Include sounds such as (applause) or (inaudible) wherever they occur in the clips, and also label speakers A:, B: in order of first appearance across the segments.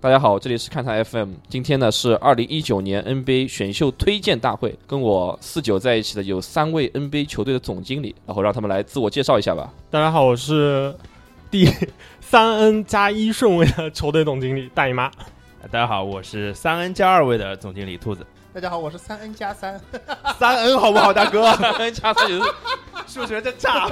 A: 大家好，这里是看台 FM。今天呢是二零一九年 NBA 选秀推荐大会，跟我四九在一起的有三位 NBA 球队的总经理，然后让他们来自我介绍一下吧。
B: 大家好，我是第 (laughs) 三 N 加一顺位的球队总经理大姨妈。
C: 大家好，我是三 N 加二位的总经理兔子。
D: 大家好，我是三 N 加三， (laughs)
C: 三 N 好不好，大哥？
A: 加四九
C: 数学真差。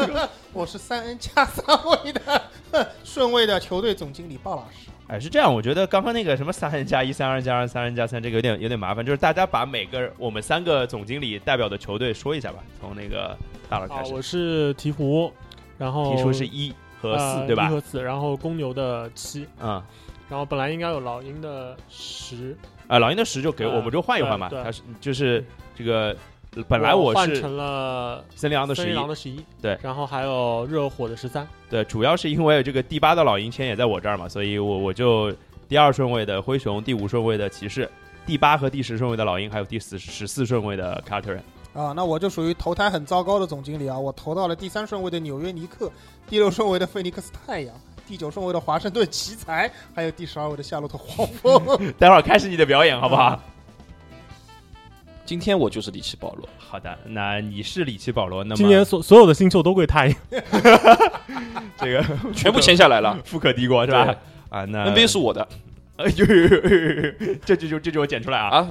D: 我是三 N 加三位的 (laughs) 哼顺位的球队总经理鲍老师。
C: 哎，是这样，我觉得刚刚那个什么三 N 加一、三 N 加二、三 N 加三，这个有点有点麻烦，就是大家把每个我们三个总经理代表的球队说一下吧，从那个大佬
B: 啊
C: 开，始。
B: 我是鹈鹕，然后
C: 提出是一和四，
B: 呃
C: 对
B: 一
C: 吧？
B: 和四，然后公牛的七，
C: 嗯，
B: 然后本来应该有老鹰的十，
C: 啊，老鹰的十就给我，
B: 呃
C: 我们就换一换吧。
B: 对对
C: 他是就是这个，本来
B: 我换
C: 是
B: 成了
C: 森林狼的
B: 森
C: 十
B: 林
C: 一
B: 狼，的十一，
C: 对
B: 然后还有热火的十三，
C: 对，主要是因为这个第八的老鹰签也在我这儿嘛，所以我我就第二顺位的灰熊，第五顺位的骑士，第八和第十顺位的老鹰，还有第十十四顺位的卡特人。
D: 啊，那我就属于投胎很糟糕的总经理啊！我投到了第三顺位的纽约尼克，第六顺位的菲尼克斯太阳，第九顺位的华盛顿奇才，还有第十二位的夏洛特黄 (laughs) 蜂。
C: (laughs) 待会儿开始你的表演好不好？
A: 今天我就是里奇保罗，
C: 好的，那你是里奇保罗，那么
B: 今年所所有的新秀都归他赢，
C: 这个 (laughs)
A: 全部签下来了。
C: 富可敌国是吧？啊，那
A: NBA 是我的
C: 哎 (laughs) 呦呦呦呦呦呦，这就就这就我剪出来啊！
A: 啊，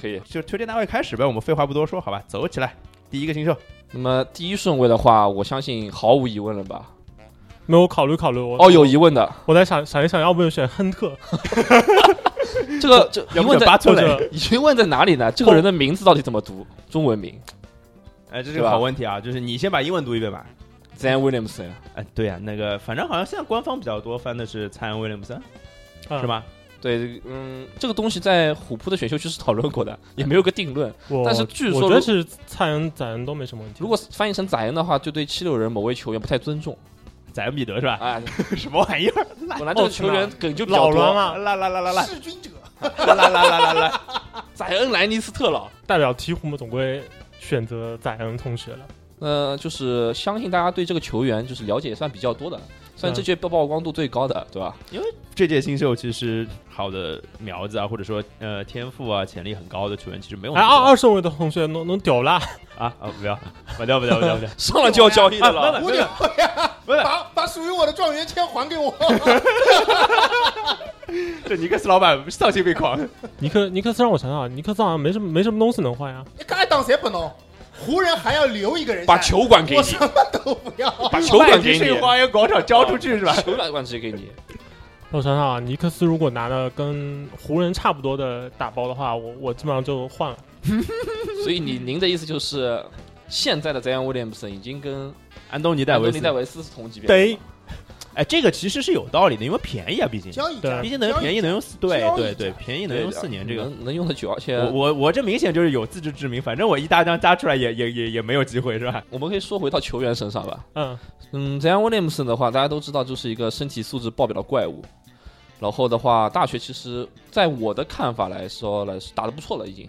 A: 可以。
C: 就推荐大会开始呗，我们废话不多说，好吧，走起来。第一个新秀，
A: 那么第一顺位的话，我相信毫无疑问了吧？
B: 没有考虑考虑我
A: 哦，有疑问的，
B: 我在想想一想，要不要选亨特
A: 这个这疑
C: 要不
A: 问
C: 就
A: 在
C: 拔
B: 或
C: 出来。
B: 者
A: (laughs) 疑问在哪里呢？这个人的名字到底怎么读？中文名
C: 哎，这是
A: 是
C: 个
A: 吧
C: 好问题啊，就是你先把英文读一遍吧。
A: Zan Williamson，
C: 哎，对呀、那个反正好像现在官方比较多翻的是蔡恩威廉姆森，
B: 啊
C: 是？吗？
A: 对，嗯，这个东西在虎扑的选秀区是讨论过的，也没有个定论。
B: 我
A: 但是据说
B: 我觉得是蔡恩、宰恩都没什么问题。
A: 如果翻译成宰恩的话，就对七六人某位球员不太尊重。
C: 宰恩彼得是吧？
A: 哎，
C: (laughs) 什么玩意儿？
A: 本来这个球员梗就比
B: 老
A: 较多。
B: 栾嘛，
C: 来来来来来
D: 弑君 (laughs) 者，
C: 来来来来来，
A: 宰恩莱尼斯特了，
B: 代表鹈鹕嘛，总归选择宰恩同学了。
A: 呃，就是相信大家对这个球员就是了解也算比较多的，
C: 嗯
A: 算这届曝曝光度最高的，
C: (laughs)
A: 对吧？
C: (laughs) 这届新秀其实好的苗子啊，或者说呃天赋啊、潜力很高的球员，其实没有
B: 哎，
C: 那么多
B: 二二顺位的同学能能屌啦，
C: 啊啊！不要，不掉不掉不掉不 (laughs) 掉！
A: 上来就要交易的了，
C: 啊
D: 我得
C: 不是，
D: 把把属于我的状元签还给我。 (laughs)
C: 这尼克斯老板丧心病狂，
B: 尼克尼克斯让我想想啊，尼克斯好像没什么没什么东西能换呀、
D: 你该当谁不弄？哦湖人还要留一个人下
A: 把
D: 来，
A: 球馆给
D: 我
A: 你
D: 什，么都不要。
C: 哦
A: 把球馆给
C: 迪士
A: 你
C: 尼，花园广场交出去是吧？
A: 球馆直接给
C: (laughs)
A: 你。
B: 我想想啊，尼克斯如果拿了跟湖人差不多的打包的话，我我基本上就换了。
A: 所以你您的意思就是，现在的 Zion Williamson 已经跟
C: 安东尼戴
A: 安东
C: 维
A: 尼
C: 斯
A: 戴，维斯是同级别的
B: 得
A: 了，
C: 哎，这个其实是有道理的，因为便宜啊，毕竟
D: 交易
B: 对
D: 价，
C: 毕竟能
D: 交易
C: 便宜能用四，对对对，嗯便宜能
A: 对
C: 用
A: 的
C: 四年这个。
A: 能能用得久，而且
C: 我我我这明显就是有自知之明，反正我一大张扎出来也也也也没有机会是吧？
A: 我们可以说回到球员身上吧。
B: 嗯，
A: 嗯，Zion Williamson 的话，大家都知道，就是一个身体素质爆表的怪物。然后的话，大学其实在我的看法来说来打得不错了，已经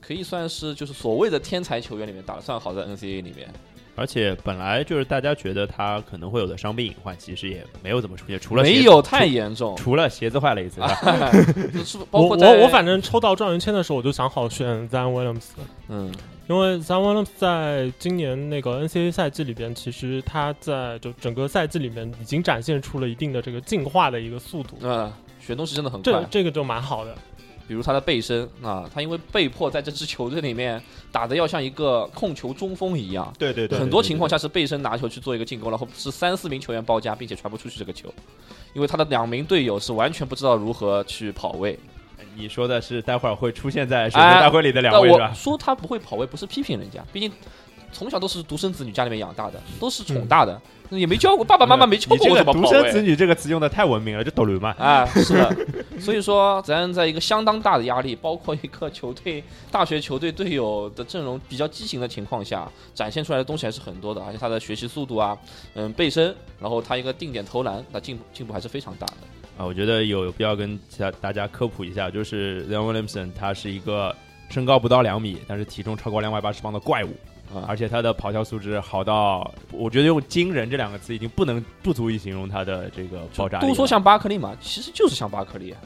A: 可以算是就是所谓的天才球员里面打得算好，在 NCAA 里面
C: 而且本来就是大家觉得他可能会有的伤病隐患，其实也没有怎么出现，除了鞋子
A: 没有太严重
C: 除，除了鞋子坏了一次，是吧
A: 就是包
B: 我
A: 括在
B: 我我反正抽到状元签的时候，我就想好选 Zion Williams，
A: 嗯
B: 因为 Zion Williams 在今年那个 NCAA 赛季里边，其实他在就整个赛季里面已经展现出了一定的这个进化的一个速度，
A: 呃学东西真的很
B: 这
A: 快，
B: 这个就蛮好的。
A: 比如他的背身啊，他因为被迫在这支球队里面打得要像一个控球中锋一样，
C: (laughs) 对对
A: 很多情况下是背身拿球去做一个进攻，然后是三四名球员包夹，并且传不出去这个球，因为他的两名队友是完全不知道如何去跑位。
C: 你说的是待会儿会出现在选秀大会里的两
A: 但
C: 位是
A: 我
C: 吧？
A: 说他不会跑位，不是批评人家，毕竟从小都是独生子女家里面养大的，都是宠大的，也没教过爸爸妈妈没教
C: 嗯你
A: 过
C: 这
A: 我
C: 个
A: 怎么
C: 独
A: 跑
C: 生子
A: 位。
C: 女这个词用的太文明了，就抖驴嘛。
A: 啊，是的，所以说咱在一个相当大的压力，包括一个球队大学球队队友的阵容比较畸形的情况下，展现出来的东西还是很多的，而且他的学习速度啊，嗯，背身，然后他一个定点投篮，那进步进步还是非常大的。
C: 啊，我觉得有必要跟其他大家科普一下，就是 Zion Williamson 他是一个身高不到两米，但是体重超过两百八十磅的怪物。
A: 啊
C: 而且他的跑跳素质好到，我觉得用惊人这两个词已经不能不足以形容他的这个爆炸力了。啊
A: 都说像巴克利嘛，其实就是像巴克利，啊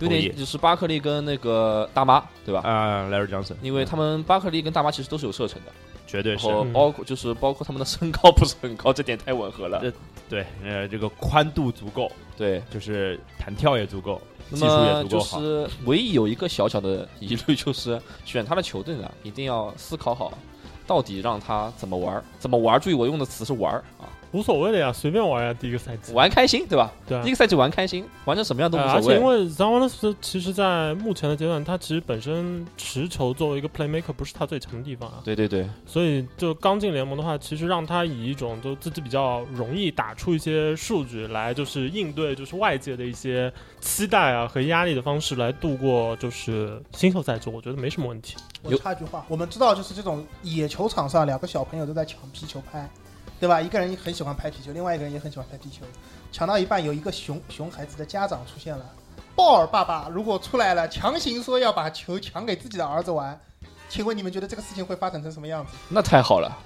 A: 有
C: 同
A: 点
C: 意
A: 就是巴克利跟那个大妈，对吧？
C: 啊，Larry Johnson，
A: 因为他们巴克利跟大妈其实都是有射程的，
C: 绝对
A: 然
C: 是
A: 后
B: 嗯
A: 包括就是包括他们的身高不是很高，这点太吻合了
C: 对。对，呃，这个宽度足够，
A: 对，
C: 就是弹跳也足够，技
A: 那
C: 术也
A: 么
C: 足
A: 就
C: 够好。
A: 是唯一有一个小小的疑虑，就是选他的球队呢，一定要思考好，到底让他怎么玩儿，怎么玩儿。注意，我用的词是玩儿啊，
B: 无所谓的呀，随便玩呀，第一个赛季。
A: 玩开心，对吧？
B: 对啊
A: 第一个赛季玩开心，玩成什么样都
B: 呃
A: 无
B: 而
A: 所
B: 且因
A: 谓。
B: 为 z a w a n s 其实，在目前的阶段，他其实本身持球作为一个 playmaker 不是他最强的地方啊，
A: 对对对，
B: 所以就刚进联盟的话，其实让他以一种就自己比较容易打出一些数据来，就是应对就是外界的一些期待啊和压力的方式来度过就是新秀赛季，我觉得没什么问题。
D: 我
A: 有
D: 插句话，我们知道就是这种野球场上两个小朋友都在抢皮球拍，对吧？一个人很喜欢拍皮球，另外一个人也很喜欢拍皮球。抢到一半，有一个熊熊孩子的家长出现了，鲍尔爸爸如果出来了，强行说要把球抢给自己的儿子玩，请问你们觉得这个事情会发展成什么样子？
A: 那太好了。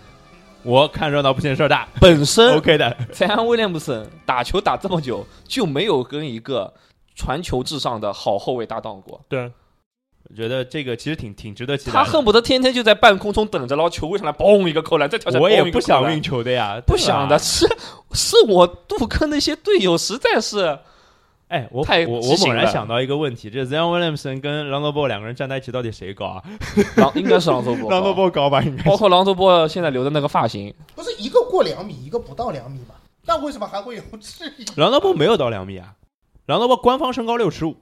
C: 我看热闹不嫌事儿大
A: 本身
C: ，OK 的。 (laughs)
A: 塞安威廉姆森打球打这么久，就没有跟一个传球至上的好后卫搭档过。
B: 对，
C: 我觉得这个其实挺挺值得期待
A: 他
C: 的。
A: 恨不得天天就在半空中等着，然后球位上来，嘣一个扣篮，再跳下来，
C: 我也
A: 嘣一
C: 不
A: 个扣
C: 想
A: 篮
C: 运球的呀，
A: 不
C: 对吧
A: 想的，。是是我杜克那些队友实在是
C: 哎，我
A: 太
C: 我
A: 畸
C: 我
A: 形
C: 猛然
A: 了
C: 想到一个问题，这 Zion Williamson 跟 Lonzo Ball 两个人站在一起，到底谁高啊
A: 朗，应该是朗佐波，
C: ？Lonzo Ball 高吧，应该
A: 包括朗佐波现在留的那个发型，
D: 不是一个过两米，一个不到两米嘛？那为什么还会有质疑？
C: Lonzo Ball 没有到两米啊。Lonzo Ball 官方身高六十五，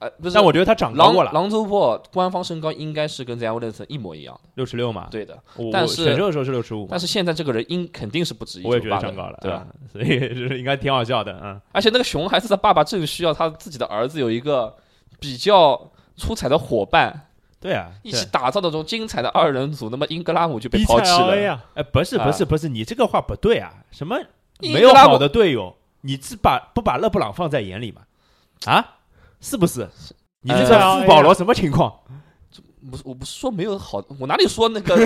A: 呃，不是，
C: 但我觉得他长高
A: 朗
C: 过了，
A: 朗佐波官方身高应该是跟 z 安威廉森一模一样的，
C: 六十六嘛。
A: 对的。
C: 我，
A: 但
C: 我
A: 是
C: 选秀的时候是六十五，
A: 但是现在这个人应肯定是不止一
C: 我也
A: 米
C: 觉
A: 八
C: 得
A: 的，
C: 长高了，
A: 对吧？
C: 啊？所以就是应该挺好笑的，嗯。
A: 而且那个熊孩子的爸爸正需要他自己的儿子有一个比较出彩的伙伴，
C: 对啊，
A: 一
C: 对
A: 起打造那种精彩的二人组。那么英格拉姆就被
B: 比
A: 抛
B: 赛
A: 弃
B: LA
A: 了。
B: 啊，
C: 哎，不是
A: 啊
C: 不是不是，你这个话不对啊！什么
A: 英
C: 没有
A: 格拉姆
C: 好的队友，你是把不把勒布朗放在眼里吗？啊，是不是？你这是
B: 呃
C: 富保罗什么情况？
A: 不是，我不是说没有好，我哪里说那个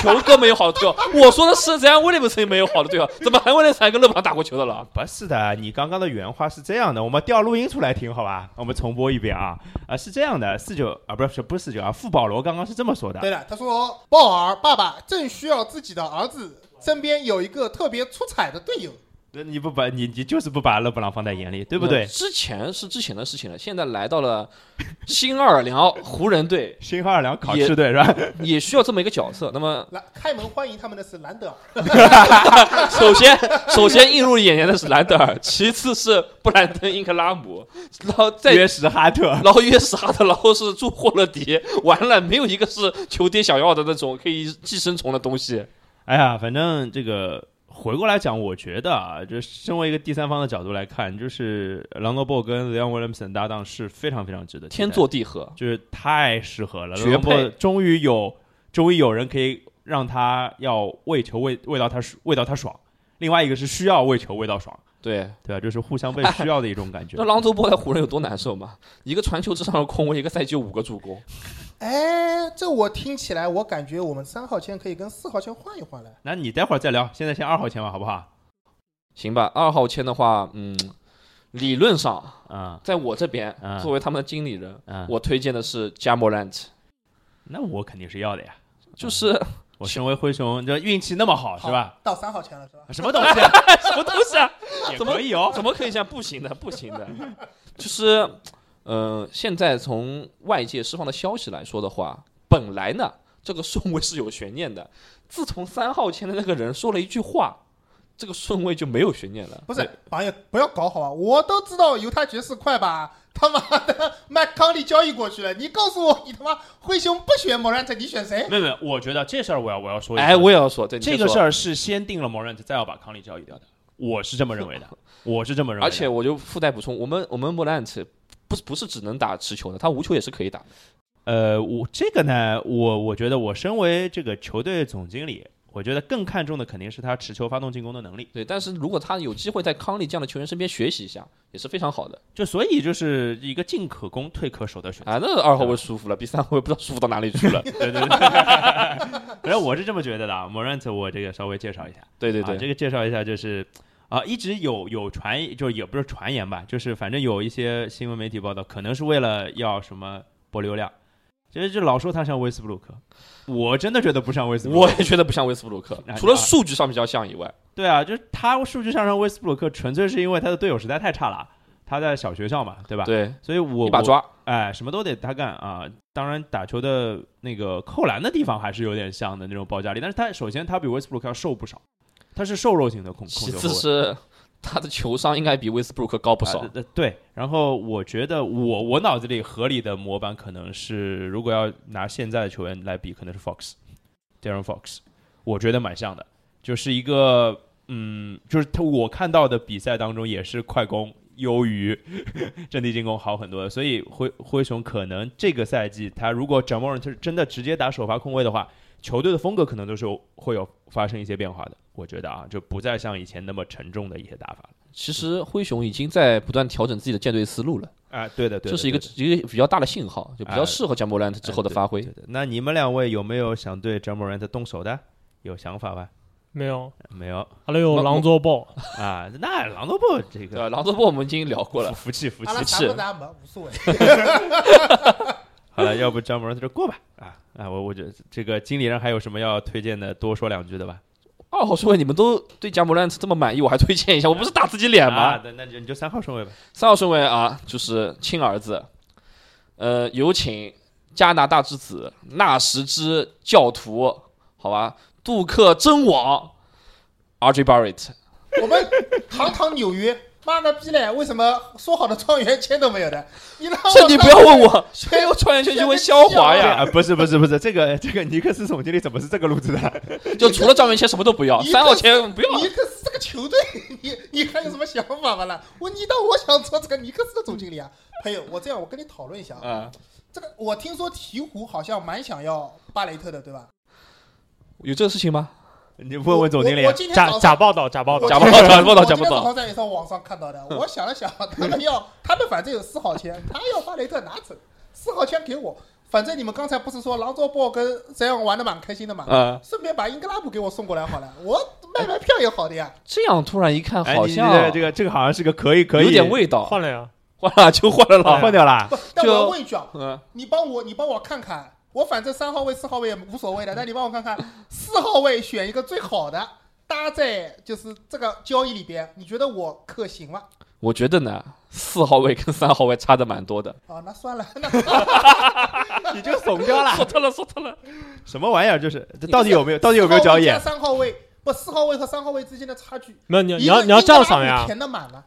A: 球哥没有好的队友？我说的是 z 安威廉姆森没有好的队友，怎么还威廉姆森还跟勒布朗打过球的了？
C: 不是的，啊你刚刚的原话是这样的，我们调录音出来听好吧？我们重播一遍啊啊，是这样的，四九啊不是不是四九啊，富保罗刚刚是这么说的，
D: 对了，他说鲍尔爸爸正需要自己的儿子身边有一个特别出彩的队友。
C: 你不把你你就是不把勒布朗放在眼里，对不对
A: 那？嗯之前是之前的事情了，现在来到了新奥尔良湖人队，
C: 新奥尔良考
A: 也
C: 试队是吧？
A: 也需要这么一个角色。那么，
D: 来，开门欢迎他们的是兰德尔，
A: 首先首先映入眼帘的是兰德尔，其次是布兰登·英格拉姆，然后再
C: 约什哈特，
A: 然后约什哈特，然后是住霍勒迪，完了没有一个是球爹想要的那种可以寄生虫的东西。
C: 哎呀，反正这个回过来讲，我觉得啊，就身为一个第三方的角度来看，就是朗佐鲍跟 Leon Williamson 搭档是非常非常值得期待
A: 天
C: 的，
A: 作地合，
C: 就是太适合了，
A: 绝
C: 朗佐
A: 配
C: 鲍终于有，终于有人可以让他要为球喂喂到他喂到他爽，另外一个是需要为球喂到爽，
A: 对。
C: 对吧？啊就是互相被需要的一种感觉
A: 那。朗佐波在湖人有多难受嘛？一个传球至上的控卫，一个赛季有五个助攻，
D: 哎，这我听起来，我感觉我们三号签可以跟四号签换一换了。
C: 那你待会儿再聊，现在先二号签吧，好不好？
A: 行吧？二号签的话，嗯，理论上
C: 嗯
A: 在我这边
C: 嗯
A: 作为他们的经理人，
C: 嗯，
A: 我推荐的是加莫兰特，
C: 那我肯定是要的呀。
A: 就是
C: 我身为灰熊，这运气那么好是吧？？
D: 到三号签了是吧？
C: 什么东西
A: (laughs)
C: 啊？
A: 什么东西啊？
C: 也
A: 怎么
C: 可以哦。
A: 怎么可以这样？不行的，不行的，就是，呃，现在从外界释放的消息来说的话，本来呢这个顺位是有悬念的，自从三号签的那个人说了一句话，这个顺位就没有悬念了。
D: 不是，榜爷不要搞好啊！我都知道犹他爵士快把 (laughs) 他妈的麦康利交易过去了，你告诉我，你他妈灰熊不选莫兰特，你选谁？
C: 没有没有，我觉得这事儿我要我要说一下，
A: 哎，我也要说，对
C: 这个事
A: 儿，
C: 儿是先定了 Morant，再要把康利交易掉的，我是这么认为的，我是这么认为
A: 而
C: 的。
A: 且我就附带补充，我们我们莫兰特不是不是只能打持球的，他无球也是可以打的。
C: 呃，我这个呢，我我觉得我身为这个球队总经理，我觉得更看重的肯定是他持球发动进攻的能力。
A: 对，但是如果他有机会在康利这样的球员身边学习一下，也是非常好的
C: 就所以就是一个进可攻
A: (laughs)
C: 退可守的选择。 (laughs)
A: 啊。那二号位舒服了，比三号位不知道舒服到哪里去了。
C: 对对对， (laughs) 反正我是这么觉得的。啊。m o r a n t 我这个稍微介绍一下，
A: 对对对，
C: 啊，这个介绍一下就是。啊，一直有有传，就也不是传言吧，就是反正有一些新闻媒体报道，可能是为了要什么博流量，其实就老说他像威斯布鲁克，我真的觉得不像威斯布鲁克
A: 我。也觉得不像威斯布鲁克
C: (laughs) 啊，
A: 除了数据上比较像以外，
C: 对啊，就是他数据上让威斯布鲁克，纯粹是因为他的队友实在太差了，他在小学校嘛，对吧？
A: 对，
C: 所以我
A: 一把，抓，
C: 我哎，什么都得他干啊。当然，打球的那个扣篮的地方还是有点像的那种爆炸力，但是他首先他比威斯布鲁克要瘦不少，他是瘦肉型的控控
A: 其
C: 球后
A: 次
C: 卫。
A: 是 (laughs) 他的球商应该比威斯布鲁克高不少
C: 啊。对对，然后我觉得我我脑子里合理的模板可能是，如果要拿现在的球员来比，可能是 Fox，Darren Fox，我觉得蛮像的，就是一个嗯，就是他我看到的比赛当中也是快攻优于 (laughs) 阵地进攻好很多的，所以灰灰熊可能这个赛季他如果 j a m o r 是真的直接打首发控卫的话，球队的风格可能都是有会有发生一些变化的，我觉得啊，就不再像以前那么沉重的一些打法了。
A: 其实灰熊已经在不断调整自己的建队思路了，
C: 啊，对的，对的，
A: 这是一个
C: 对的
A: 一个比较大的信号，就比较
C: 哎
A: 适合贾莫兰特之后的发挥
C: 对。的，那你们两位有没有想对 j a m o r a n t 动手的？有想法吧？
B: 没有，
C: 没有
B: 还有
A: 那
B: 狼作豹，
C: 啊？那狼头部这
A: 对
C: 个
A: 吧？狼多波我们已经聊过了，
C: 服气服
D: 阿拉
C: 气。
D: 啥
A: 是
D: 不拿没无所谓。
C: 好了，要不 j a m o r a n t 就过吧。啊啊，我我觉得这个经理人还有什么要推荐的，多说两句的吧？
A: 二号顺位你们都对贾莫兰特这么满意，我还推荐一下，我不是打自己脸
C: 啊
A: 吗？，
C: 那那就你就三号顺位吧。
A: 三号顺位啊，就是亲儿子，呃，有请加拿大之子纳什之教徒，好吧，杜克真王，RJ Barrett，
D: 我们堂堂纽约，妈个逼嘞！为什么说好的状元签都没有的？你让我
A: 这你不要问我，
D: (laughs) 选
A: 没有穿越圈就问肖华
C: 哎
A: 呀，
C: 呀，不是不是不是，这个这个尼克斯总经理怎么是这个路子的？ (laughs)
A: 就除了张元谦什么都不要，
D: 一个
A: 三号签不要了
D: 尼克斯这个球队， (laughs) 你你还有什么想法吗？啦？我你当我想做这个尼克斯的总经
A: (laughs)
D: 理啊？朋友，我这样，我跟你讨论一下啊。
A: 啊。
D: 这个我听说鹈鹕好像蛮想要巴雷特的，对吧？
A: 有这个事情吗？
C: 你问问总经理啊
D: 我我。今天
B: 假
D: 早
B: 假
D: 上。
B: 报道，假报
D: 我
B: 道，
A: 哦假报道假报道
D: 我今
A: 假报
D: 天
A: 道
D: 早上在一条网上看
A: (laughs)
D: 到的，我想了想，他们要，他们反正有四号签，他要巴雷特拿走，四号签给我。反正你们刚才不是说狼卓鲍跟这样玩的蛮开心的嘛？
A: 啊，
D: 顺便把英格拉姆给我送过来好了，我卖卖票也好的呀。
A: 这样突然一看，
C: 哎，
A: 好
C: 你
A: 像
C: 这个这个这个好像是个可以可以
A: 有点味道，
B: 换了呀，
A: 换了就换了
C: 啊，
A: 啦。
C: 换掉
D: (laughs)
C: 了。
D: 不，但
A: 就
D: 我要问一句啊，
A: 嗯，
D: 你帮我，你帮我看看，我反正三号位、四号位也无所谓的，但你帮我看看，四号位选一个最好的搭在就是这个交易里边，你觉得我可行吗？
A: 我觉得呢，四号位跟三号位差的蛮多的。
D: 啊，那算了，那
C: 你就怂掉了，
A: 说错了，说错了。
C: 什么玩意儿？就是这到底有没有到 (laughs) 底有没有
D: 四号
C: 交
D: 位
C: 易
D: 加？三号位不，四号位和三号位之间的差距，
B: 没有你要
D: 一
B: 你
D: 个
B: 要你要这样想
D: 英格拉
B: 呀
D: 姆，填的满了，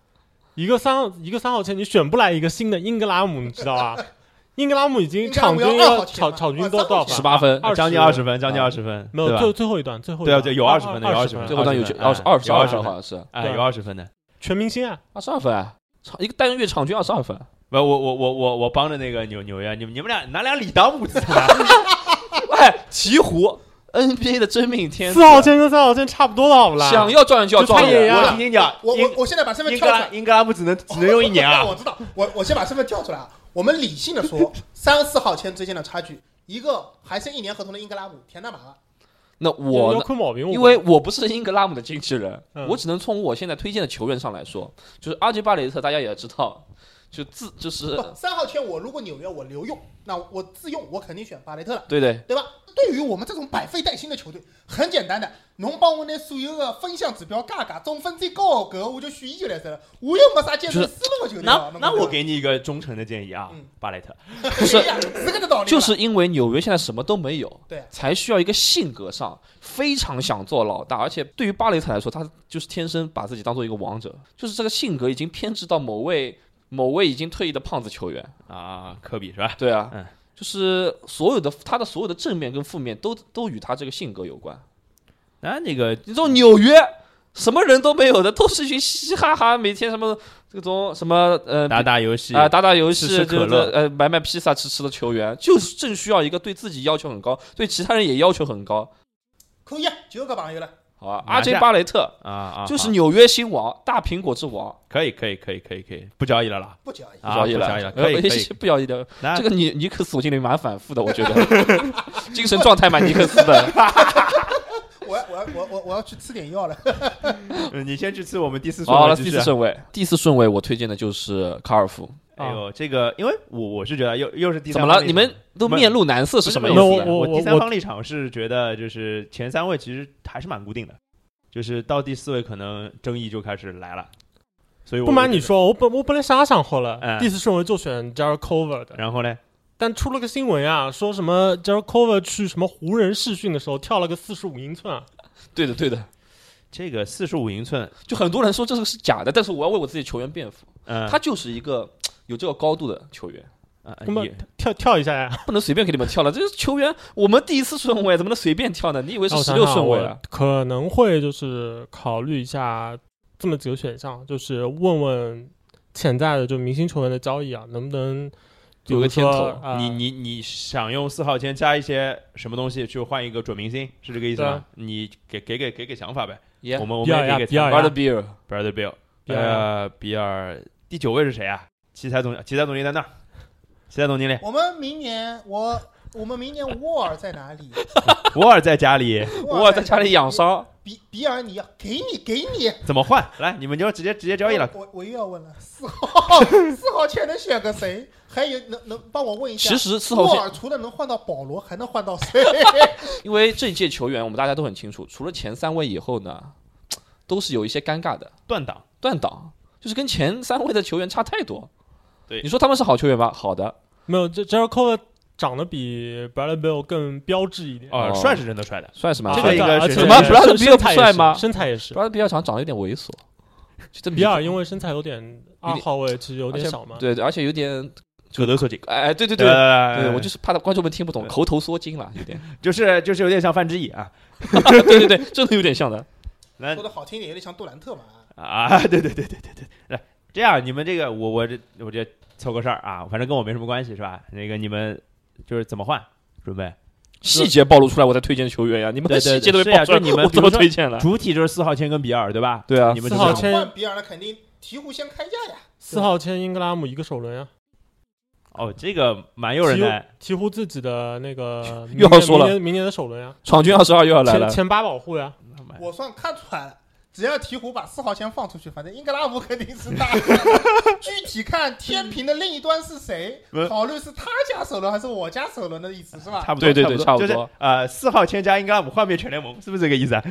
B: 一个三号一个三号签，你选不来一个新的英格拉姆，你知道吧？
D: (laughs)
B: 英格拉姆已经场均
D: 英格拉姆要二
B: 要
D: 号签
B: 场
D: 嘛
B: 场均
D: 哦
B: 多
D: 三
B: 多
D: 号
B: 少分？
D: 签
A: 十八分，
B: 二
C: 啊将近二十分，将近二十分，
B: 没有
C: 对吧
B: 最最后一段，最后一
C: 对啊
B: 段
C: 对有20分的有
B: 二
C: 20分
A: 最后段有二十二十二
B: 二
A: 十
B: 十
A: 分，
B: 分
A: 好像是
C: 哎，
B: 对
C: 有二十分的。
B: 全明星啊，
A: 二十二分啊，场一个单月场均二十二分。
C: 不，我我我我我帮着那个纽纽约，你们你们俩拿俩理当母啊子打， (laughs)
A: 哎，鹈鹕 NBA 的真命天子啊
B: 四，号签跟三号签差不多了，好不啦？
A: 想要状元就要
C: 就差
A: 状
C: 一点
A: 元。
C: 哎呀！
D: 我
C: 我听你讲，
D: 我我
C: 英
D: 我现在把身份
C: 英
D: 跳
C: 格
D: 出
C: 拉
D: 来，
C: 英格拉姆只能只能用一年啊
D: (laughs) 我！知道，我我先把身份跳出来啊。我们理性的
B: (laughs)
D: 说，三四号签之间的差距，一个还剩一年合同的英格拉姆填的满了，
A: 那我
B: 要
A: 呢？
B: 困毛病，我
A: 因为我不是英格拉姆的经纪人，
B: 嗯
A: 我只能从我现在推荐的球员上来说，就是阿杰巴雷特，大家也知道，就自就是
D: 不，三号签我如果纽约我留用，那我自用我肯定选巴雷特了，
A: 对对，
D: 对吧？对于我们这种百废待兴的球队，很简单的，侬帮我拿所有的分项指标加加，总分最高的搿我就选伊就来塞了。我又没啥建设
A: 就是
D: 思路的球队啊
C: 那
D: 了，
C: 那我给你一个忠诚的建议啊
D: 嗯，
C: 巴雷特，
A: 不是
D: 哎呀是搿个道理吧，
A: 就是因为纽约现在什么都没有，
D: 对
A: 才需要一个性格上非常想做老大，而且对于巴雷特来说，他就是天生把自己当做一个王者，就是这个性格已经偏执到某位 (laughs) 某位已经退役的胖子球员，
C: 啊，科比是吧？
A: 对啊，
C: 嗯
A: 就是所有的他的所有的正面跟负面都都与他这个性格有关。
C: 那那个
A: 你这种纽约。什么人都没有的，都是一群嘻嘻哈哈，每天什么这种什么呃
C: 打打游戏
A: 啊、打打游戏，
C: 吃吃
A: 就是
C: 可乐
A: 呃买买披萨吃吃的球员，就是正需要一个对自己要求很高，对其他人也要求很高。
D: 可以啊，就搿朋友了。
A: 好吧
C: 拿
A: ？RJ
C: 下
A: 巴雷特
C: 啊啊，
A: 就是
C: 好
A: 纽约新王，大苹果之王，
C: 可以可以可以可以可以，不交易了啦，
D: 不交易。
A: 不
C: 啊
A: 交易
C: 不
A: 了
C: 交易
A: (laughs)
C: 了，可以啊可以
A: 呃不交易的。
C: 那
A: 这个尼尼克斯，我心里蛮反复的，我觉得
C: (laughs)
A: (laughs) 精神状态蛮尼克斯的。
D: 我要我要我我我要去吃点药了。
C: 嗯你先去吃我们第四顺
A: 好
C: 位
A: 了，
C: 继
A: 第
C: 续啊
A: 四顺位，第四顺位我推荐的就是卡尔夫。
C: 哎呦，这个因为我我是觉得又又是第
A: 怎
C: 三
A: 么
C: 方
A: 了？
C: 立
A: 你们都
C: 不是
A: 面露难色是什么意
B: 没有
A: 思啊
B: 我
A: 呢？
C: 我
B: 我
C: 第三方立场是觉得就是前三位其实还是蛮固定的，就是到第四位可能争议就开始来了，所以我
B: 不瞒
C: 就
B: 你
C: 觉
B: 说，我本我本来想想好了，
D: 哎
C: 嗯
B: 第四顺位就选 Jared Cover 的
C: 得，，然后呢，
B: 但出了个新闻啊，说什么 Jared Cover 去什么湖人试训的时候跳了个四十五英寸啊，
A: 对的，对的。
C: 这个四十五英寸，
A: 就很多人说这个是假的，但是我要为我自己球员辩护，
C: 嗯，
A: 他就是一个有这个高度的球员，
C: 啊
B: 那么
C: 也
B: 跳跳一下呀，
A: 不能随便给你们跳了。这是球员，我们第一次顺位怎么能随便跳呢？你以为是
B: 哦
A: 十六顺位，
B: 我想想
A: 啊
B: 我？可能会就是考虑一下这么几个选项，就是问问潜在的就明星球员的交易啊，能不能比
A: 有个
B: 如说
A: 甜头
B: 啊
C: 你你你想用四号签加一些什么东西去换一个准明星，是这个意思
B: 对
C: 吗
B: 啊？
C: 你给给给给给想法呗，
A: 耶
C: 我们我
B: 比尔
C: 们也
B: 呀
C: 给
B: 比尔啊
C: 给
B: 呀
A: Brother Beer，
C: Brother Bill，
B: 比尔呀
C: 呃，比尔第九位是谁啊？奇才总奇才总经理在那儿，奇才总经理
D: 我们明年我我们明年沃尔在哪里？
C: 沃尔在家里
A: 我尔在家里养。伤，
D: 比比尔尼亚，给你给你
C: 怎么换？来，你们就直接直接交易了。
D: 我我我又要问了，四号 (laughs) 四号签能选个谁？还有能能帮我问一下？
A: 其实四号
D: 沃
A: 线，
D: 尔除了能换到保罗，还能换到谁？
A: 因为这届球员我们大家都很清楚，除了前三位以后呢，都是有一些尴尬的
C: 断档，
A: 断档，就是跟前三位的球员差太多。
C: 对
A: 你说他们是好球员吗？好的，
B: 没有这 Jared Cover 长得比 Bradley Bill 更标致一点。
C: 哦
A: 哦，
C: 帅是真的帅的，
A: 算是蛮
C: 这
A: 帅的。
C: 个应该
B: 而
C: 是
B: 且
C: 怎么
B: 身
A: Bradley Beal
B: 身材啊也
A: 不帅
B: 是
A: 吗
B: 身材也是。
A: Brother Beer 长长得有点猥琐，就这么
B: 比尔
A: 一
B: 因为身材有点
A: 有
B: 二
A: 点
B: 号位，其实有点小嘛。
A: 对，对而且有点，
C: 葛德索井。
A: 哎，对对对，对，
C: 对
A: 我就是怕观众们听不懂，口头缩精了，有点。
C: 呃就是就是有点像范志毅啊，
A: 对对对，真的有点像的。
C: 那
D: 说的好听点，有点像杜兰特嘛。
C: 啊， (laughs) 对对对对对对，来这样，你们这个我我这我这凑个事儿啊，反正跟我没什么关系是吧？那个你们就是怎么换准备？
A: 细节暴露出来，我再推荐球员呀。你们的
C: 对
A: 细
C: 对
A: 节都
C: 是
A: 被
C: 呀
A: 爆出来，
C: 就你们
A: (laughs) 我怎么
C: 比如说
A: 推荐了？
C: 主体就是四号签跟比尔对吧？
A: 对啊
C: 你们
B: 四
C: 就
B: 号
C: 是
B: 签
D: 想换比尔，那肯定鹈鹕先开价呀。
B: 四号签英格拉姆一个首轮
A: (laughs)
B: 啊，
C: 哦，这个蛮诱人的，
B: 鹈鹕自己的那个明
A: 又要
B: 年
A: 说了
B: 明年明年的首轮啊，
A: 闯军二十二又要来
B: 前
A: 了，
B: 前八保护呀，
C: 哎
D: 我算看出来了，只要鹈鹕把四号先放出去，反正英格拉姆肯定是大。具体看天平的另一端是谁
C: 不是，
D: 考虑是他家首轮还是我家首轮的意思是吧？
C: 差不多
A: 对对对
C: 差不
A: 差不多
C: 多就是呃四号签加英格拉姆换遍全联盟，是不是这个意思啊？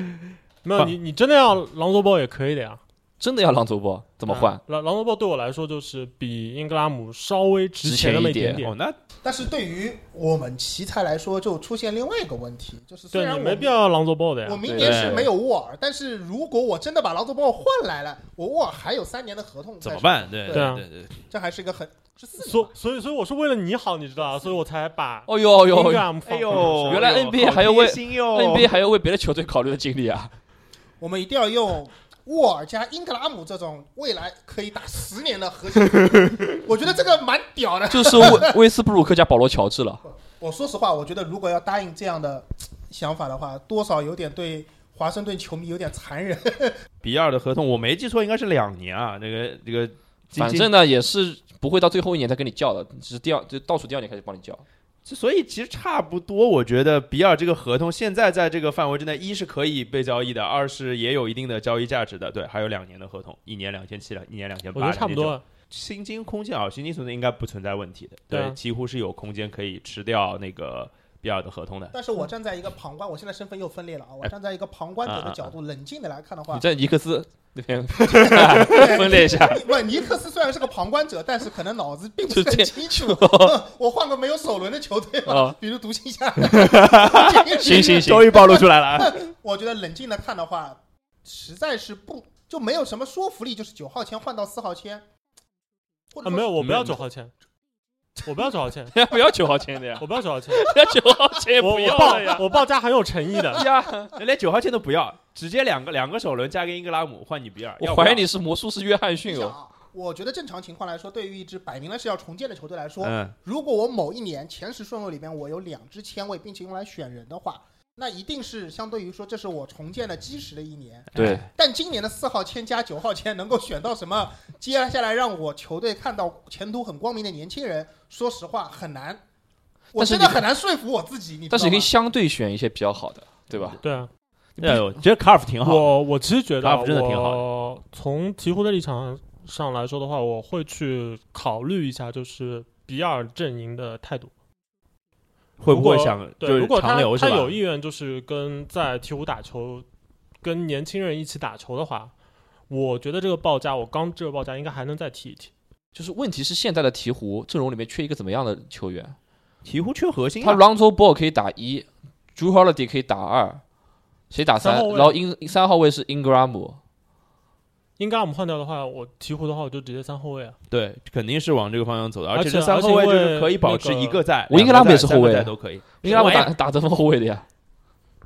B: 没有
C: 不
B: 你你真的要狼佐鲍也可以的呀。
A: 真的要让走不？怎么换
B: 啊？狼狼佐鲍对我来说就是比英格拉姆稍微值
A: 值
B: 钱
A: 钱
B: 那么
A: 一点
B: 点。
C: 哦，那
D: 但是对于我们奇才来说，就出现另外一个问题，就是虽
B: 对
D: 然
B: 你
D: 我
B: 没必要狼佐鲍的
D: 我
B: 呀，
D: 明
A: 对
D: 年是没有沃尔，但是如果我真的把劳佐鲍换来了，我沃尔还有三年的合同，
C: 怎么？办？对
B: 对啊
C: 对对，
D: 这还是一个很是四年
B: 所所以所以我是为了你好，你知道啊，所以我才把
A: 哦呦
B: 英
A: 呦
B: 格拉姆放进
C: 哎
B: 去
C: 呦，
A: 原来
C: 哎呦
A: NBA
C: 好
A: 还要为
C: 贴心哟
A: NBA 还要为别的球队考虑的经历
C: (laughs)
A: 啊！
D: 我们一定要用沃尔加英格拉姆这种未来可以打十年的
A: (laughs)
D: 核心，我觉得这个蛮屌的。
A: 就是威威斯布鲁克加保罗乔治
C: (laughs)
A: 了。
D: 我说实话，我觉得如果要答应这样的想法的话，多少有点对华盛顿球迷有点残忍。 (laughs)
C: 比尔的合同我没记错，应该是两年啊。这个这个，今
A: 反
C: 今
A: 正呢，也是不会到最后一年再跟你叫的，只是第二就倒数第二年开始帮你叫。
C: 所以其实差不多，我觉得比尔这个合同现在在这个范围之内，一是可以被交易的，二是也有一定的交易价值的。对，还有两年的合同，一年两千七，一年两千
B: 我
C: 八，
B: 觉得差不多
C: 两千九。
B: 了。
C: 薪金空间啊，薪金存在应该不存在问题的，
B: 对啊
C: 几乎是有空间可以吃掉那个比尔的合
D: (laughs)
C: 同的。
D: 但是我站在一个旁观，我现在身份又分裂了啊！我站在一个旁观者的
A: 啊
D: 角度，冷静的来看的话
A: 你，在尼克斯那边
C: (laughs)
A: 分裂一下，
D: 不，尼克斯虽然是个旁观者，但是可能脑子并不是
A: 就这
D: 很清
A: (laughs)
D: 楚。我换个没有首轮的球队
A: 哦
D: 吧，比如独行侠。
A: (laughs)
D: (laughs)
A: 行行行
C: 终于暴露出来了 (laughs) 啊！
D: 我觉得冷静的看的话，实在是不就没有什么说服力，就是九号签换到四号签，或者
B: 啊，
D: 说
B: 没有，我不要
C: 没有
B: 九
A: (laughs)
B: 号签，我不要九号签，
A: 不要九号签
C: 啊
A: 的呀，
B: 我不要九号
A: (laughs)
B: 签，
A: 不要九号签也
B: 我
A: 不
B: 我
A: 要了
B: 报
A: 呀。
B: 我报价很有诚意的。
A: 呀，
C: 连九号签都不要，直接两个两个首轮加个英格拉姆换你比尔。
A: 我
C: 要不要
A: 怀疑你是魔术师约翰
D: 你
A: 逊
D: 想
A: 哦。
D: 啊，我觉得正常情况来说，对于一支摆明了是要重建的球队来说，
C: 嗯，
D: 如果我某一年前十顺位里边我有两支签位，并且用来选人的话，那一定是相对于说，这是我重建的基石的一年。
A: 对，
D: 但今年的四号签加九号签能够选到什么？接下来让我球队看到前途很光明的年轻人，说实话很难，我
A: 但是
D: 真
A: 你
D: 的很难说服我自己。你知
A: 但
D: 道
A: 是你可以
D: 吗
A: 相对选一些比较好的， (laughs) 对吧？
B: 对啊，
C: 对，我觉得卡尔夫挺好的，
B: 我我其实觉得啊
C: Graph 真的挺好的
B: 我从鹈鹕的立场上来说的话，我会去考虑一下，就是比尔阵营的态度。
C: 会
B: 如
C: 不会
B: 果
C: 想就
B: 对，如果
C: 是
B: 他
C: 长留是
B: 他
C: 吧？
B: 有意愿，就是跟在鹈鹕打球，跟年轻人一起打球的话，我觉得这个报价，我刚这个报价应该还能再提一提。
A: 就是问题是现在的鹈鹕阵容里面缺一个怎么样的球员？
C: 鹈鹕缺核心
A: 他
C: 啊，
A: Lonzo Ball 可以打一，Drew Holiday 可以打二，谁打
B: 三啊
A: 三
B: 号？位
A: 然后英三号位是 Ingram，
B: 应该我们换掉的话，我鹈鹕的话，我就直接三后卫啊。
C: 对，肯定是往这个方向走的，
B: 而
C: 而且
B: 且
C: 这三
B: 而且
C: 后卫就
B: 因
C: 是
B: 为
C: 可以保
B: 那
C: 持
B: 个
C: 一个在，
A: 维
C: 两
A: 因
C: 个
A: 格拉姆
C: 在
A: 也是
C: 三个
A: 后卫
C: 在
A: 啊
C: 都可以，
A: ，Ingram
C: 什
A: 打
C: 么
A: 打得分后卫的呀。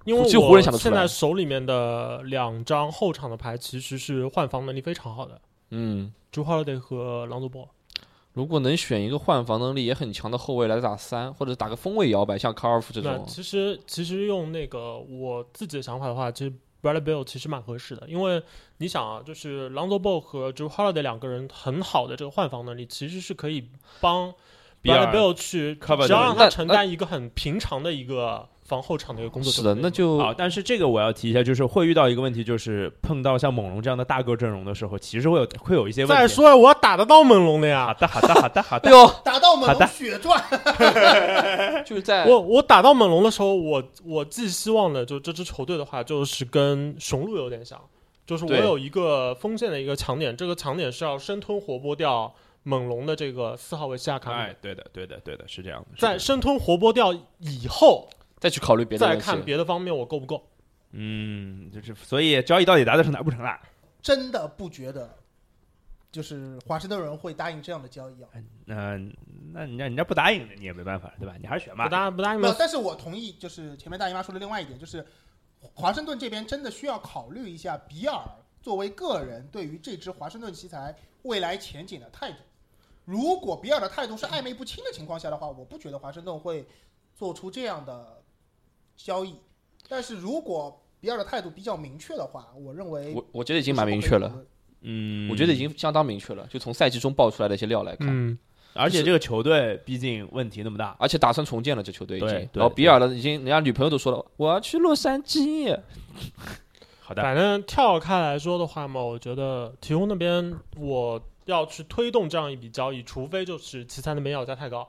B: 因为
A: 只有湖人
B: 我
A: 想得出
B: 现
A: 来
B: 在手里面的两张后场的牌其实是换防能力非常好的，
A: 嗯，
B: 朱哈勒德和朗佐波。
A: 如果能选一个换防能力也很强的后卫来打三，或者打个锋位摇摆，像卡尔夫这
B: 那
A: 种，
B: 其实其实用那个我自己的想法的话，其实 Bradley Bill 其实蛮合适的，因为你想啊，就是朗佐 Ball 和 Drew Holiday 两个人很好的这个换防能力，其实是可以帮
C: 比尔
B: Bradley Bill 去，
C: cover
B: 只要让
A: 的
B: 他
A: 那
B: 承担一个很平常的一个防后场的一个工作
A: 是
B: 就
A: 的，
B: 可以
A: 那
B: 了
A: 就
B: (laughs)
C: 好，哦但是这个我要提一下，就是会遇到一个问题，就是碰到像猛龙这样的大个阵容的时候，其实会有会有一些问题。啊
B: 再，说了，我要打得到猛龙的
A: 啊
B: 呀，
C: 好的，好的，好的，好
A: 哎
C: 的。
A: 呦，
D: 打到猛
C: 好的
D: 龙血赚， (laughs)
A: 就是在
B: 我我打到猛龙的时候，我我寄希望的就这支球队的话，就是跟雄鹿有点像，就是我
A: 对
B: 有一个锋线的一个强点，这个强点是要生吞活剥掉猛龙的这个四号位西亚卡
C: (laughs) 哎
B: 姆，，
C: 对的，对的，对的，是这样的。是
B: 在
C: 的
B: 生吞活剥掉以后，
A: 再去考虑别的
B: 再
A: 问
B: 看
A: 题。
B: 别的方面我够不够。
C: 嗯，就是所以交易到底达得成达不成啦？
D: 真的不觉得，就是华盛顿人会答应这样的交易啊。
C: 嗯、那人家人家不答应你也没办法，对吧？你还是选吧
B: 不。答不答应
D: 没有
B: 吗，？
D: 但是我同意，就是前面大姨妈说的另外一点，就是华盛顿这边真的需要考虑一下比尔作为个人对于这支华盛顿奇才未来前景的态度。如果比尔的态度是暧昧不清的情况下的话，我不觉得华盛顿会做出这样的交易。但是如果比尔的态度比较明确的话，我认为
A: 我我觉得已经蛮明确了，。
C: 嗯，
A: 我觉得已，经相当明确了，就从赛季中爆出来的一些料来看。
B: 嗯，
C: 而且这个球队毕竟问题那么大，
A: 而且打算重建了，这球队已经。
C: 对对
A: 然后比尔的已经，人家女朋友都说了，我要去洛杉矶。
C: 好的，
B: 反正跳开来说的话嘛，我觉得鹈鹕那边我要去推动这样一笔交易，除非就是奇才那边要价太高，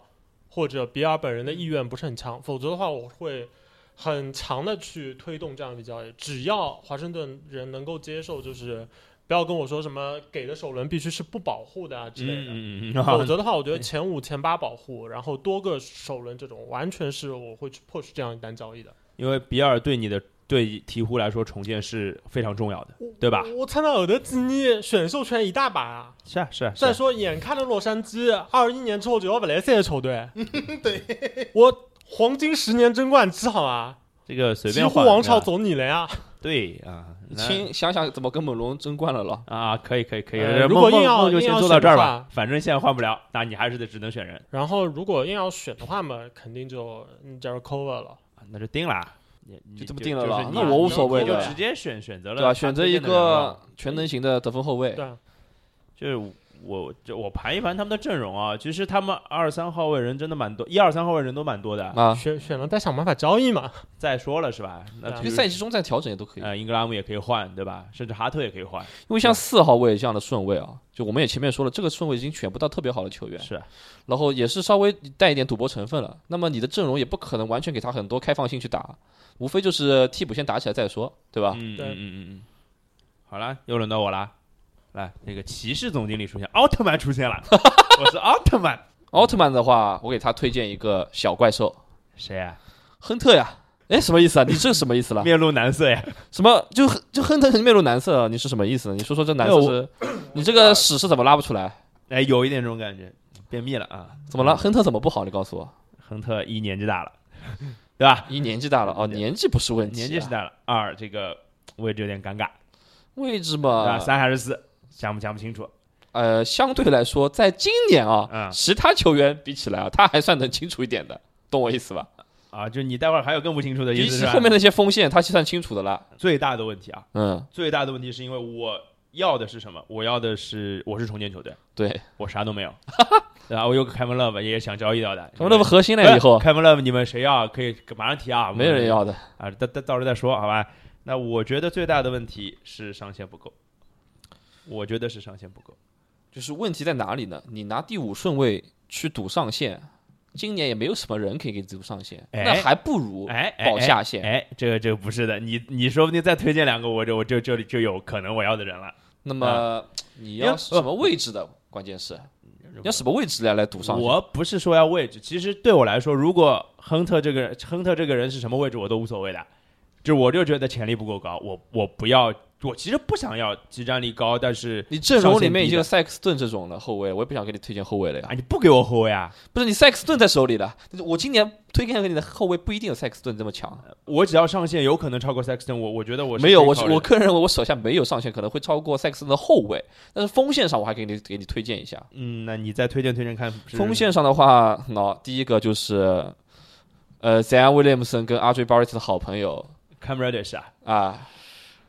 B: 或者比尔本人的意愿不是很
C: 嗯
B: 强，否则的话我会很强的去推动这样一笔交易。只要华盛顿人能够接受，就是不要跟我说什么给的首轮必须是不保护的啊之类的。
C: 嗯嗯嗯
B: 否
C: 嗯，
B: 则的话，我觉得前五、前八保护，然后多个首轮这种，完全是我会去 push 这样一单交易的。
C: 因为比尔对你的对鹈鹕来说重建是非常重要的，对吧？
B: 我参到尔德吉尼选秀权一大把啊！
C: 是啊，是啊，是啊
B: 再说，眼看着洛杉矶二一年之后就要本莱斯的球队，
D: (laughs) 对，
B: 我黄金十年争冠期好吗？
C: 这个随
B: 鹈
C: 便
B: 鹕
C: 换
B: 王朝
C: 对吧
B: 走你了呀！
C: 对啊，那
A: 亲，想想怎么跟猛龙争冠了了。
C: 啊，可以可以可以，
B: 呃如
C: 梦
B: 果
C: 梦
B: 硬要
C: 梦就
B: 硬
C: 先
B: 要
C: 做到
B: 选
C: 这儿
B: 的
C: 吧
B: 话，
C: 反正现在换不了，那你还是得只能选人，
B: 然后如果硬要选的话嘛，肯定就 j e r i c o v e r 了。
C: 啊那就定了，你
A: 就这么
C: 你
A: 定了
C: 就是
A: 吧
C: 你
A: 那
B: 我无
C: 你
B: 所谓
C: 就
B: 的
C: 直接选选择了
A: 对吧？
C: 他
A: 选择
C: 推
A: 一
C: 荐的人啊
A: 个
C: 了
A: 全能型的得分后卫，
B: 对啊，
C: 就是我就我盘一盘他们的阵容啊，其实他们二三号位人真的蛮多，一二三号位人都蛮多的。
A: 啊，
B: 选选了再想办法交易嘛。
C: 再说了是吧？那
B: 对啊
A: 因
C: 比
A: 为
C: 如
A: 赛季中再调整也都可以。
C: 呃，英格拉姆也可以换对吧？甚至哈特也可以换，
A: 因为像四号位这样的顺位啊，就我们也前面说了，这个顺位已经选不到特别好的球员，
C: 是啊
A: 然后也是稍微带一点赌博成分了。那么你的阵容也不可能完全给他很多开放性去打，无非就是替补先打起来再说，对吧？
C: 嗯嗯
B: 对
C: 嗯嗯嗯。好了，又轮到我啦。来，那个骑士总经理出现，奥特曼出现 (laughs) 了，我是奥特曼，
A: 奥特曼的话，我给他推荐一个小怪兽
C: 谁啊？
A: 亨特呀。哎，什么意思啊？你这什么意思 (laughs) 了？
C: 面露难色呀。
A: 什么就就亨特面露难色？啊你是什么意思呢？你说说这难色是，你这个屎是怎么拉不出来？
C: 哎，有一点这种感觉，便秘了啊？
A: 怎么了？？亨特怎么不好？你告诉我，
C: 亨特一年纪大 (laughs) 了，对吧？
A: 一年纪大了哦，年纪不是问题啊、
C: 年纪是大了。二这个位置有点尴尬，
A: 位置
C: 对吧？
A: 嘛，
C: 三还是四，想不想不清楚。
A: 呃，相对来说，在今年啊，
C: 嗯
A: 其他球员比起来啊，他还算能清楚一点的，懂我意思吧？
C: 啊，就你待会儿还有更不清楚的意
A: 比
C: 思
A: 起
C: 是吧？
A: 后面那些锋线，他计算清楚的了。
C: 最大的问题啊，
A: 嗯，
C: 最大的问题是因为我要的是什么？我要的是我是重建球队，
A: 对，
C: 我啥都没
A: (laughs)
C: 有，然后我有个凯文 love 也想交易掉的，
A: 他们那不核心了以后
C: 凯文 love 你们谁要可以马上提啊，
A: 没人要的。
C: 啊，到到到时候再说好吧。那我觉得最大的问题是上限不够，我觉得是上限不够。
A: 就是问题在哪里呢？你拿第五顺位去赌上限，今年也没有什么人可以给你赌上限，
C: 哎
A: 那还不如
C: 哎，哎
A: 保下限。
C: 哎，哎这个这个不是的，你你说不定再推荐两个，我就我就就就有可能我要的人了。
A: 那么你
C: 啊因
A: 要
C: 为
A: 什么位置的？关键是你要什么位置来来赌上限？
C: 我不是说要位置，其实对我来说，如果亨特这个人，亨特这个人是什么位置我都无所谓的，就我就觉得潜力不够高，我我不要，我其实不想要集战力高，但是
A: 你阵容里面已经有
C: 上
A: 塞克斯顿这种了后卫，我也不想给你推荐后卫了呀
C: 啊，。你不给我后卫啊，
A: 不是你塞克斯顿在手里了，但是我今年推荐给你的后卫不一定有塞克斯顿这么强。
C: 我只要上限有可能超过 Sexton，我我觉得我是
A: 没有，
C: 可以
A: 我
C: 考虑
A: 我
C: 的
A: 个人认为我手下没有上限，可能会超过塞克斯顿的后卫，但是锋线上我还给你给你推荐一下。
C: 嗯，那你再推荐推荐看是
A: 锋线上的话，那第一个就是，呃，Zion Williamson 跟 RJ Barrett 的好朋友
C: Cam Reddish 啊，
A: 啊，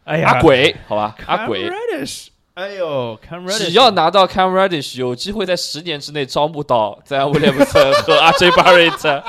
C: 哎呀，
A: 阿鬼，好吧，
C: Cam
A: 阿鬼，
C: Reddish，哎呦，Cam Reddish，
A: 只要拿到 Cam Reddish，有机会在十年之内招募到 Zion Williamson
C: (laughs)
A: 和 RJ Barrett，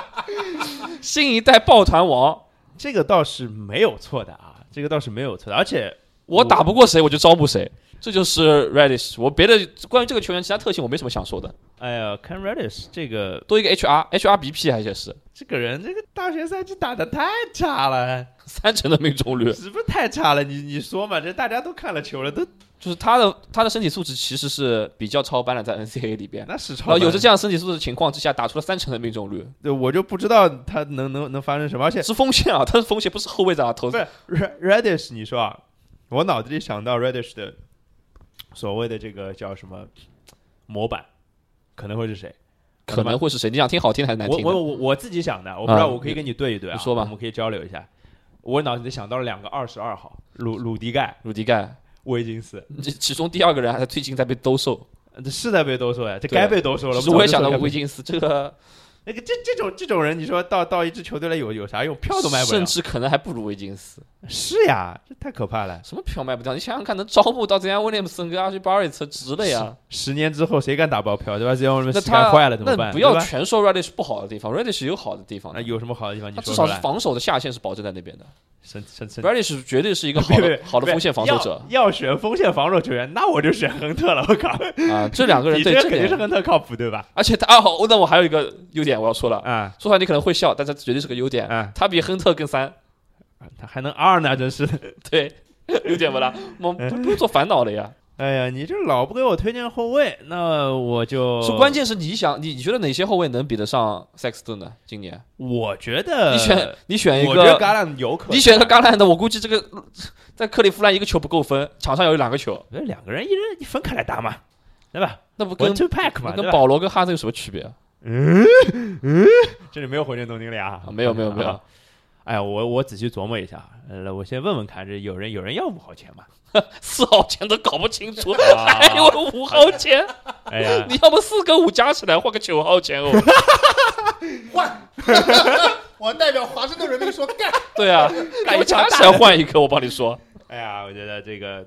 A: 新一代抱团王，
C: 这个倒是没有错的啊，这个倒是没有错的，而且
A: 我打不过谁我就招募谁。这就是 Reddish，我别的关于这个球员其他特性我没什么想说的，
C: 哎呀，Cam Reddish 这个
A: 多一个 HR，HRBP 还是
C: 这个人，这个大学赛季打的太差了，
A: 三成的命中率，
C: 是不是太差了？你你说嘛，这大家都看了球了，都
A: 就是他的他的身体素质其实是比较超班的，在 NCAA 里边。
C: 那是超
A: 然后
C: 凡。
A: 哦有着这样身体素质的情况之下，打出了三成的命中率，
C: 对，我就不知道他能能能发生什么。而且
A: 是锋线啊，他是锋线，不是后卫的啊，投
C: 不是 Red- Reddish，你说啊，我脑子里想到 Reddish 的所谓的这个叫什么模板，可能会是谁？
A: 可能会是谁？你想听好听的还是难
C: 我
A: 听的？
C: 我我我自己想的，我不知道，
A: 啊
C: 我可以跟你对一对啊，
A: 你说吧
C: 我们可以交流一下。我脑子里想到了两个二十二号，鲁鲁迪盖、
A: 鲁迪盖，
C: 威金斯，
A: 这其中第二个人还在最近在被兜售，
C: 这是在被兜售呀，这
A: 对
C: 该被兜售了。
A: 其实我也想到
C: 不早就说该被
A: 威金斯这个，
C: 那个这这种这种人，你说到到一支球队来有有啥用？ (laughs) 票都卖不
A: 甚
C: 了。
A: 至可能还不如威金斯。
C: 是呀，这太可怕了。
A: 什么票卖不掉？你想想看，能招募到这样威廉姆森跟阿什巴瑞特值了呀？
C: 十年之后谁敢打包票，对吧？只要我们
A: 啊那
C: 膝盖
A: 他
C: 坏了怎么
A: 那
C: 办？
A: 不要
C: 对吧
A: 全说 Radish 不好的地方，Radish 有好的地方
C: 那
A: 的，
C: 有什么好的地方？你
A: 他至
C: 说出
A: 少是
C: 来。
A: 防守的下限是保证在那边的。
C: 神神神，
A: Radish 绝对是
C: (laughs)
A: 一个好
C: 别别
A: 的
C: 别
A: 好的锋线防守者
C: 要要选锋线防守球员，那我就选亨特了。我靠，
A: 啊，这两个人
C: 你
A: 对
C: 这
A: 这
C: 肯定是
A: 点，
C: 亨特靠谱，对吧？
A: 而且他啊好，那我还有一个优点我要说了， (laughs)
C: 啊
A: 说出来你可能会笑，但这绝对是个优点。
C: 啊，
A: 他比亨特更三，
C: 他还能二呢，真是的。
A: 对， (laughs) 优点不啦？我们不不用做烦恼了呀。
C: 哎呀，你这老不给我推荐后卫，那我就是
A: 关。键是你想，你你觉得哪些后卫能比得上塞克斯顿呢？今年
C: 我觉得
A: 你选你选一
C: 呃我觉得
A: 个，
C: 橄榄有可能。
A: 你选一个，橄榄的，我估计这个在克利夫兰一个球不够分，场上有两个球，
C: 我觉得两个人一人一分开来打嘛，对吧？
A: 那不跟
C: One two pack 嘛
A: 那跟
C: 对吧
A: 保罗跟哈登有什么区别啊？
C: 这里没有火箭总经理啊
A: 啊没有没有没有。
C: (laughs) 哎呀，我我仔细琢磨一下，呃，我先问问看，这有人有人要五号签吗？
A: 四号签都搞不清楚，
C: 啊
A: (laughs) 还有五号
C: (laughs)
A: 签，
C: (laughs) 哎呀，
A: 你要不四跟五加起来换个九号签哦？
D: 换。 (laughs) 我代表华盛顿人民说干，
A: 对
C: (laughs)
A: 啊，
C: 我
A: 你加
C: 长大
A: 起来换一个，我帮你说。
C: 哎呀，我觉得这个，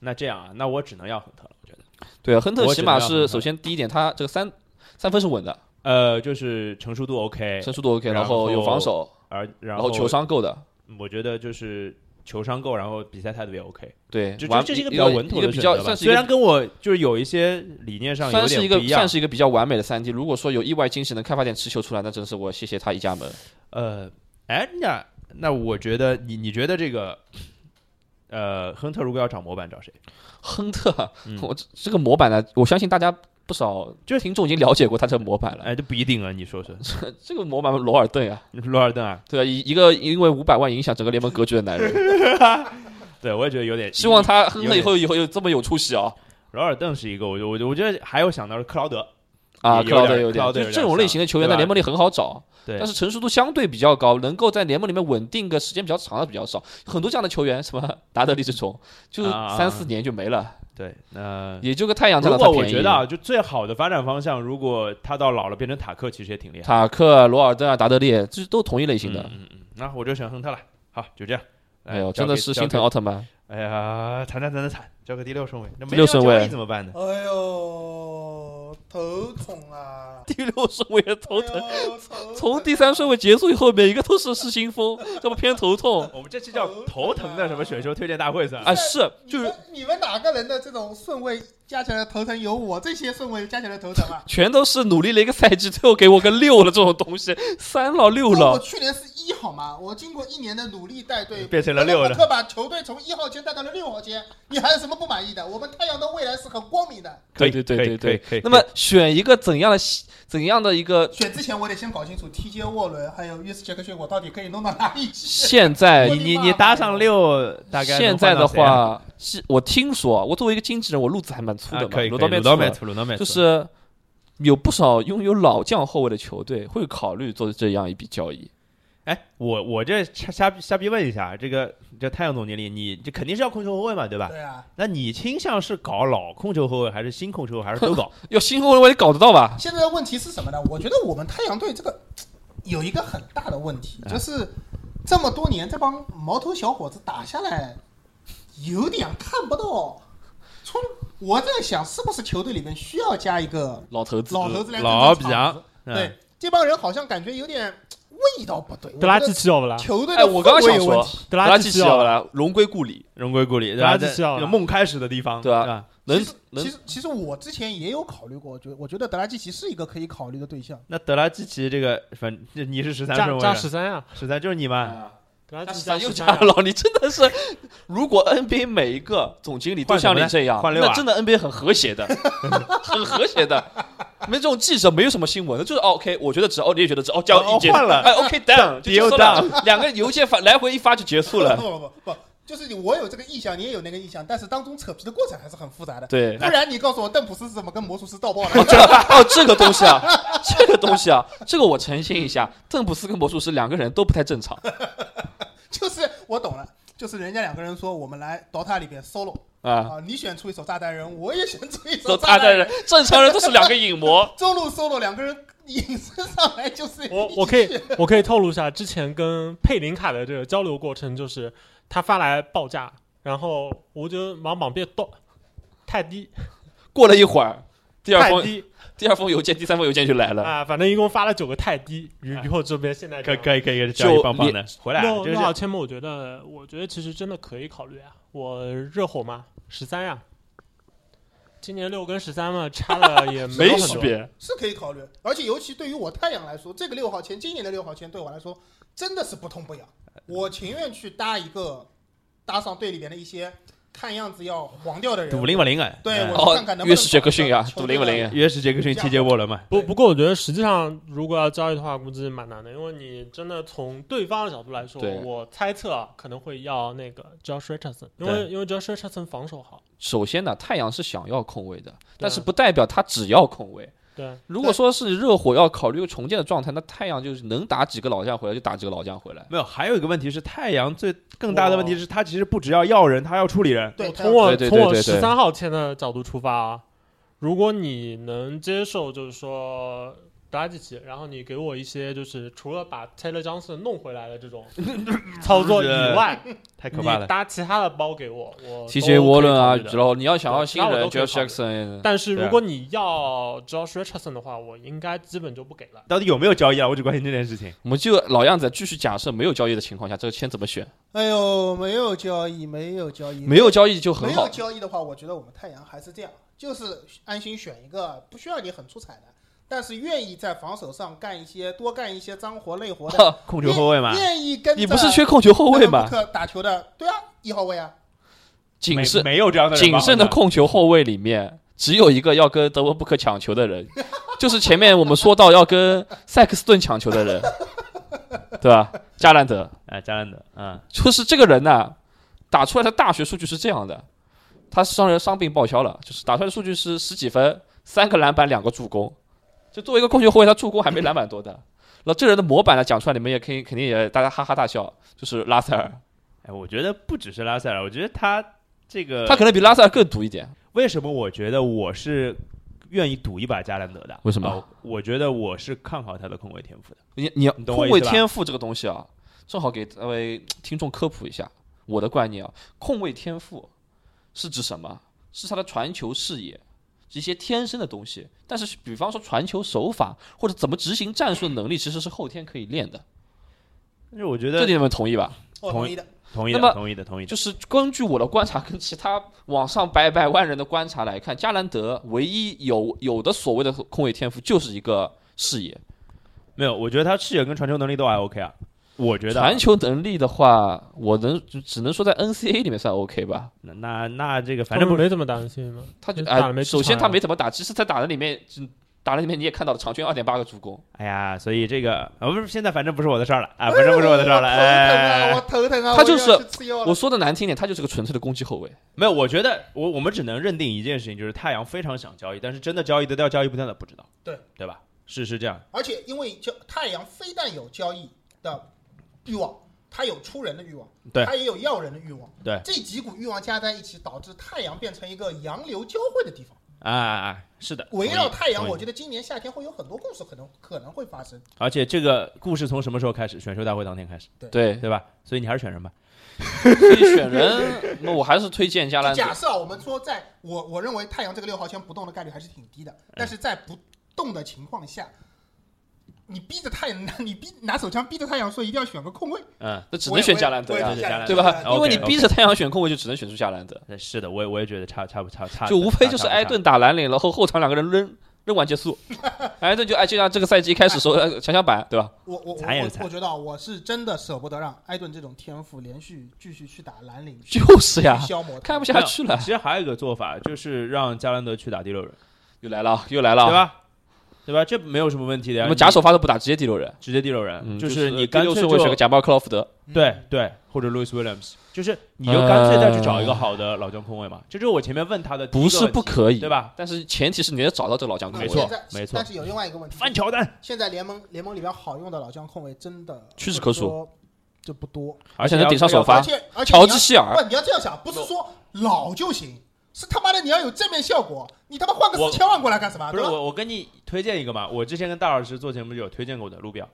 C: 那这样啊，那我只能要亨特了，我觉得。
A: 对啊，亨特
C: 我
A: 起
C: 觉
A: 码
C: 得亨特
A: 是首先第一点，他这个三三分是稳的，
C: 呃，就是成熟度 OK，
A: 成熟度 OK，
C: 哎然
A: 然后有
C: 后
A: 防守，
C: 而然
A: 然后球，商够的，
C: 我觉得就是球商够，然后比赛态度也 OK，
A: 对，
C: 就就
A: 完
C: 这是一个
A: 一
C: 比较稳妥
A: 一个
C: 的
A: 比
C: 选
A: 较
C: 择吧。
A: 算是一
C: 虽然
A: 个
C: 跟我就是有一些理念上有
A: 算是
C: 点
A: 一
C: 不
A: 个
C: 一样
A: 算，是一个比较完美的三 D。如果说有意外惊喜能开发点持球出来，那真是我谢谢他一家门。
C: 呃，哎，那那我觉得你你觉得这个，呃，亨特如果要找模板找谁？
A: 亨特
C: 嗯，
A: 我这这个模板呢，我相信大家不少就是听众已经了解过他这个模板了。
C: 哎，这不一定啊，你说说，
A: 这个模板罗尔顿啊，
C: 罗尔顿啊，
A: 对啊，一一个因为五百万影响整个联盟格局的男
C: (laughs)
A: 人，
C: 对我也觉得有点。
A: 希望他亨特
C: 有
A: 以
C: 点
A: 后以后有这么有出息啊！
C: 罗尔顿是一个，我就我就我觉得还有想到是克劳德，
A: 啊，
C: 也
A: 克
C: 有
A: 劳
C: 点
A: 德有
C: 克劳德
A: 就
C: 有
A: 是
C: 点
A: 这种类
C: 像
A: 型的球员
C: 对
A: 在
C: 吧
A: 联盟里很好找，
C: 对
A: 但是成熟度相对比较高，能够在联盟里面稳定个时间比较长的比较少，很多这样的球员，什么 (laughs) 达德利这种，就是
C: 啊
A: 三四年就没了，
C: 对，那
A: 也就个太阳这
C: 如
A: 样
C: 果
A: 才
C: 我
A: 便
C: 觉得啊，
A: 宜。
C: 就最好的发展方向，如果他到老了变成塔克，其实也挺厉害
A: 塔克、罗尔顿啊、达德利，这都同一类型的
C: 嗯。嗯嗯，那我就选亨特了。好，就这样。来
A: 哎呦，
C: 交
A: 真的
C: 给
A: 是
C: 交
A: 心
C: 给
A: 疼奥特
C: (laughs)
A: 曼。
C: 哎呀，惨惨惨惨惨，交给第六顺位，那
A: 第
C: 没
A: 六顺位
C: 人要交易怎么办呢？
D: 哎呦，头痛啊！
A: 第六顺位也头疼，
D: 哎呦头
A: 从第三顺位结束以后，每一个都是是新风，这不偏头
C: (laughs)
A: 痛
C: 我们这期叫头疼的什么选秀推荐大会算？
A: 啊？是，？
D: 就是你们你们哪个人的这种顺位加起来头疼有我这些顺位加起来头疼啊
A: 全都是努力了一个赛季，最后给我个六了这种东西，三了六
D: 那我
A: 了，
D: 去年是一好吗？我经过一年的努力带队，
C: 变成了六
D: 克
C: 了
D: 拉克把球队从一号签带到了六号签，你还有什么不满意的？我们太阳的未来是很光明的。
C: 可
A: (laughs)
C: 以
A: 对对
C: 可以
A: 对
C: 可以
A: 对
C: 可
A: 对。
C: 以
A: 那么选一个怎样的怎样的一个？
D: 选之前我得先搞清楚 TJ 沃伦还有约斯杰克逊，我到底可以弄到哪里去？
A: 现在
D: 我
C: 呃你你你搭上六， (laughs) 大概
A: 现
C: 能
A: 在
C: 换到
A: 的
C: 谁啊，
A: 话，是我听说，我作为一个经纪人，我路子还蛮粗
C: 啊
A: 的嘛，
C: 可以，
A: 鲁
C: 可以
A: 梅
C: 鲁道梅
A: 特
C: 特，鲁道梅特
A: 就是有不少拥有老将后卫的球队会考虑做这样一笔交易。
C: 哎，我我这瞎瞎逼瞎逼问一下，这个这太阳总经理，你这肯定是要控球后卫嘛，对吧？
D: 对啊，
C: 那你倾向是搞老控球后卫，还是新控球后卫，还是都
A: (laughs)
C: 搞？
A: 要新后卫搞得到吧？
D: 现在的问题是什么呢？我觉得我们太阳队这个有一个很大的问题，
A: 啊
D: 就是这么多年这帮毛头小伙子打下来，有点看不到。从我在想，是不是球队里面需要加一个
A: 老头子，
D: 老头子来
C: 老
D: 比
C: 比昂，嗯
A: 啊
D: 对，这帮人好像感觉有点味道不对。
B: 德拉季奇要不啦
D: (laughs) 我觉得？球队的
A: 哎，我刚刚
D: 氛围
A: 想
D: 有问
A: 说
D: 题，，
B: 德
A: 拉
B: 拉
A: 季
B: 季
A: 奇
B: 奇
A: 要
B: 要
A: 不
B: 不啦？
D: 啊
A: 来，荣归故里，
C: 荣归故里，对
B: 拉
C: 吧？
B: 基
C: 这
B: 奇奥
C: 这
B: 拉
C: 个梦开始的地方，
A: 对啊
C: 吧？
A: 能
D: 其实
A: 能
D: 其实其实我之前也有考虑过，我觉得我觉得德拉季奇是一个可以考虑的对象。
C: 那德拉季奇这个，反正你是十三顺
B: 加
C: 位
B: 加
C: 的，
B: 十三呀，
C: 十三就是你嘛？
A: 嗯
B: 德拉季
A: 但
B: 奇
A: 是
B: 加
A: 咱又加
B: 13呀
A: 啊老，你真的是，如果 NBA 每一个总经理都像你这样，
C: 换什么呢换六啊
A: 那真的 NBA 很和谐的，很和谐的。没这种记者，没有什么新闻的，就是哦 OK，我觉得值，哦，你也觉得值，哦，交易
C: 哦
A: 意见，
C: 换了
A: 哎，OK down，就结束
C: Deal
A: 了， (laughs) 两个邮件发来回一发就结束
C: (laughs)
A: 了。
D: 不不不不，就是你我有这个意向，你也有那个意向，但是当中扯皮的过程还是很复杂的。
A: 对
D: 不，然你告诉我邓普斯是怎么跟魔术师盗爆
A: 哦
D: 的？ (laughs)
A: 这个哦这个东西啊，这个东西啊，这个我澄清一下，邓普斯跟魔术师两个人都不太正常
D: 就是我懂了，就是人家两个人说我们来 DOTA 里边 solo
A: 啊。
D: 啊，你选出一手炸弹人，我也选出一
A: 都
D: 手
A: 他
D: 炸弹，
A: 的人，，正常人都是两个影魔
D: 中路 solo 两个人引申上来就是
B: 我
D: 一起
B: 我可以
D: 去
B: 我可以透露一下，之前跟佩林卡的这个交流过程，就是他发来报价，然后我就往网别动，太低
A: 过了一会儿，第二
B: 太
A: 封
B: 低
A: 第二封邮件、第三封邮件就来了。
B: 啊，反正一共发了九个太低，以以后这边现在这
C: 啊可以
B: 样
C: 可以可以，
A: 就
C: 交易棒棒的，回来啊，
B: 六
C: 这
B: 六
C: 个
B: 号
C: 是
B: 签嘛，我觉得，我觉得其实真的可以考虑啊。我热火嘛，十三呀，今年六跟十三嘛，差了也没有
A: 没
B: 很
A: 区
B: 多。
A: 别，
D: 是可以考虑，而且尤其对于我太阳来说，这个六号签，今年的六号签对我来说真的是不痛不痒。我情愿去搭一个，搭上队里边的一些看样子要黄掉的人。
C: 赌灵不灵啊？
D: 对
C: (laughs) 嗯
D: 我
A: 哦
D: 看看能不，能
A: 约什杰克逊啊，
D: 找
A: 赌
D: 到
A: 灵不灵？
C: 约什杰克逊、
D: 这样
C: TJ 沃伦 (laughs) 嘛，
B: 不不过，我觉得实际上如果要交易的话，估计蛮难的，因为你真的从对方的角度来说
A: 对，
B: 我猜测啊可能会要那个 Josh Richardson，因为因为 Josh Richardson 防守好，
A: 首先呢，太阳是想要控卫的，但是不代表他只要控卫。
B: 对，
A: 如果说是热火要考虑重建的状态，那太阳就是能打几个老将回来就打几个老将回来。
C: 没有，还有一个问题是，太阳最更大的问题是，他其实不只要要人，他要处理人。
D: 对，
B: 从我
A: 对对
B: 从我
A: 对对对
B: 十三号签的角度出发啊，如果你能接受，就是说德拉季奇，然后你给我一些就是除了把 Taylor Johnson 弄回来的 (laughs) 这种操作以外，
C: 太可怕
B: 你
C: 了。
B: 搭其他的包给我，我
A: TJ
B: 沃
A: 沃伦啊，
B: 然后。
A: 然后你要想要
B: 对
A: 新
B: 那我
A: 人
B: 都可以
A: Josh
B: 考虑
A: Jackson，
B: 但是
C: 对啊
B: 如果你要 Josh Richardson 的话，我应该基本就不给了。
C: 到底有没有交易啊？我只关心这件事情。
A: 我们就老样子，继续假设没有交易的情况下，这个签怎么选？
D: 哎呦，没有交易，没有交易，
A: 没有交易就
D: 没
A: 很
D: 有
A: 好。
D: 交易的话，我觉得我们太阳还是这样，就是安心选一个不需要你很出彩的，但是愿意在防守上干一些多干一些脏活累活的，
C: 控球后卫嘛，
D: 愿意跟
A: (laughs) 你不是
D: 着
A: 缺控球后卫
D: 德文
A: 吗
D: 布？克打球的，对啊，一号位啊，
A: 谨
C: 没
A: 慎
C: 没有这样的人吧
A: 谨慎的
C: 好像
A: 控球后卫里面，只有一个要跟德文布克抢球的人， (laughs) 就是前面我们说到要跟塞克斯顿抢球的人，对吧？加兰德，
C: 哎，加兰德，嗯，
A: 就是这个人呢、打出来的大学数据是这样的，他伤人伤病报销了，就是打出来的数据是十几分、三个篮板、两个助攻，就作为一个控球后卫，他助攻还没篮板多的。那这人的模板呢，讲出来你们也可以肯定也大家哈哈大笑，就是拉塞尔，
C: 哎，我觉得不只是拉塞尔，我觉得他这个
A: 他可能比拉塞尔更毒一点。
C: 为什么我觉得我是愿意赌一把加兰德的？
A: 为什么
C: 啊我觉得我是看好他的控卫天赋的。
A: 你你
C: 你懂我
A: 控
C: 意
A: 卫
C: 思吧
A: 天赋这个东西啊，正好给各位听众科普一下我的观念啊，控卫天赋是指什么？是他的传球视野，一些天生的东西。但是比方说传球手法或者怎么执行战术的能力，其实是后天可以练的。
C: 但是我觉
A: 这
C: 得
A: 点你们同意吧？
D: 我同意的。
C: 同意的
A: 那么，
C: 同意的，同意的。
A: 就是根据我的观察跟其他网上百百万人的观察来看，加兰德唯一有有的所谓的控卫天赋就是一个视野。
C: 没有，我觉得他视野跟传球能力都还 OK 啊。我觉得啊
A: 传球能力的话，我能只只能说在 NCA 里面算 OK 吧。
C: 那那那这个
B: 他
C: 反
B: 们
C: 正不
B: 没怎么担心嘛。
A: 他就
B: 就打了
A: 哎，
B: 没
A: 首
B: 几
A: 先
B: 场
A: 他
B: 呀
A: 没怎么打，其实他打的里面，嗯打的里面你也看到了，场均二点八个助攻。
C: 哎呀，所以这个啊不是现在反正不是我的事儿了啊，反正不是我的事儿了。哎，
D: 我头疼啊！我头疼啊！
A: 他就是
D: 我要去吃药了
A: 我说的难听点，他就是个纯粹的攻击后卫。
C: 没有，我觉得我我们只能认定一件事情，就是太阳非常想交易，但是真的交易得掉交易不掉的不知道，
D: 对
C: 对吧？是是这样，
D: 而且因为交太阳非但有交易的欲望，他有出人的欲望，
C: 对
D: 他也有要人的欲望，
C: 对
D: 这几股欲望加在一起，导致太阳变成一个洋流交汇的地方。
C: 啊啊啊，是的，
D: 围绕太阳，我
C: 就
D: 觉得今年夏天会有很多故事可能可能会发生。
C: 而且这个故事从什么时候开始？选秀大会当天开始，
A: 对，
C: 对吧？所以你还是选人吧。
A: 所以选人，那我还是推荐加
D: 就
A: 兰德
D: 假。设啊我们说在，我我认为太阳这个六号签不动的概率还是挺低的，
A: 嗯
D: 但是在不动的情况下，你逼着太阳， (laughs) 你逼拿手枪逼着太阳说一定要选个控卫，
C: 嗯，
A: 那只能选加兰德
D: 我也
A: 呀
D: 我也，
C: 加兰
A: 对
C: 德
A: 吧？
C: OK，
A: 因为你
C: OK
A: 逼着太阳选控卫，就只能选出加兰德。
C: 那是的，我也我也觉得差差不差差，
A: 就无非就是
C: 差
A: 埃顿打蓝领，然后后场两个人扔扔完结
D: (laughs)
A: 束。埃顿就哎，就像这个赛季一开始时候呃想想板，对吧？
D: 我我我
C: 残也是
D: 我
C: 残
D: 我觉得啊我是真的舍不得让埃顿这种天赋连续继续去打蓝领，去
A: 就是呀，
D: 消磨
A: 看不
C: 差
A: 下去
C: 没有
A: 了
C: 其。实还有一个做法，就是让加兰德去打第六人，
A: 又来了，又来了，
C: 对？吧？对吧？这没有什么问题的呀。
A: 啊那么假
C: 你
A: 首发都不打，直接第六人，
C: 直接第六人，
A: 嗯，
C: 是你
A: 第
C: 干
A: 六
C: 脆
A: 顺
C: 就
A: 位选个贾巴克劳福德。
D: 嗯
C: 对对，或者 Louis Williams，就是你
A: 呃
C: 就干脆再去找一个好的老将控卫嘛。这就是我前面问他的第一
A: 不
C: 个
A: 是
C: 问题
A: 不可以，
C: 对？吧？
A: 但是前提是你要找到这个老将控
C: 没
A: 卫，
C: 错
D: 现在
C: 没错
D: 但是有另外一个问题，
C: 翻乔丹，
D: 现在联盟联盟里边好用的老将控卫真的
A: 屈指可数，
D: 就不多。
C: 而
A: 且能顶上首
D: 而
A: 发
D: 且而且你
A: 乔
D: 要
A: 治希尔
D: 不，你要这样想，不是说老就行，是他妈的你要有正面效果，你他妈换个
C: 我
D: 四千万过来干什么？啊
C: 不是
D: 对吧
C: 我，我跟你推荐一个嘛，我之前跟大老师做节目就有推荐过的路标，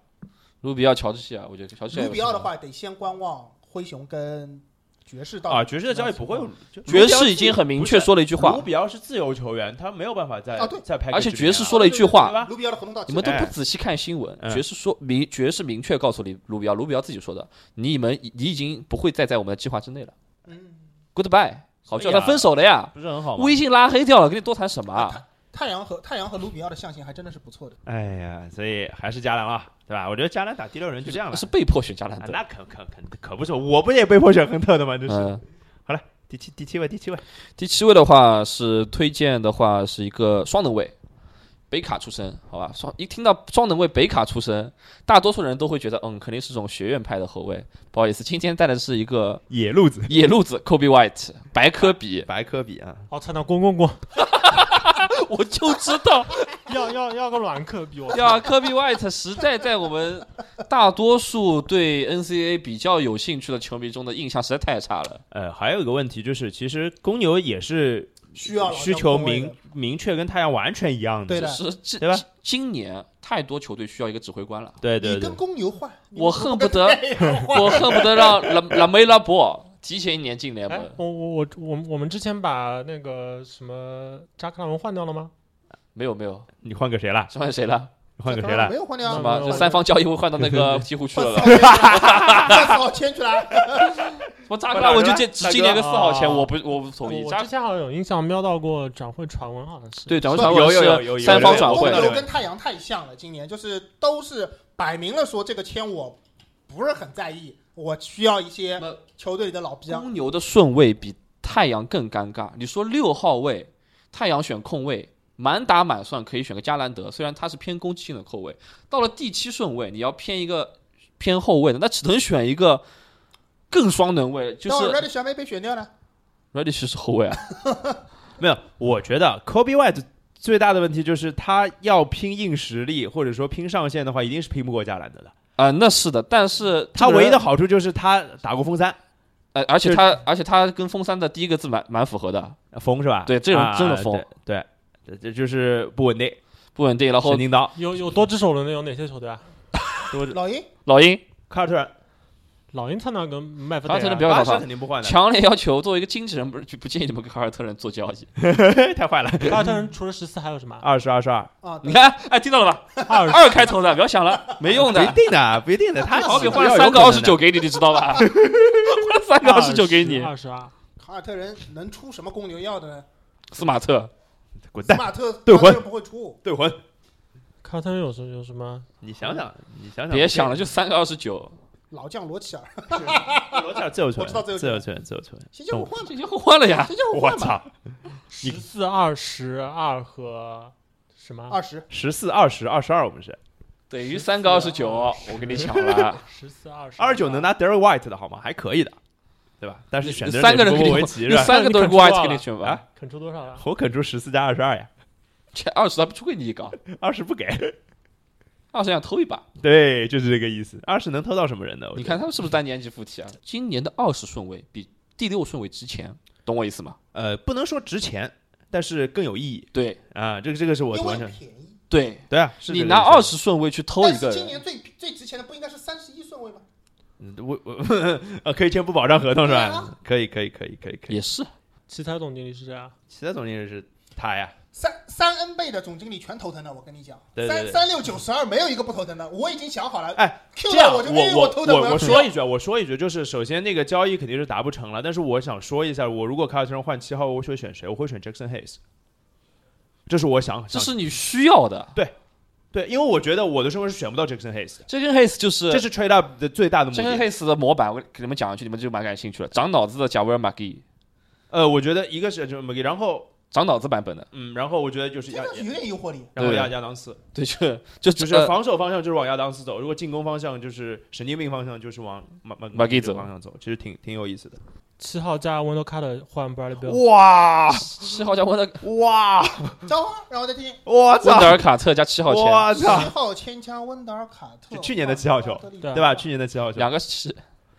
A: 卢比奥、乔治希尔，我觉得乔治希尔
D: 卢
A: 有
D: 比奥的
A: 什么，
D: 话得先观望灰熊跟爵士到底
C: 啊，爵士的交易不会有，就
A: 爵士已经很明确说了一句
C: 卢
A: 话，
C: 比奥是自由球员，他没有办法再
D: 啊对
C: 再拍，
A: 而且爵士说了一句
C: 对
A: 话，
C: 吧？
D: 卢比奥的合同到期，
A: 你们都不
C: 哎
A: 仔细看新闻，
C: 嗯
A: 爵士说明爵士明确告诉你卢比奥，卢比奥自己说的，你们你已经不会再在我们的计划之内了
D: 嗯，
A: ，Goodbye，好
C: 所
A: 叫
C: 以啊
A: 他分手了呀，
C: 不是很好吗？
A: 微信拉黑掉了，跟你多谈什么啊？
D: 太阳和太阳和卢比奥的象限还真的是不错的。
C: 哎呀，所以还是加兰啊，对吧？我觉得加兰打第六人就这样了，
A: 是被迫选加兰
C: 啊
A: 德，
C: 那可可可可不是，我不也被迫选亨特的吗？这是
A: 嗯。
C: 第七第七位，第七位，
A: 第七位的话是推荐的话是一个双能卫，北卡出身，好吧？双一听到双能卫北卡出身，大多数人都会觉得，嗯，肯定是这种学院派的后卫。不好意思，今天带的是一个
C: 野路子，
A: 野路子 Kobe White 白科
C: (laughs)
A: 比，
C: 白科比啊，
B: 好，哦惨到滚滚滚！
A: 我就知道
B: (laughs) 要要要个软克比我
A: (laughs) 呀，Kobe White 实在在我们大多数对 NCAA 比较有兴趣的球迷中的印象实在太差了。
C: 呃，还有一个问题就是，其实公牛也是
D: 需要老将
C: 需求
D: 控卫的
C: 明明确跟太阳完全一样的，
D: 对的
A: 是这
C: 对吧
A: 今年太多球队需要一个指挥官了。
C: 对对
D: 你
C: 对
D: 跟，公牛换，你
A: 我
D: 们
A: 恨不
D: 跟
A: 得，我恨不得让拉拉梅拉博提前一年进联
B: 哎
A: 盟，，
B: 我我我我们我们之前把那个什么扎克拉文换掉了吗？
A: 没有没有，
C: 你换个谁了？
A: (laughs) 是换谁了？
C: 你换个谁
D: 当然
C: 了
D: 没？有换
B: 嗯
D: 掉
A: 是
D: 啊，
A: 吗？
B: 嗯
A: 这三方交易会换到那个鹈鹕去
D: 换啊
A: 了
D: 四
A: 吧？
D: 号签去 (laughs) 来，换四号签去来，
A: 我扎克拉文就进只进那个四号签，
B: 大哥
A: 我不我不同意。
B: 哦我
A: 扎
B: 之前好像有印象瞄到过转会传闻，好像是。
A: 对，转会传闻
C: 有有有有有
A: 是三 (laughs) 方转
D: 公
A: 会，
D: 牛跟太阳太像了，今年就是都是摆明了说这个签我不是很在意，我需要一些
A: 那
D: 球队里的老啊兵。
A: 公牛的顺位比太阳更尴尬。你说六号位，太阳选控卫，满打满算可以选个加兰德，虽然他是偏攻击性的后卫。到了第七顺位，你要偏一个偏后卫的，那只能选一个更双能卫，就
D: 那
A: 是
D: Reddish 还没被选掉呢，
A: Reddish 是后卫啊。
C: 没有，我觉得 Kobe White 最大的问题就是他要拼硬实力或者说拼上限的话，一定是拼不过加兰德的。
A: 啊、那是的，但是这
C: 他
A: 个人
C: 唯一的好处就是他打过封三，
A: 呃，而且
C: 就是
A: 他而且他跟风三的第一个字蛮蛮符合的，
C: 呃疯是吧？
A: 对这个人真的
C: 啊
A: 疯
C: 对，呃对这这就是不稳定，
A: 不稳定。然后
C: 神经刀，
B: 有有多只手轮的有哪些球队啊？
D: 老鹰
A: 老鹰
C: 卡尔特人，
B: 老鹰、特纳跟麦弗啊
A: 卡尔特人
B: 德呀
A: 比较不要搞
C: 巴萨
A: 他
C: 肯定不换的，
A: 强烈要求作为一个经纪人，不是不建议你们跟卡尔特人做交易。
C: (laughs) 太坏了，
B: 巴特人除了十四还有什么？
C: 二十二十二，
D: 啊，
A: 你看，哎，听到了吧？
B: 二
A: 二开头的，不要想了，没用
C: 不一
A: 的。
C: 定的，不一定的，他
A: (laughs) 好比
C: 比
A: 换了三个二十九，给你，你知道
C: (laughs)
A: 吧？换了三个二十九给你，
B: 二十二。
D: 卡尔特人能出什么公牛要的呢？
A: 斯马特
C: 滚
D: 斯
C: 蛋，
D: 马特
C: 对
D: 卡尔特人不会出，
C: 对魂，
B: 卡特人有什有什么？
C: 你想想，你想想，
A: 别想了，就三个二十九，
D: 老将罗齐尔，
C: 罗切尔自由球
D: 我知道
C: 员，自
D: 自由
C: 由球员，自由球员，
D: 谁叫我换吧，
A: 这就换了
C: (laughs)
A: 呀。
D: 谁叫
C: 我
D: 我换吧，
C: 操，
B: 十四、二十二和什么？
D: 二十
C: 十四二十二十二，我们是
A: 等于三个二十九，
C: 啊
A: 我跟你抢
C: (laughs)
A: 了。啊
B: (laughs) 十四、二十
C: 二十九能拿 Derek White 的好吗？还可以的，对吧？但是选择
A: 你三个人
C: 人
A: 给你
C: 维奇
A: 你
C: 是吧？
A: 三个都是
B: 你肯出
A: White
B: 啊
A: 给你选吧
C: 啊，
B: 肯出多少了？
C: 我肯出十四加二十二呀，
A: 这二十他不出给你一个，
C: 二十不给， (laughs)
A: 二十想偷一把。
C: 对，就是这个意思。二十能偷到什么人呢？我
A: 你
C: 觉
A: 看
C: 得，
A: 他们是不是单年级附体啊？今年的二十顺位比第六顺位之前，懂我意思吗？
C: 呃，不能说值钱，但是更有意义
A: 对
C: 啊。这个这个是我
D: 因
C: 完
D: 为
C: 全
D: 便宜。
A: 对，
C: 对啊，是
A: 你
C: 这个
A: 拿
C: 意思
A: 二十顺位去偷
D: 但
A: 一个
D: 是今
A: 人，
D: 年最最值钱的不应该是三十一顺位吗？
C: 嗯我 (laughs) 我呃可以签不保障合同是
D: 对
C: 吧
D: 啊？
C: 可以可以可以可以可以。
A: 也是
B: 奇才总经理是这样，
C: 其他总经理是他呀，
D: 三三 N 倍的总经理全头疼的，我跟你讲，
C: 对对对
D: 三三六九十二没有一个不头疼的，我已经想好了。
C: 哎
D: ，Q
C: 这样
D: 到我就因为
C: 我
D: 头疼，
C: 我
D: 要
C: 我
D: 去
C: 说一句啊，我说一句，就是首先那个交易肯定是达不成了，但是我想说一下，我如果卡尔特人换七号，我会选谁？我会选 Jackson Hayes，这是我想，
A: 这
C: 想
A: 是你需要的。
C: 对，因为我觉得我的身份是选不到 Jackson Hayes 的，
A: 这跟 Hayes 就是
C: 这是 trade up 的最大的目
A: 这跟
C: 的。
A: Hayes 的模板，我给你们讲一句，你们就蛮感兴趣了。长脑子的贾维尔马基，
C: 呃，我觉得一个是就是 McGee，然后
A: 长脑子版本的，
C: 嗯，然后我觉得就是
D: (laughs) 这
C: 亚，
D: 个有点诱惑力。
C: 然后
A: 对呃
C: 亚亚当斯，
A: 对，就就
C: 就
A: 只
C: 是防守方向就是往亚当斯走，如果进攻方向就是神经病方向就是往马马
A: McGee
C: 这个
A: 走
C: 方向走，其实挺挺有意思的。
B: 七号加温多卡特换 Bradley b i l l
C: 哇
A: 七号加温德
C: 哇，
D: 张花，让我再听。
C: 我
A: 温
C: 操
A: 德！尔卡特加七号签，
C: 我
D: 七
C: 操！
D: 号签加温德尔卡特，
C: 就啊去年的七号球对啊吧？去年的七号球，
A: 两个七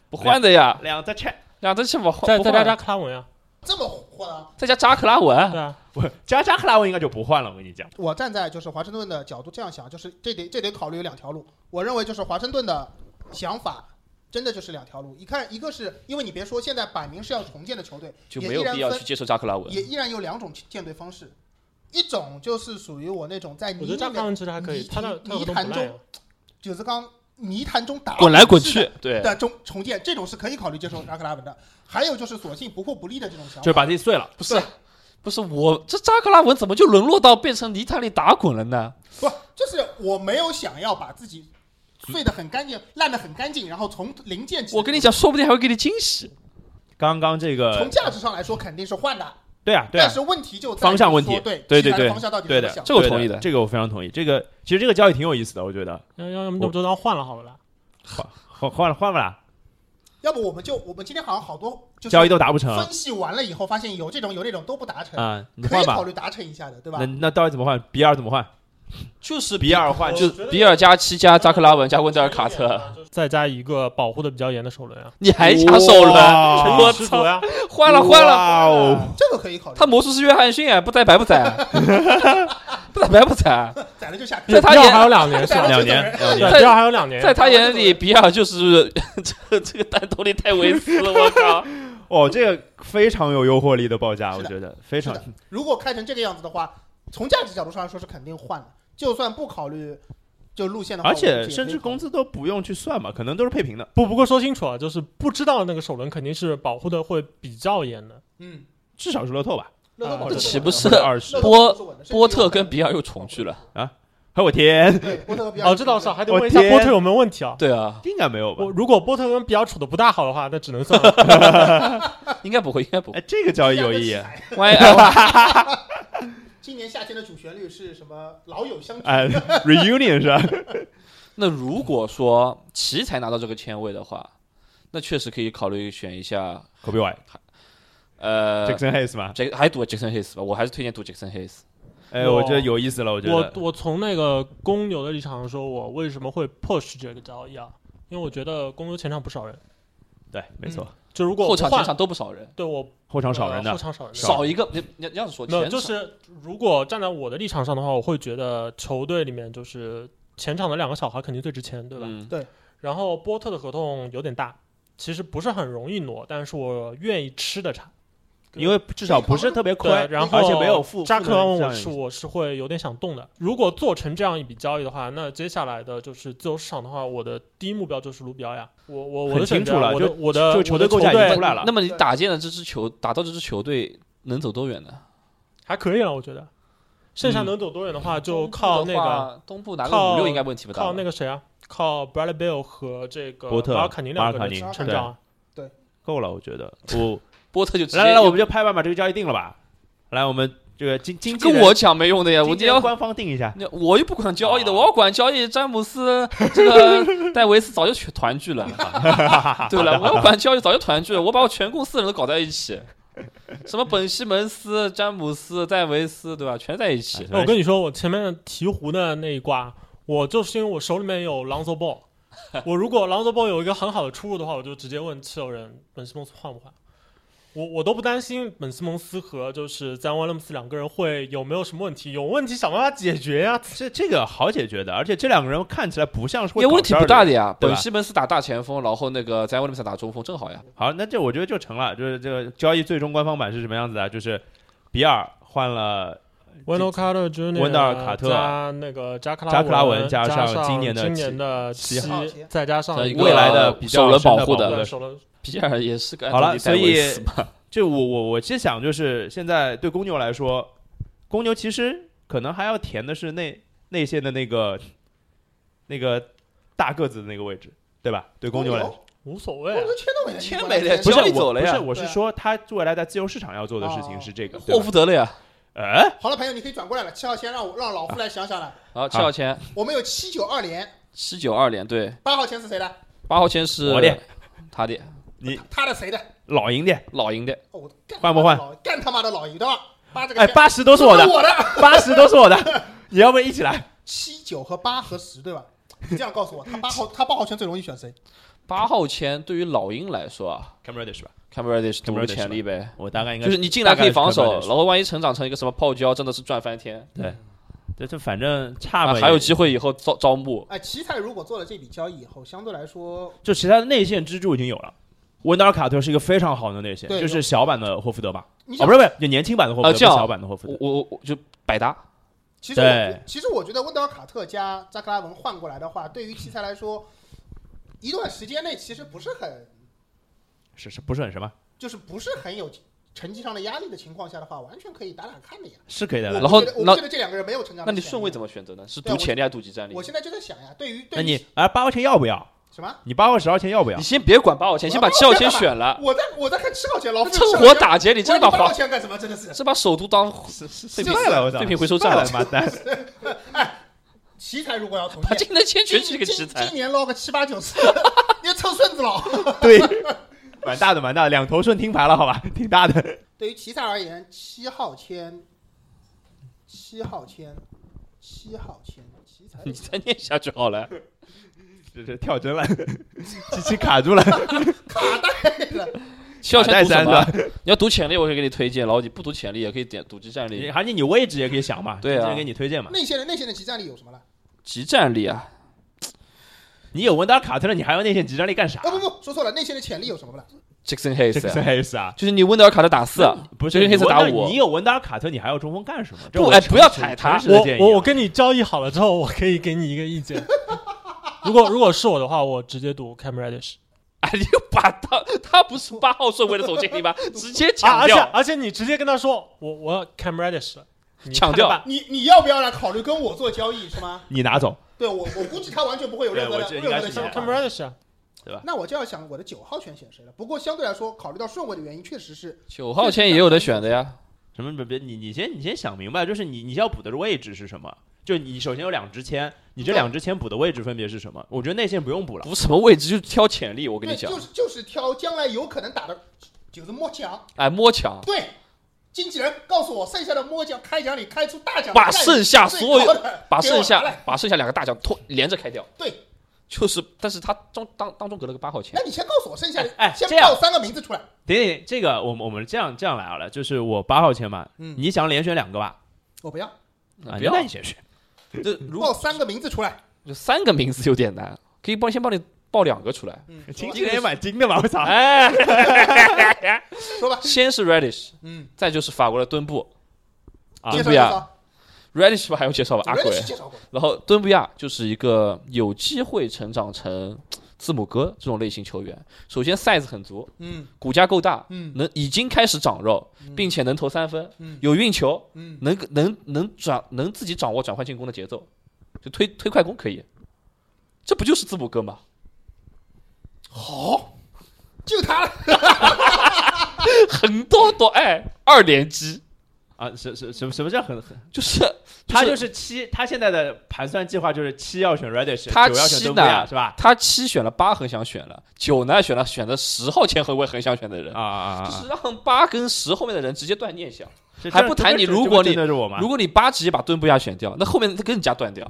A: 不换的呀，
C: 两个 check，
A: 两个七不换，
B: 再
A: 不
B: 再
A: 换
B: 加加克拉文啊呀，
D: 这么火啊！
A: 再加扎克拉文，
B: 对啊，
C: 我加加克拉文应该就不换了，我跟你讲。
D: 我站在就是华盛顿的角度这样想，就是这得这得考虑有两条路。我认为就是华盛顿的想法。真的就是两条路，一看一个是因为你别说，现在摆明是要重建的球队，
A: 就没有必要去接受扎克拉文。
D: 也依然有两种建队方式，一种就是属于我那种在
B: 我
D: 泥
B: 觉得加
D: 里
B: 克拉
D: 面
B: 文其实还可以，
D: 泥
B: 他那他合同
D: 泥
B: 不
D: 潭
B: 赖呀啊
D: 中。就是刚泥潭中打
A: 滚来滚去，对，
D: 的中重建，这种是可以考虑接受扎克拉文的。还有就是索性不破不立的这种想
C: 就是
D: 法，
C: 把自己碎了，
A: 不是不是我这扎克拉文怎么就沦落到变成泥潭里打滚了呢？
D: 不就是我没有想要把自己碎得很干净、烂得很干净，然后从零建起。
A: 我跟你，讲，说不定还会给你惊喜。
C: 刚刚这个
D: 从，价值上来说肯定是换的，
C: 对啊，对啊
D: 但，是问题就在于
C: 方向问题
D: 说对
A: 对对
D: 其他的
A: 对
D: 方向到底
C: 对
D: 怎么
C: 的，
D: 想？
A: 这个我同意
C: 的，
A: 的
C: 这个我非常同意。这个其实这个交易挺有意思的，我觉得
B: 要要要么就就当换了好了啦。
C: 换换了换不啦，
D: 要不我们就我们今天好像好多就是
C: 交易都达不成
D: 分析完了以后，发现有这种有那种都不达成，
C: 啊，你
D: 可
C: 换
D: 以考
C: 吧。
D: 虑达成一下的，对吧
C: 那？那到底怎么换？比尔怎么换？
A: 就是
C: 比尔换
A: 就
B: 我觉得
A: 比尔加七加扎克拉文加温德尔卡特，
B: 再加一个保护的比较严的首轮啊，
A: 你还抢手轮？
D: 哦
C: 哇
A: 我
B: 十足
A: (laughs)
B: 呀！
A: 换了换了，
C: 哇哦！
D: 这个可以考虑
A: 他。魔术师约翰逊啊，不宰白不宰，不宰白啊不宰。
D: 宰了就下课，
A: 在他
B: 比尔
A: 眼
B: 还有两年是
A: (laughs)
B: 吧？
C: 两年两年
B: 对，第二还有两年，
A: 在他眼里，比尔就是这这个战斗力太猥亵了，我靠！
C: 哦，这个非常有诱惑力的报价，我
D: 是的
C: 觉得非常
D: 是。如果开成这个样子的话，从价值角度上来说是肯定换的，就算不考虑就路线的话，
C: 而
D: 我
C: 且
D: 估计也
C: 甚
D: 可以
C: 至工
D: 考
C: 资都不用去算嘛，可能都是配平的。
B: 不不过说清楚啊，就是不知道的那个首轮肯定是保护的会比较严的。
D: 虑，嗯，
C: 至少是乐透吧，
D: 乐透
B: 啊
D: 保
B: 这
D: 证
A: 岂
D: 稳
A: 不
D: 的
A: 是
C: 二十
D: 乐。透
A: 波
D: 保证稳的甚至
A: 波
D: 有
A: 特
D: 可能
A: 跟比尔又重聚了，
C: 哎我天，
D: 对波特跟比尔
B: 哦，这倒是啊，还得问一
C: 我
B: 下
C: 天
B: 波特有没有问题啊？
A: 对啊，
C: 应该没有吧
B: 我？如果波特跟比尔处的不大好的话，那只能算了。
A: 应该不会，应该不
C: (laughs)
A: 会。
C: 哎，这个交易有意义。。
A: 万一哎
D: 今年夏天的主旋律是什么？老友相聚。
C: 哎 (laughs) ，reunion 是吧？
A: 那如果说奇才拿到这个签位的话，那确实可以考虑选一下，
C: 口碑外
A: 呃，
B: 呃
C: ，Jackson Hayes 吗？
A: 杰还是赌 Jackson Hayes 吧，我还是推荐赌 Jackson Hayes。
C: 哎，我觉得有意思了，我觉
B: 我
C: 得
B: 我从那个公牛的立场说，我为什么会 push 这个交易啊？因为我觉得公牛前场不少人，
C: 对，没错，
B: 就如果
A: 后场
B: 换
A: 前场都不少人，
B: 对嗯我
C: 后场少人
B: 呃
C: 的
B: 后，场少人的
A: 少一个你你你要是说
B: 没
A: 前
B: 有，
A: 场
B: 就是如果站在我的立场上的话，我会觉得球队里面就是前场的两个小孩肯定最值钱，对吧？
A: 嗯
B: 然后波特的合同有点大，其实不是很容易挪，但是我愿意吃的差。
C: 因为至少不是特别亏
B: 对，，啊然后
C: 而且没有负
B: 扎克
C: 负能
B: 隆，
C: 量
B: 我是我是会有点想动的。如果做成这样一笔交易的话，那接下来的就是自由市场的话，我的第一目标就是卢比奥亚。我我我
C: 很
B: 的选
C: 清
B: 择
C: 楚了
B: 我的
C: 就
B: 我的
C: 就
B: 呃我的
C: 球
B: 球
C: 队构架已经出
B: 队
C: 来了
A: 那么你打进了这支球，打到这支球队能走多远呢？
B: 还可以了，我觉得。剩下
C: 嗯
B: 能走多远的话，就靠那
A: 东部的话东部拿个
B: 个靠
A: 五六应该问题不大吧。
B: 靠那个谁啊，靠 Bradley Bill 和这个
C: 波特
B: 马尔坎尼两个
C: 马尔坎
B: 人
D: 尼
B: 成长啊。
C: 够了，我觉得。
B: (laughs)
C: 我
A: 波特就直接
C: 来来来，我们就拍板把这个交易定了吧。来，我们这个经经纪
A: 跟
C: 人
A: 我讲没用的呀，我
C: 经
A: 就
C: 纪人
A: 要。
C: (laughs) 官方定一下。
A: 那我又不管交易的，
C: 啊
A: 我要管交易。詹姆斯 (laughs) 这个戴维斯早就全团聚了，啊对了，我要管交易早就团聚了，我把我全共四人都搞在一起，什么本西蒙斯、詹姆斯、戴维斯，对吧？全在一起。
B: 那我跟你说，我前面鹈鹕的那一挂，我就是因为我手里面有 Lonzo
C: (laughs)
B: Ball，我如果 Lonzo Ball 有一个很好的出入的话，我就直接问七六人本西蒙斯换不换。我我都不担心本西蒙斯和就是詹威廉姆斯两个人会有没有什么问题，有问题想办法解决
C: (laughs)
B: 呀、
C: 这这个好解决的，而且这两个人看起来不像是会
A: 因为问
C: 搞
A: 题
C: 事儿
A: 不大的呀，
C: 对吧
A: 本西蒙斯打大前锋，然后那个在威廉姆斯打中锋，正好呀。
C: 好，那这我觉得就成了，就是这个交易最终官方版是什么样子的？就是比尔换了
B: Wendell Carter Jr.
C: 温德尔卡特啊
B: 加那个扎克
C: 扎克拉文
B: 加
C: 加上今
B: 今
C: 年的
B: 今
C: 七
B: 年的七
D: 七号签，
B: 再加上
A: 再一个
C: 未来的比较
A: 首轮
C: 深的
A: 保护
C: 保护
A: 的
C: 的
B: 对首轮
A: 皮尔也是个
C: 好了
A: 安东尼戴维斯
C: (laughs)
A: 嘛
C: 就我我我其实想就是现在对公牛来说，公牛其实可能还要填的是内内线的那个那个大个子的那个位置，对吧？对公牛来说，
B: 无所
D: 公
B: 谓啊。
D: 牛签都没了，
A: 签
D: 你
A: 没了
D: 管他
C: 不
A: 交易
C: 是我
A: 走了
C: 不
A: 呀
C: 是我是
D: 对啊哦
C: 说他未来在自由市场要做的事情是这个。对
A: 霍
C: 吧
A: 福德了呀。
C: 哎，
D: 好了，朋友，你可以转过来了。七号签让我让老夫来想想了。
A: 好，七号签
D: 我们有七九二连，
A: 七九二连，对，
D: 八号签是谁的？
A: 八号签是
C: 我的
A: 他的
D: 他的谁的？
C: 老鹰的，
A: 老鹰的，
D: 哦，我干
C: 换不换
D: 他妈的老？干他妈的老一段，八这个
C: 哎，
D: 签
C: 八十都是我
D: 这
C: 的
D: 是，我的。
C: 八十都是我的， (laughs) 你要不一起来？
D: 七九和八和十对吧？你这样告诉我，他八号他八号签最容易选谁？
A: 八号签对于老鹰来说啊
C: Cam Reddish 吧，
A: c a m e r a d i s 独
C: Cam
A: 有
C: Reddish
A: 潜力呗。
C: 我大概应该
A: 就是你进来可以防守，
C: 大概
A: 然
C: 是
A: 后万一成长成一个什么泡椒，真的是赚翻天。
C: 这这反正差
A: 啊，
C: 嘛，
A: 还有机会以后招招募。
D: (laughs) 哎，奇才如果做了这笔交易以后，相对来说，
C: 就其他的内线支柱已经有了。温达尔卡特是一个非常好的内线，
D: 对
C: 就是小版的霍福德吧？
D: 你
C: 哦，
D: 想
C: 不，是不是，就年轻版的霍福
A: 啊
C: 德，
A: 这
C: 不是
A: 样
C: 小版的霍福
A: 我
C: 德。
A: 我我就百搭，
D: 其实我觉
C: 对
D: 其实我觉得温德尔卡特加扎克拉文换过来的话，对于奇才来说，一段时间内其实不是很
C: 是是不是很什么？
D: 就是不是很有成绩上的压力的情况下的话，完全可以打打看的呀。
C: 是可以
D: 我
C: 的
D: 不
A: 呃然
C: 了。
A: 后
D: 觉得我
A: 那
D: 不觉得这两个人没有成长。
A: 那你顺位怎
D: 么？
A: 么选择呢？是
D: 对
A: 赌
D: 我
A: 潜力还是赌级战力
D: 我？现在就在想呀，对于对
C: 那
D: 于
C: 你啊，八号签要不要？
D: 什
A: 啊
D: 么？
C: 你八号十号签要不要
A: 你？ (laughs) 先别管八号签，先把七号签选了，
D: 我在我在看七号签，老
A: 趁火，打劫，你
D: 你
A: 真的把
D: 八号
A: 华，
D: 签干什么？真的是。
A: 这把首都当
C: 失
A: 废品
C: 败了，我操！
A: 废品回收站
C: 失败
A: 了
C: 了，，妈蛋！
D: 奇才如果要重
A: 把
D: 建，
A: 今天签 (laughs)
D: (laughs) 今
A: 全是这个奇
D: 今
A: 才
D: 今。年捞个七八九次，你凑顺子了。
C: 对，蛮大的，蛮大的，两头顺听牌了，好吧， (laughs) 挺大的。
D: 对于奇才而言，七号签，七号签，七号签，奇才
A: 你 (laughs) 再念下去
C: (laughs)
A: 好了。
C: 这这跳针了， (laughs) 机器卡
A: (laughs)
C: 住了，
D: 卡带了。
A: 七号签
C: 卡带
A: 赌什
C: 三
A: 么啊
C: 的。？
A: 你要赌潜力，我可以给你推荐；然后你不赌潜力，也可以点赌级战
C: 你
A: 力。
C: 而且你位置也可以想嘛，
A: 对啊
C: 经纪人给你推荐嘛。
D: 内线的内线的集战力有什么了？
A: 级战力啊，
C: 你有温达尔卡特了，你还要内线集战力干啥？
D: 哦不不，说错了，内线的潜力有什么了？
A: Jackson Hayes，
C: 这个是
A: 啊
C: S 啊，
A: 就是你温德尔卡特打四，啊
C: 不
A: 这
C: 是
A: 个黑色打
C: 你
A: 五
C: 你有文达尔卡特，你还要中锋干什么？这
A: 不
C: 我
A: 哎
C: 诚
A: 不要
C: 实
A: 踩他
C: 诚实的
B: 我
C: 建议啊
B: 我我跟你交易好了之后，我可以给你一个意见。 (laughs) 如果如果是我的话，我直接赌 Cam Reddish
A: 哎，你又把他他不是八号顺位的总经理吗？直接
B: 啊，
A: 抢
B: 而且
A: 掉，
B: 而且你直接跟他说我我要 Cam Reddish，了你
A: 抢
B: 看着
A: 掉
B: 办
D: 你你要不要来考虑跟我做交易是吗？
C: 你拿走，
D: 对我我估计他完全不会有任何的
C: 对我觉得
D: 任
C: 应
D: 何
C: 该
D: 的
C: 是
D: 想
C: 这
D: 法
B: Cam
C: 样。
B: Reddish 啊，
D: 那我就要想我的九号选选谁了。不过相对来说，考虑到顺位的原因，确实是
A: 九号签也有的选的呀。
C: 什么别别你你先你先想明白，就是你你要补的位置是什么？就你首先有两支签，你这
D: 对
C: 两支签补的位置分别是什么？我觉得内线不用补了，
A: 不什么位置就挑潜力，我跟
D: 对，
A: 你讲
D: 就，是就是挑将来有可能打的，就是摸墙。
A: 哎，摸抢，
D: 对，经纪人告诉我，剩下的摸奖开奖里开出大奖的
A: 把
D: 概率
A: 剩下
D: 最
A: 所有
D: 高的
A: 把
D: 给我
A: 剩下
D: 拿来
A: 把剩下两个大奖拖连着开掉。
D: 对，
A: 就是，但是他中当当中隔了个八号签
D: 那，你先告诉我剩下的，
C: 哎哎
D: 先
C: 这样
D: 报三个名字出来。
C: 等等，这个我们我们这样这样来好了，就是我八号签嘛，
D: 嗯
C: 你想连选两个吧？
D: 我不要，
C: 啊，
A: 不要
C: 那你先选。
A: 这如
D: 报三个名字出来。
A: 就三个名字有点难，可以帮先帮你报两个出来。
D: 嗯，
C: 经
D: 说吧
C: 纪人也蛮精的嘛，我
D: 啊
C: 操！
A: 哎，
D: 说吧。
A: 先是 Radish，
D: 嗯，
A: 再就是法国的墩布
C: 啊
A: 对
D: 介绍
A: 不
D: 介
A: 呀
D: 绍，
A: ，Radish 吧还用介绍吧，
D: 主
A: 阿
D: 任
A: 鬼
D: 是。介绍过的。
A: 然后敦布亚就是一个有机会成长成字母哥这种类型球员。首先 size 很足，
D: 嗯
A: 骨架够大，
D: 嗯
A: 能已经开始长肉，
D: 嗯
A: 并且能投三分，
D: 嗯
A: 有运球，
D: 嗯，
A: 能能能转能自己掌握转换进攻的节奏，就推推快攻可以。这不就是字母哥吗？ (laughs)
D: 好，就他了。
A: 很多多哎，二连击
C: 啊，什什什么什么叫很很？
A: 就是
C: 他就是是七，他现在的盘算计划就是七要选 Radish，
A: 他
C: 九要
A: 七
C: 选
A: 呢
C: 东布亚是吧？
A: 他七选了八很想选了，九呢选了选了十号前后卫很想选的人
C: 啊，啊啊
A: 就
C: 啊
A: 是让八跟十后面的人直接断念想。
C: 这！
A: 还
C: 这
A: 不
C: 这
A: 谈
C: 这
A: 你
C: 这
A: 如
C: 这
A: 果
C: 真
A: 你
C: 的是我吗
A: 如？果你八直接把敦布亚选掉，那后面他更加断掉，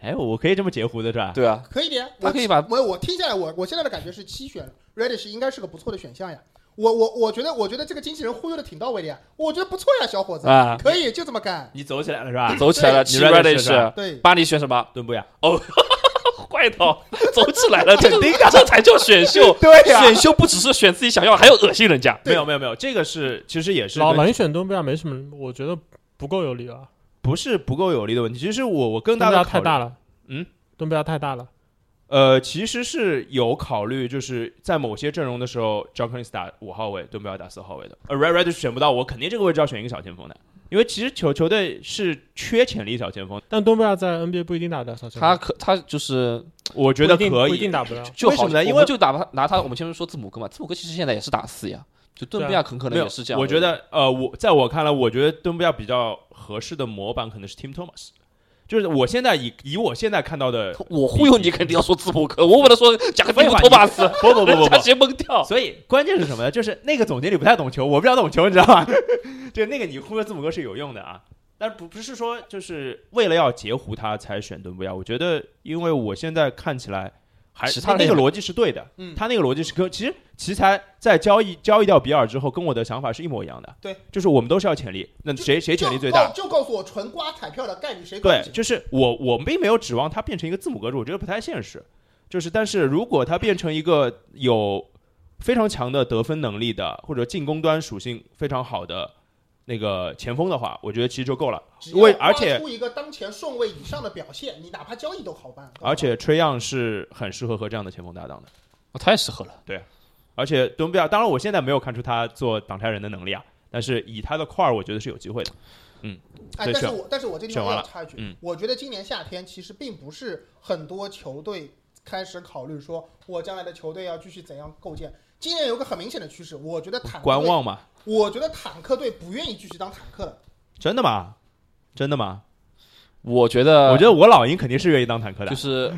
C: 哎，我可以这么截胡的是吧？
A: 对啊，
D: 可以的呀，
A: 他
D: 我
A: 可以把
D: 我我听下来，我我现在的感觉是七选 Reddish 应该是个不错的选项呀。我我我觉得我觉得这个经纪人忽悠的挺到位的呀，我觉得不错呀，小伙子，
A: 啊，
D: 可以就这么干。
C: 你走起来了是吧？
A: 走起来了，
C: 对
A: 七
C: 你 Radish 是
A: Radish，
C: 吧
D: 对，
A: 巴黎选什么？
C: 蹲不呀？
A: 坏到 (laughs) 走起来了，这个这才叫选 (laughs) 秀。
C: 对呀
A: 选秀不只是选自己想要，还要恶心人家。
C: 没有没有没有，这个是其实也是
B: 老
C: 跟
B: 冷选东贝亚没什么，我觉得不够有理了。
C: 不是不够有力的问题。其实我我更
B: 东贝
C: 大
B: 亚
C: 的
B: 太
C: 考虑
B: 大了，
C: 嗯，
B: 东贝亚太大了。
C: 呃，其实是有考虑，就是在某些阵容的时候 j o h n s 打五号位，敦标打四号位的。呃，Red Red 选不到，我肯定这个位置要选一个小前锋的，因为其实球球队是缺潜力小前锋，
B: 但东贝亚在 NBA 不一定打得了小前锋，
A: 他可他就是
C: 我觉
B: 不
C: 得
B: 一定
C: 可
B: 不一定
C: 以。
B: 打
A: (laughs)
B: 不了。
A: 就
C: 为什
A: 好
C: 么呢
A: 我
C: 因
A: 们
C: 为
A: 就打他拿他，我们前面说字母哥嘛，字母哥其实现在也是打四呀，就顿比亚很可
C: 没
A: 能
C: 有
A: 也是这，样。
C: 我觉得呃，我在我看来，我觉得敦布亚比较合适的模板可能是 Tim Thomas，就是我现在以以我现在看到的，
A: 我忽悠你肯定要说字母哥，我问他说贾克蒂姆托马斯，(laughs)
C: 不不不不
A: 他
C: 不
A: 直，接懵
D: 哦
A: 掉。
C: 所以关键是什么呢？就是那个总经理不太懂球，我不太懂球，你知道吗？ (laughs) 就那个你忽悠字母哥是有用的啊，但不不是说就是为了要截胡他才选敦布亚。我觉得，因为我现在看起来还
A: 其他
C: 那
A: 人
C: 个逻辑是对的，
D: 嗯
C: 他那个逻辑是跟其实奇才在交易交易掉比尔之后，跟我的想法是一模一样的。
D: 对，
C: 就是我们都是要潜力，那
D: 就
C: 谁谁潜力
D: 就
C: 最大
D: 告？就告诉我纯刮彩票的概率谁高
C: 对
D: 一，些？
C: 就是我我并没有指望他变成一个字母哥，我觉得不太现实。就是，但是如果他变成一个有非常强的得分能力的，或者进攻端属性非常好的那个前锋的话，我觉得其实就够了。
D: 只
C: 为
D: 要
C: 而且
D: 刮出一个当前顺位以上的表现，你哪怕交易都好办。
C: 而且 t r 是很适合和这样的前锋搭档的。
A: 我太适合了，
C: 而且敦比亚，当然我现在没有看出他做挡拆人的能力啊，但是以他的块儿，我觉得是有机会的。
D: 哎，
C: 对
D: 但是
C: 选
D: 我但是我这地
C: 选
D: 方
C: 完
D: 要
C: 了
D: 插一句，
C: 嗯
D: 我觉得今年夏天其实并不是很多球队开始考虑说我将来的球队要继续怎样构建。今年有个很明显的趋势，我觉得坦克
C: 观
D: 队，
C: 望嘛，
D: 我觉得坦克队不愿意继续当坦克了。
C: 真的吗？真的吗？
A: 我觉得，
C: 我觉得我老鹰肯定是愿意当坦克的
A: 就。是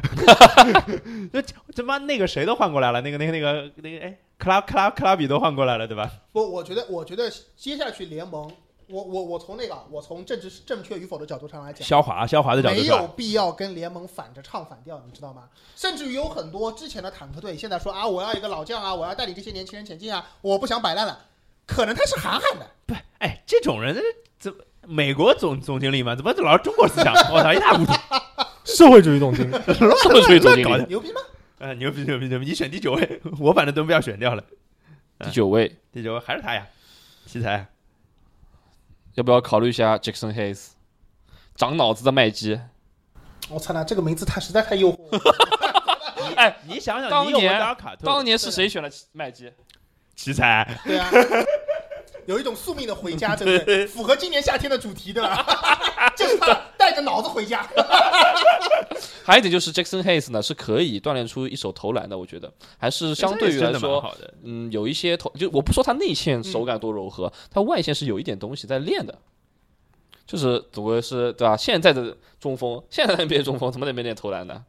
C: 他妈那个谁都换过来了，那个那个那个那个哎，克拉克拉克拉比都换过来了，对吧？
D: 不，我觉得，我觉得接下去联盟，我我我从那个，我从政治正确与否的角度上来讲，
C: 肖华，肖华的角度
D: 没
C: 是
D: 有
C: 吧？
D: 必要跟联盟反着唱反调，你知道吗？甚至于有很多之前的坦克队现在说啊，我要一个老将啊，我要带领这些年轻人前进啊，我不想摆烂了。可能他是韩寒的，
C: 哎，这种人怎么美国总总经理嘛，怎么老是中国思想？我操，一塌糊涂！ (laughs)
B: 社会主义
A: (laughs)
B: 总经理，
A: 社会主义 (laughs) 总经
C: 搞
A: 理
C: 的
D: 牛逼吗？
C: 哎，牛逼牛逼牛逼！你选第九位，我反正都不要选掉了，
A: 第九位，
C: 第九位还是他呀，奇才。啊
A: 要不要考虑一下 Jackson Hayes，长脑子的麦基？
D: 我操那这个名字他实在太诱惑我了。
A: 哎，
C: 你想想，
A: 当
C: 你有
A: 年
C: 达尔卡特，
A: 当年是谁选了麦基？
C: 奇才，
D: (laughs) 对啊，有一种宿命的回家，对不对？符合今年夏天的主题的， (laughs) 就是他带着脑子回家。
A: 还有一点就是 Jackson Hayes 呢，是可以锻炼出一手投篮的，我觉得还是相对于
C: 真
A: 来
C: 的蛮
A: 说，
C: 好的。
A: 嗯，有一些投，就我不说他内线手感多柔和，他外线是有一点东西在练的，就是总归是对吧？现在的中锋，现在的 NBA 中锋怎么能没点投篮呢？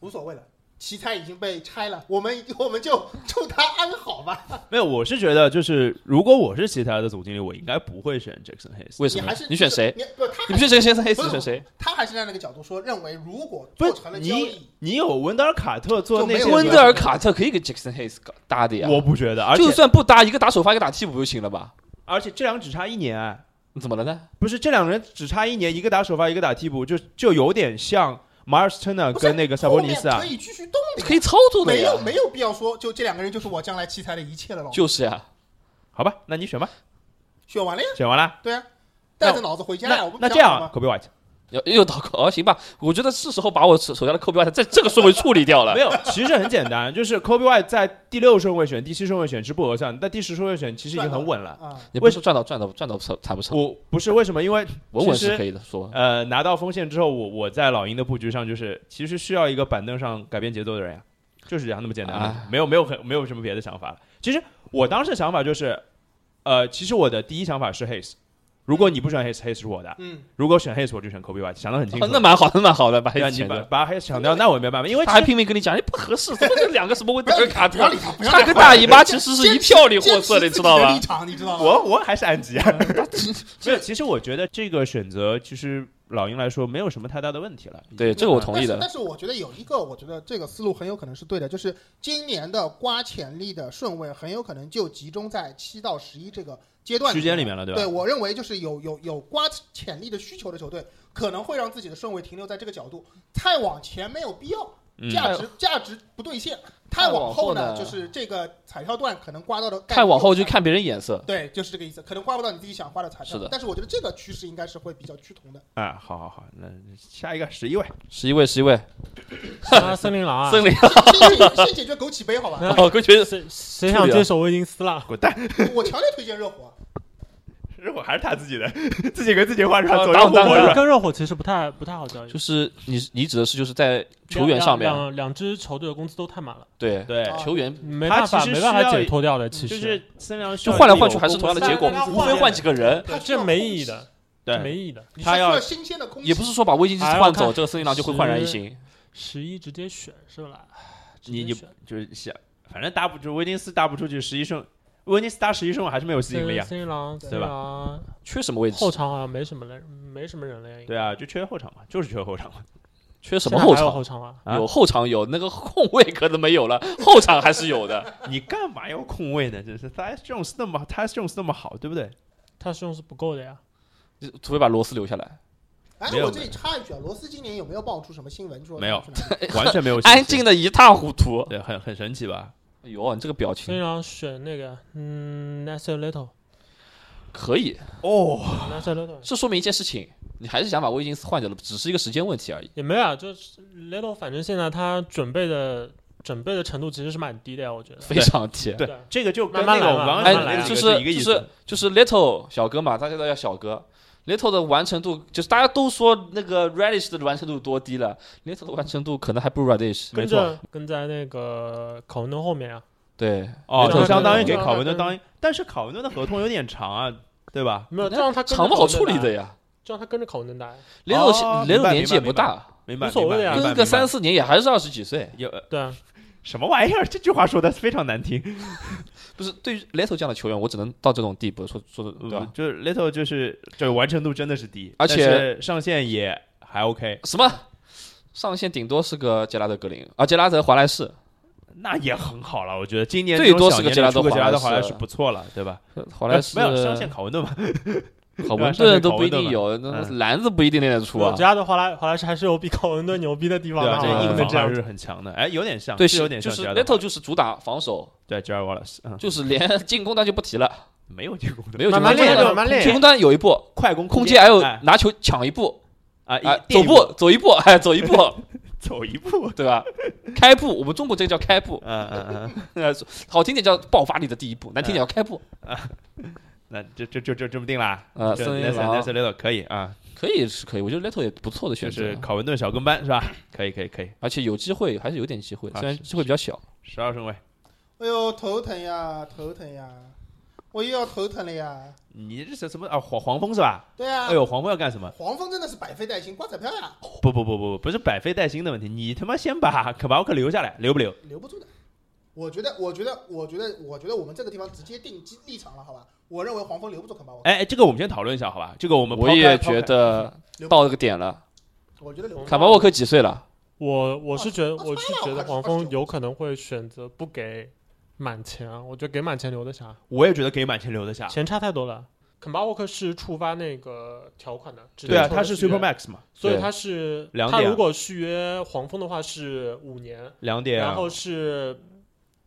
D: 无所谓了，奇才已经被拆了，我们我们就祝他安好吧。
C: 没有，我是觉得就是如果我是其他的总经理，我应该不会选 Jackson Hayes。
A: 为
D: 你
A: 什么
D: 还是？
A: 你选谁？？
D: 你不，他
A: 你不选谁？选黑
D: 不
A: 子
D: 是
A: 选谁？
D: 他还是站在那个角度说，认为如果
C: 不
D: 做
C: 是
D: 成了交易
C: 你，，你有温德尔卡特做那些
D: 就没有
A: 温德尔卡特可以给 Jackson Hayes 搞搭的呀，
C: 我不觉得，而且
A: 就算不搭，一个打首发，一个打替补不就行了吧？
C: 而且这两个只差一年、哎
A: 你怎么了呢？
C: 不是这两个人只差一年，一个打首发，一个打替补，就就有点像马尔斯特纳
D: 不是
C: 跟那个萨博尼斯
D: 后
C: 啊
D: 面可。以继续动啊的呀，
A: 可以操作的
D: 没
A: 呀，
D: 有没有必要说，就这两个人就是我将来奇才的一切了咯。
A: 就是呀。
C: 好吧，那你选吧，
D: 选完了呀，
C: 选完了。
D: 对呀，啊
C: 那
D: 带着脑子回家呀。
C: 那
D: 我不
C: 那
D: 讲
C: 这样
D: 好
C: 啊
D: 吗，
C: ，Kobe White
A: 又又倒扣哦，行吧，我觉得是时候把我手手下的扣标在这个顺位处理掉了
C: 没。有，其实很简单，就是 Kobe White 在第六顺位选、第七顺位选是不合算，但第十顺位选其实已经很稳了。
D: 啊，
A: 你不是赚到赚到赚到不惨不惨？
C: 我不是为什么？因为
A: 稳稳
C: 其实
A: 是可以的，说
D: 哎
C: 呃，拿到锋线之后，我我在老鹰的布局上就是其实需要一个板凳上改变节奏的人呀，就是这样那么简单的，
A: 哎
C: 没有没有很没有什么别的想法了。其实我当时的想法就是，呃，其实我的第一想法是 Hayes，如果你不选 Hayes，Hayes 是我的；
D: 嗯，
C: 如果选 Hayes，我就选 Kobe White，想的很清楚。
A: 哦那蛮好的，蛮好的，把
C: 对啊
A: 黑
C: 你
A: 钱
C: 把
A: 的。
C: 把 Hayes 抢掉，那我也没办法，因为
A: 他
C: 其
A: 还
C: 实
A: 拼命跟你讲，哎，不合适，怎么这两个什么温德尔卡
D: 不要
A: 特
D: 理他，不要
A: 差
D: 理
A: 个
D: 他。
A: 大姨妈，其实是一票里
D: 坚
A: 货色的，
D: 持
A: 你
D: 自己
A: 知道
D: 的
A: 吧
D: 立？场你知道吗？
C: 我我还是安吉啊。 (laughs) 没有，其实我觉得这个选择其实老鹰来说没有什么太大的问题了。
A: 对，这个我同
D: 但
A: 意
D: 是，
A: 的。
D: 但是我觉得有一个，我觉得这个思路很有可能是对的，就是今年的刮潜力的顺位很有可能就集中在七到十一这个阶段
C: 区间里面了，对
D: 对
C: 吧？
D: 我认为就是有有有刮潜力的需求的球队，可能会让自己的顺位停留在这个角度，太往前没有必要，
C: 嗯
D: 价值、价值不兑现。
A: 太往
D: 往
A: 后
D: 呢，
A: 呢
D: 就是这个彩票段可能刮到的概率
A: 太往后就
D: 又大
A: 看别人眼色。
D: 对，就是这个意思，可能刮不到你自己想刮的彩票。
A: 是的
D: 但是我觉得这个趋势应该是会比较趋同的。 (laughs)
C: 啊，好好好，那下一个十一位，
A: 十一位，十一位，
B: 啊，森林狼啊，
A: 森林。
D: 先先解先解决枸杞杯好吧？ (laughs)
C: (laughs)
A: 哦，我觉得
B: 谁谁
A: 啊
B: 想接手威金斯了？
C: 滚蛋！
D: 我强烈推荐热火。
C: 热火还 (laughs) 是他自己的，自己跟自己换
A: 呃
C: 上，左
A: 当当
C: 右互
A: 当
C: 搏是吧？
B: 跟热火其实不太不太好交易，
A: 就是你你指的是就是在球员上面啊
B: 两，两两支球队的工资都太满了，
A: 对
C: 对
D: 啊
A: 球员
B: 没
C: 他
B: 办法
C: 其实
B: 没办法
C: 需要
B: 解脱掉的。其
C: 就
B: 实
C: 是森林狼需
A: 哦就
C: 要
A: 换来换
C: 一
A: 去
C: 个
A: 还是同样的结果
B: 公司，
A: 无非换几个人。
D: 他需要
B: 这没意义的，这没
C: 对，
B: 意义的。
D: 你
C: 他
D: 需
C: 要
D: 新鲜的空气，
A: 也不是说把威金斯
B: 哎
A: 换
B: 我
A: 走，
B: 看
A: 这个森林狼就会焕然一新。
B: 十一直接选是吧？直接
C: 你你
B: 选
C: 就是想，反正搭不住威金斯搭不出去，十一胜威金斯搭十一胜我还是没有吸引力啊。
B: 森林狼，
D: 对
B: 森林
C: 吧
B: 狼
A: 缺什么位置？
B: 后场好像没什么人，没什么人了呀。应该
C: 对啊，就缺后场嘛，就是缺后场嘛。
A: 缺什
B: 现
A: 么
B: 在
A: 后
B: 还
A: 场？
B: 有后场啊？
C: 啊
A: 有后场有，那个空位可能没有了，后场还是有的。 (laughs)
C: 你干嘛要空位呢？真是 t h a s Jones 那么 t h a s Jones 那么好，对不对？
B: 他是用是不够的呀。
A: 除非把罗斯留下来，
D: 哎
C: 没，有
D: 我这里插一句啊，罗斯今年有没有爆出什么新闻？说
C: 没有
D: 他去哪里， (laughs)
C: 完
A: (laughs)
C: 全没有
A: 安静
C: 的，
A: 的一塌糊涂。
C: 对，很很神奇吧？
A: 哎呦，你这个表
B: 森
A: 情
B: 林狼选那个，嗯 n a s a Little，Nasa
A: 可以，
C: 哦，
B: Little
A: 这说明一件事情，你还是想把威金斯换掉了，只是一个时间问题而已。
B: 也没有啊，就是 Little，反正现在他准备的准备的程度其实是蛮低的呀，我觉得。
A: 非常低。
C: 对
B: 对
C: 这个就跟
B: 慢
C: 那
B: 慢
C: 个
B: 来
C: 我
B: 嘛
C: 刚刚
A: 哎
C: 讲的那，个
A: 就是是
C: 一个意
A: 就
C: 思
A: 是。就是 Little 小哥嘛，大家都叫小哥。Little 的完成度，就是大家都说那个 Radish 的完成度多低了，Little 的完成度可能还不如 Radish。
B: 跟着跟在那个考文顿后面啊，
A: 对，
B: 没
C: 哦，就
B: 错
C: 相当于
B: 没错
C: 给考文顿当，但是考文顿的合同有点长啊，对吧？
B: 没有，这让他跟着
A: 长不好
B: 考
A: 处
B: 文顿
A: 理
B: 打
A: 的，呀。
B: 这让他跟着考文顿打呀。
A: Little
C: 明
A: Little
C: 白
A: 年纪也不大，
C: 明白，
B: 无所谓
C: 明白
B: 啊
C: 明白
A: 跟个
C: 明白
A: 三四年也还是二十几岁。
C: 有呃
B: 对啊，
C: 什么玩意儿？这句话说的非常难听。
A: 不是对于 Little 这样的球员，我只能到这种地步，说说的对
C: 呃
A: 吧？
C: 就是 little 就是这完成度真的是低，
A: 而且
C: 但是上限也还 OK，
A: 什么上限顶多是个杰拉德格林啊，杰拉德华莱士，
C: 那也很好了。我觉得今年
A: 最多是
C: 这
A: 个杰
C: 种小
A: 拉
C: 年龄
A: 德
C: 出个杰拉德
A: 华
C: 华
A: 莱
C: 莱
A: 士
C: 士不错了，对吧？
A: 华莱
C: 呃
A: 士
C: 没有上限考文顿
A: (laughs)
C: 嘛？
A: 考
C: 对
A: 文
C: 啊上线
A: 顿都
C: 考
A: 不一
C: 文顿
A: 定
C: 嘛
A: 有，那
C: 嗯
A: 篮子不一定练得出
B: 我
A: 啊
B: 觉。得华莱华莱士还是有比考文顿牛逼的地方
C: 对
B: 的啊，
C: 吧？这
A: 个
C: 硬
B: 不
C: 的
B: 能这样
C: 还是很强的。哎，有点像，
A: 对，
C: 是有点
A: 就
C: 像
A: 是
C: 杰拉德华
A: Little 就是主打防守，
C: 对 j e r Wallace，嗯，
A: 就是 (laughs) 连进攻端就不提了，
C: 没有进攻的，
A: 没有进
B: 慢
A: 攻端
B: 慢练，
A: 进攻
B: 慢慢
A: 端，进攻
B: 练。
A: 端有一步，
C: 快攻
A: 空
C: 间
A: 接还有
C: 哎
A: 拿球抢一步，
C: 啊，一
A: 哎，走
C: 垫一
A: 步走一步，哎，走一步，
C: 走一步，
A: 对吧？ (laughs) 开步，我们中国这个叫开步，
C: 嗯嗯嗯。
A: (laughs) 呃好听点叫爆发力的第一步，难听点叫开步。
C: 那就就就就这么定啦。
A: 呃，
C: 就
A: 森
C: Nelson
A: 林狼
C: Nelson Little 可以啊，
A: 可以是可以，我觉得 Little 也不错的
C: 就
A: 选择啊
C: 是，考文顿小跟班是吧？可以可以可以，
A: 而且有机会还是有点机会，
C: 啊
A: 虽然
C: 是
A: 机会比较小。
C: 十二顺位
D: 哎呦头疼呀，头疼呀！我又要头疼了呀。
C: 你这是什么啊？黄黄蜂是吧？
D: 对啊，
C: 哎呦，黄蜂要干什么？
D: 黄蜂真的是百废待兴，挂彩票呀，
C: 不不不不不是百废待兴的问题，你他妈先把可把我可留下来，留不留？
D: 留不住的。我觉得，我觉得，我觉得，我觉得我们这个地方直接定基立场了，好吧？我认为黄蜂留不住肯巴沃克，
C: 哎，哎这个我们先讨论一下，好吧？这个我们
A: 我
C: 抛开
A: 也
C: 抛开
A: 觉得到这个点了。
D: 我觉得留不住。
A: 卡巴沃克几岁了？
B: 我我是觉得
D: 28
B: 哦我是觉得
D: 吧
B: 黄
D: 还是
B: 蜂
D: 29
B: 有可能会选择不给满钱啊，我觉得给满钱留的啥？
C: 我也觉得给满钱留得下。
B: 钱差太多了。肯巴沃克是触发那个条款的，只
C: 对啊，
B: 能
C: 他是
B: 续约
C: Super Max 嘛，
B: 所以
A: 对
B: 他是
C: 两
B: 他
C: 点
B: 如果续约黄蜂的话是五年，
C: 两点
B: 然后是
C: 啊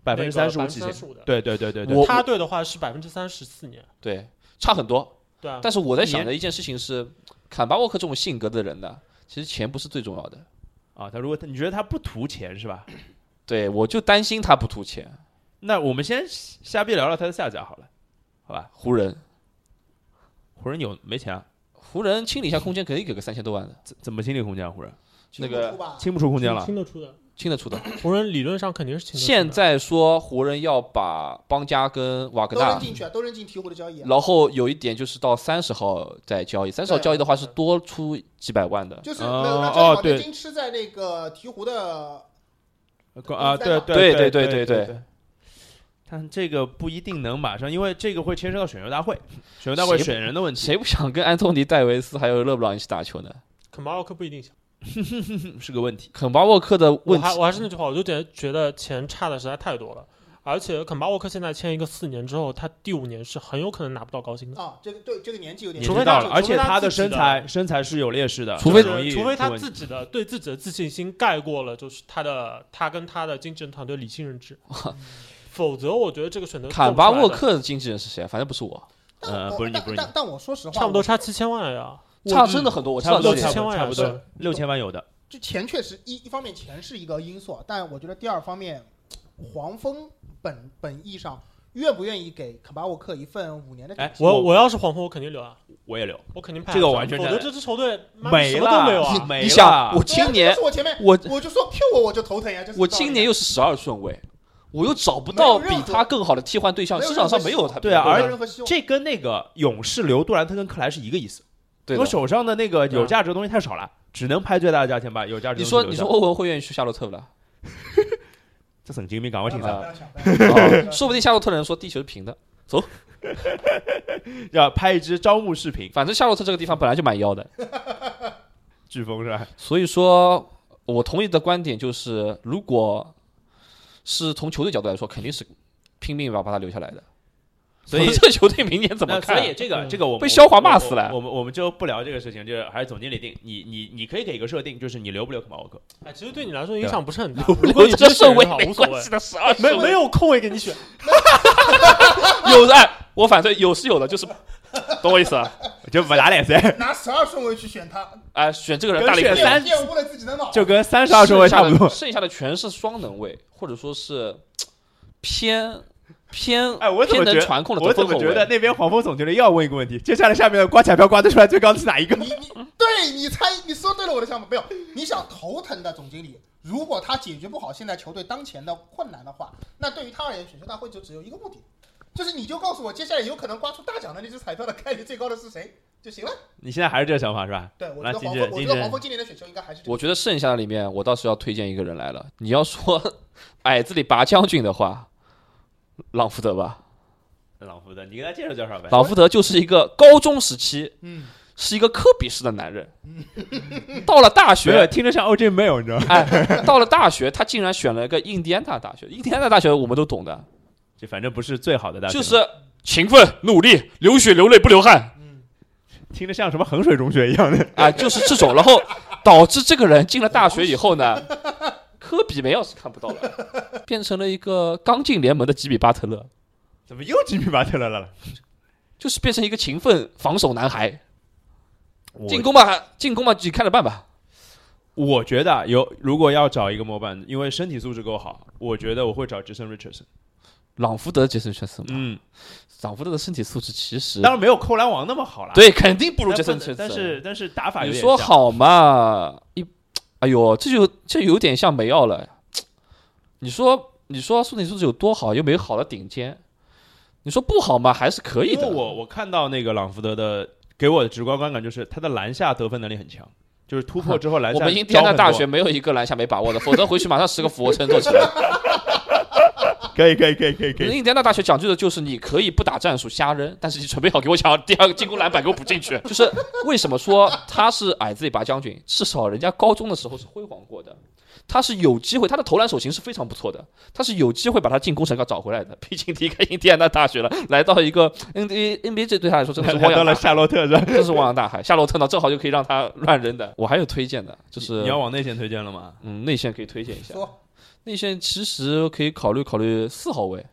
C: 百分之三十五
B: 五
C: 起薪。
B: 的。
C: 对对对对对，
A: 我
B: 他队的话是百分之三十四年，
A: 对，差很多。
B: 对啊，
A: 但是我在想
C: 年
A: 的一件事情是，坎巴沃克这种性格的人呢，其实钱不是最重要的。
C: 啊，他如果他你觉得他不图钱是吧？
A: 对，我就担心他不图钱。
C: 那我们先瞎逼聊聊他的下家好了，好吧？
A: 湖人，
C: 湖人有没钱啊？
A: 湖人清理一下空间可以给个三千多万的，
C: 怎怎么清理空间啊？湖人
A: 那
D: 清不出
A: 个
D: 吧
C: 清不出空间了
B: 听。得出的。
A: 清得出的。
B: 湖人理论上肯定是清得出的
A: 现在说湖人要把邦加跟瓦格
D: 都扔
A: 纳，
D: 进去啊，都扔进鹈鹕的交易啊。
A: 然后有一点就是到三十号再交易，三十号交易的话是多出几百万的。
D: 就是
C: 哦
D: 那那正
C: 哦
D: 好
C: 对
D: 金吃在那个鹈鹕的，
C: 呃啊，对
D: 对
C: 对
A: 对
C: 对
A: 对对
C: 对。但这个不一定能马上，因为这个会牵涉到选秀大会，选秀大
A: 谁
C: 会
A: 不
C: 选人的问题，
A: 谁不想跟安东尼戴维斯还有勒布朗一起打球呢？
B: 肯巴沃克不一定想。
C: 嗯是个问题。
A: 肯巴沃克的
B: 我
A: 问题
B: 还，我还是那句话，我就觉得觉得钱差的实在太多了。而且肯巴沃克现在签一个四年之后，他第五年是很有可能拿不到高薪的，
D: 啊，这个对这个年纪有点
C: 年
B: 除
C: 纪
B: 非
C: 大
B: 他
C: 了，
B: 除
C: 而且
B: 非他
C: 他的
B: 自己
C: 身
B: 的
C: 材身材是有劣势的，
A: 除非
C: 很容易
B: 除非他
C: 出问题
B: 自己的对自己的自信心盖过了，就是他的他跟他的经纪人团队理性认知，否则我觉得这个
A: (laughs)
B: 选择
A: 坎巴沃
B: 做不出来的
A: 克的经纪人是谁？反正不是我，
D: 但
C: 呃
D: 我
C: 不是你
D: 但
C: 不是你
D: 但但我说实话，
B: 差不多差七千万呀，
A: 差真的很多，我知
C: 差
A: 道
C: 不多
A: 这
B: 六
A: 点
C: 差
B: 千
C: 不多
B: 万
C: 差不
B: 呀
C: 多
B: 是
C: 六千万有的。
D: 就钱确实一一方面钱是一个因素，啊但我觉得第二方面，黄蜂本本意上愿不愿意给肯巴沃克一份五年的
C: 哎，
B: 我
C: 我
B: 我要是黄蜂，我肯定留啊，
C: 我也留，
B: 我肯定派
C: 这个
B: 他走
C: 完全
B: 否
C: 站
B: 则
C: 在
B: 这支球队妈的
C: 没
B: 什么都没有
C: 了， (laughs)
B: 啊。
C: 没
A: 你想，
C: 了
A: 我今
D: 对啊
A: 年
D: 这就是我前面
A: 我
D: 我就说 Q 我我就头疼呀，就是
A: 我今年又是十二顺位，我又找不
D: 没
A: 到
D: 有任
A: 比
D: 何
A: 他更好的替换对象，
D: 没有
A: 市场上
D: 任何
A: 没有他。
C: 对啊
D: 没
C: 而
D: 有任何希望。
C: 这跟那个勇士留杜兰特跟克莱是一个意思。
A: 对的
C: 我手上的那个
B: 对啊
C: 有价值的东西太少了，只能拍最大的价钱把有价值
A: 你
C: 的
A: 说
C: 东西留
A: 你
C: 下
A: 说欧文会愿意去夏洛特不
C: (laughs)
A: 啦？
C: 这神经病，赶快停
D: 不
C: 下来
A: 啊 (laughs)
D: 要想不要想不要想
A: 哦说不定夏洛特人说地球是平的，
C: 要拍一支招募视频，
A: 反正夏洛特这个地方本来就蛮妖的。
C: 飓风是吧？
A: 所以说我同意的观点就是，如果是从球队角度来说，肯定是拼命要把他留下来的。
C: 所 (laughs) 以
A: (laughs) 这个球队明年怎么
C: 那
A: 看
C: 所？以这个
B: 嗯
C: 这个我们
A: 被肖华骂死了
C: 我们我们我们就不聊这个事情，就是还是总经理定。你你你可以给一个设定，就是你留不留肯巴沃克？
B: 哎，其实对你来说影响不是很大。
A: 留
B: 如果你
A: 这个
B: 真选
A: 顺位
B: 的话
A: 没
B: 无所
A: 关
B: 谓
A: 系，的，十二
B: 没
A: 顺位
B: 没有空位给你选。
A: 有的，哎我反正有是有的，就是懂我意思啊？
C: (laughs) 就不 (laughs) 打脸噻，
D: 拿十二顺位去选他，
A: 哎，选 (laughs) 这个人
C: 跟
A: 大力
C: 选
A: 不
C: 三
A: 三，
D: 玷玷污了自己的脑。
C: 就跟三十二顺位差不多。
A: 剩下的全是双能位，或者说是偏偏
C: 哎我怎么
A: 偏
C: 觉
A: 能
C: 得
A: 传控的
C: 我
A: 得
C: 怎
A: 分后
C: 么觉得
A: 卫？
C: 那边黄蜂总经理又要问一个问题？接下来下面的刮彩票刮得出来最高的是哪一个？ (laughs)
D: 你你对你猜你说对了我的想法没有？你想头疼的总经理，如果他解决不好现在球队当前的困难的话，那对于他而言，选秀大会就只有一个目的，就是你就告诉我接下来有可能刮出大奖的那只彩票的概率最高的是谁就行了。
C: 你现在还是这个想法是吧？
D: 对我
C: 那
D: 觉得
C: 金志金志
D: 黄蜂，我觉得黄蜂今年的选秀应该还是这
A: 我
D: 个。
A: 觉得剩下的里面，我倒是要推荐一个人来了。你要说 (laughs) 矮子里拔将军的话，朗福德吧，
C: 朗福德，你给他介绍介绍呗。
A: 朗福德就是一个高中时期
D: 嗯，
A: 是一个科比式的男人， (laughs) 到了大
C: 没有
A: 学，
C: 听着像 OJ 没有，你知道吗？
A: 哎，到了大学，他竟然选了一个印第安纳大学。印第安纳大学我们都懂的，
C: 就反正不是最好的大学，
A: 就是勤奋、努力、流血、流泪不流汗，
D: 嗯
C: 听着像什么衡水中学一样的。
A: 啊，就是这种，然后导致这个人进了大学以后呢， (laughs) 科比没有是看不到了，变成了一个刚进联盟的吉米巴特勒，
C: 怎么又吉米巴特勒了？
A: 就是变成一个勤奋防守男孩，
C: 我
A: 进攻吧，进攻吧，自己看着办吧。
C: 我觉得啊有，如果要找一个模板，因为身体素质够好，我觉得我会找 Jason Richardson。
A: 朗福德杰森切斯嘛，
C: 嗯，
A: 朗福德的身体素质其实
C: 当然没有扣篮王那么好了，
A: 对肯定不
C: 但
A: 如
C: 不
A: 杰
C: 能，
A: 森切斯，
C: 但是但是打法有
A: 你
C: 点
A: 说
C: 像，
A: 好嘛？一，哎呦，这就这有点像梅奥了。你说你说身体素质有多好，又没有好的顶尖，你说不好吗？还是可以
C: 因为
A: 的。
C: 我我看到那个朗福德的给我的直观观感就是他的篮下得分能力很强，就是突破之后篮
A: 我
C: 下
A: 们印第安纳
C: 招很多
A: 大学没有一个篮下没把握的，否则回去马上十个俯卧撑做起来。
C: 可以可以可以可以可
A: 我们
C: 以，
A: 印第安纳大学讲究的就是你可以不打战术瞎扔，但是你准备好给我抢第二个进攻篮板给我补进去。就是为什么说他是矮子里拔将军，至少人家高中的时候是辉煌过的。他是有机会，他的投篮手型是非常不错的，他是有机会把他进攻神给找回来的。毕竟离开印第安纳大学了，来到一个 NBA NBA 这对他来说
C: (laughs)
A: 真的是汪
C: 来到
A: 洋大
C: 了
A: 海，
C: 夏洛特是吧？
A: 真是汪洋大海。夏洛特呢，正好就可以让他乱扔的。我还有推荐的，就是
C: 你要往内线推荐了吗？
A: 嗯内线可以推荐一下。
D: 说
A: 内线其实可以考虑考虑四号位，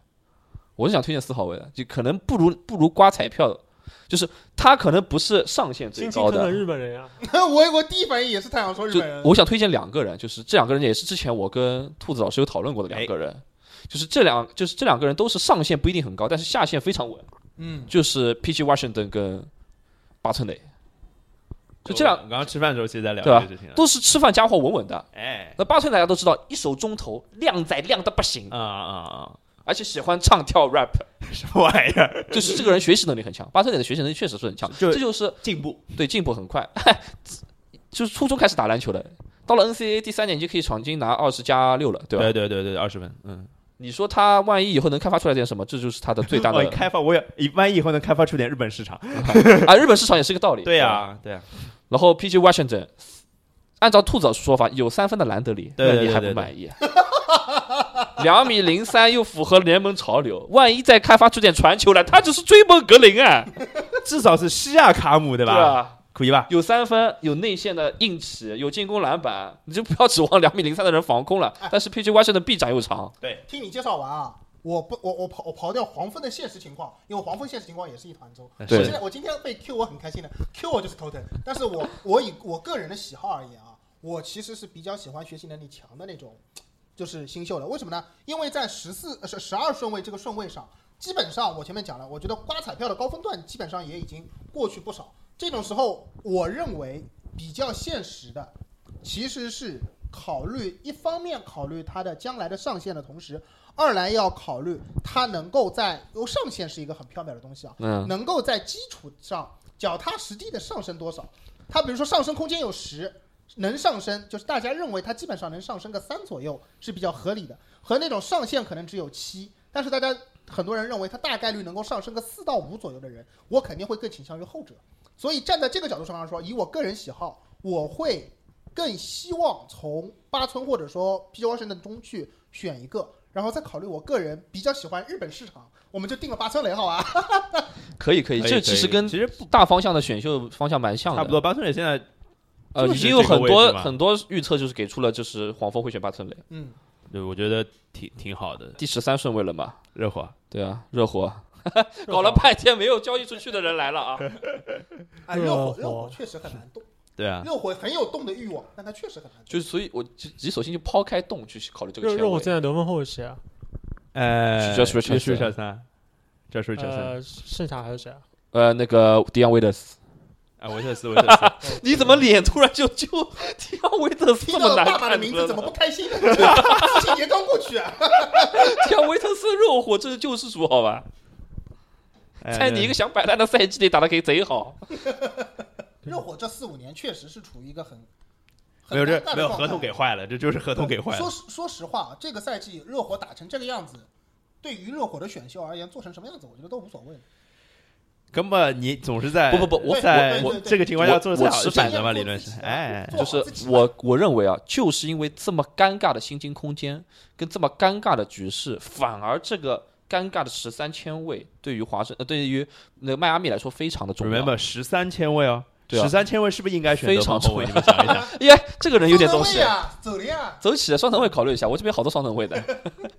A: 我是想推荐四号位的，就可能不如不如刮彩票的，就是他可能不是上限最
B: 辛
A: 高
B: 勤恳
A: 的
B: 恳。日本人呀，
D: (laughs) 我我第一反应也是太阳说日
A: 就
D: 本人，
A: 我想推荐两个人，就是这两个人也是之前我跟兔子老师有讨论过的两个
D: 哎
A: 人，就是这两就是这两个人都是上限不一定很高，但是下限非常稳，
D: 嗯，
A: 就是 P.G. Washington 跟巴特内，就这
C: 我
A: 两
C: 刚刚吃饭的时候其实在聊
A: 对吧
C: 这个事情啊，
A: 都是吃饭家伙稳稳的。
C: 哎
A: 那巴特内大家都知道，一手中投，靓仔靓的不行，
C: 啊啊啊，
A: 而且喜欢唱跳 rap，
C: 什么玩意儿？
A: 就是这个人学习能力很强，巴特点的学习能力确实是很强，
C: 就
A: 这就是
C: 进步
A: 对进步很快， (laughs) 就是初中开始打篮球的，到了 NCAA 第三年级可以闯进拿二十加六了，对吧？
C: 对对对对，二十分，嗯，
A: 你说他万一以后能开发出来点什么，这就是他的最大
C: (laughs) 哦
A: 的
C: 开发，我也万一以后能开发出点日本市场，
A: 啊！日本市场也是个道理。
C: 对
A: 呀、
C: 呀对呀，
A: 然后 PG Washington，按照兔子的说法，有三分的兰德里，
C: 对对
A: 那你还
C: 对
A: 不
C: 对
A: 满意？啊 (laughs) 两米零三又符合联盟潮流，万一再开发出点传球来，他就是追梦格林啊，
C: 至少是西亚卡姆对啊
A: 对啊
C: 吧？
A: 吧？
C: 可以吧？
A: 有三分，有内线的硬起，有进攻篮板，你就不要指望两米零三的人防空
D: 哎
A: 了。但是 PG Washington 臂展又长，
D: 听你介绍完啊，我不我我刨我刨掉黄蜂的现实情况，因为黄蜂现实情况也是一团糟。
A: 对
D: 我现在我今天被 Q 我很开心的，Q 我就是头疼。但是我 (laughs) 我以我个人的喜好而言啊，我其实是比较喜欢学习能力强的那种，就是新秀的。为什么呢？因为在十四呃是十二顺位这个顺位上，基本上我前面讲了，我觉得刮彩票的高峰段基本上也已经过去不少。这种时候，我认为比较现实的其实是考虑一方面考虑他的将来的上限的同时，二来要考虑他能够在，因为上限是一个很缥缈的东西啊，
A: 嗯，
D: 能够在基础上脚踏实地的上升多少？它比如说上升空间有十，能上升，就是大家认为它基本上能上升个三左右是比较合理的，和那种上限可能只有七，但是大家很多人认为它大概率能够上升个四到五左右的人，我肯定会更倾向于后者。所以站在这个角度上来说，以我个人喜好，我会更希望从八村或者说 P.J. Washington 中去选一个，然后再考虑我个人比较喜欢日本市场，我们就定了八村垒好吧？
A: 可以可以，
C: 可
A: 这
C: 以哎可以
A: 其实跟
C: 其实
A: 大方向的选秀方向蛮像的，
C: 差不。多，巴特也现在
A: 呃，
C: 就
A: 已
C: 是
A: 经有很
C: 这个位
A: 多
C: 置嘛
A: 很多预测就是给出了，就是黄蜂会选巴特雷，
D: 嗯。
C: 对我觉得挺挺好的，
A: 第十三顺位了嘛？
C: 热火。
A: 对啊，热火搞了半天没有交易出去的人来了 (laughs) 啊！
D: 啊，
B: 热
D: 热火
B: 火
D: 热火确实很难动，
C: 对啊，
D: 热火很有动的欲望，但它确实很难动。
A: 就是所以，我就你索性就抛开洞去考虑这个
B: 热
A: 前
B: 热火
A: 卫。
B: 现在得分后卫是谁啊？
C: 呃
A: Josh Richardson
C: 三，这是 Richardson，
B: 呃，剩下还有谁啊？
A: 呃，那个迪安威德斯，
C: 啊，维特斯，维特
A: (laughs)
C: 斯，
A: 你怎么脸突然就 (laughs) 就迪安威德斯
D: 听
A: 这
D: 到
A: 么难
D: 爸爸
A: 看
D: 的
A: 呢？
D: 名字怎么不开心呢？ (laughs) 父亲节刚过去啊！
A: 像维特斯热火，这是救世主，好吧？
C: 哎
A: 在你一个想摆烂的赛季里打得给贼好，
D: 热火这四五年确实是处于一个很
C: 没有这
D: 很尴尬的
C: 没有
D: 状态
C: 合同给坏了，这就是合同给坏
D: 说
C: 了。
D: 实说实话，啊这个赛季热火打成这个样子，对于热火的选秀而言，做成什么样子，我觉得都无所谓。
C: 根本你总是在
A: 不不不我
C: 在
D: 我我
C: 这个情况下做的最
A: 我
C: 好
A: 我持
C: 的
A: 反
C: 选择嘛，
D: 的
C: 理论是，
D: 做
C: 哎，
D: 做
A: 就是我我认为啊，就是因为这么尴尬的薪金空间跟这么尴尬的局势，反而这个尴尬的十三千位对于华盛呃对于那个迈阿密来说非常的重要。
C: remember 十三千位哦，
A: 对啊
C: 十三千位是不是应该选
A: 非
C: 择
A: 常
C: 后卫？
A: 重
C: 你们想一想，
A: 耶，哎这个人有点东西。
D: 啊，走了呀！
A: 走起，双能位考虑一下，我这边好多双能位的，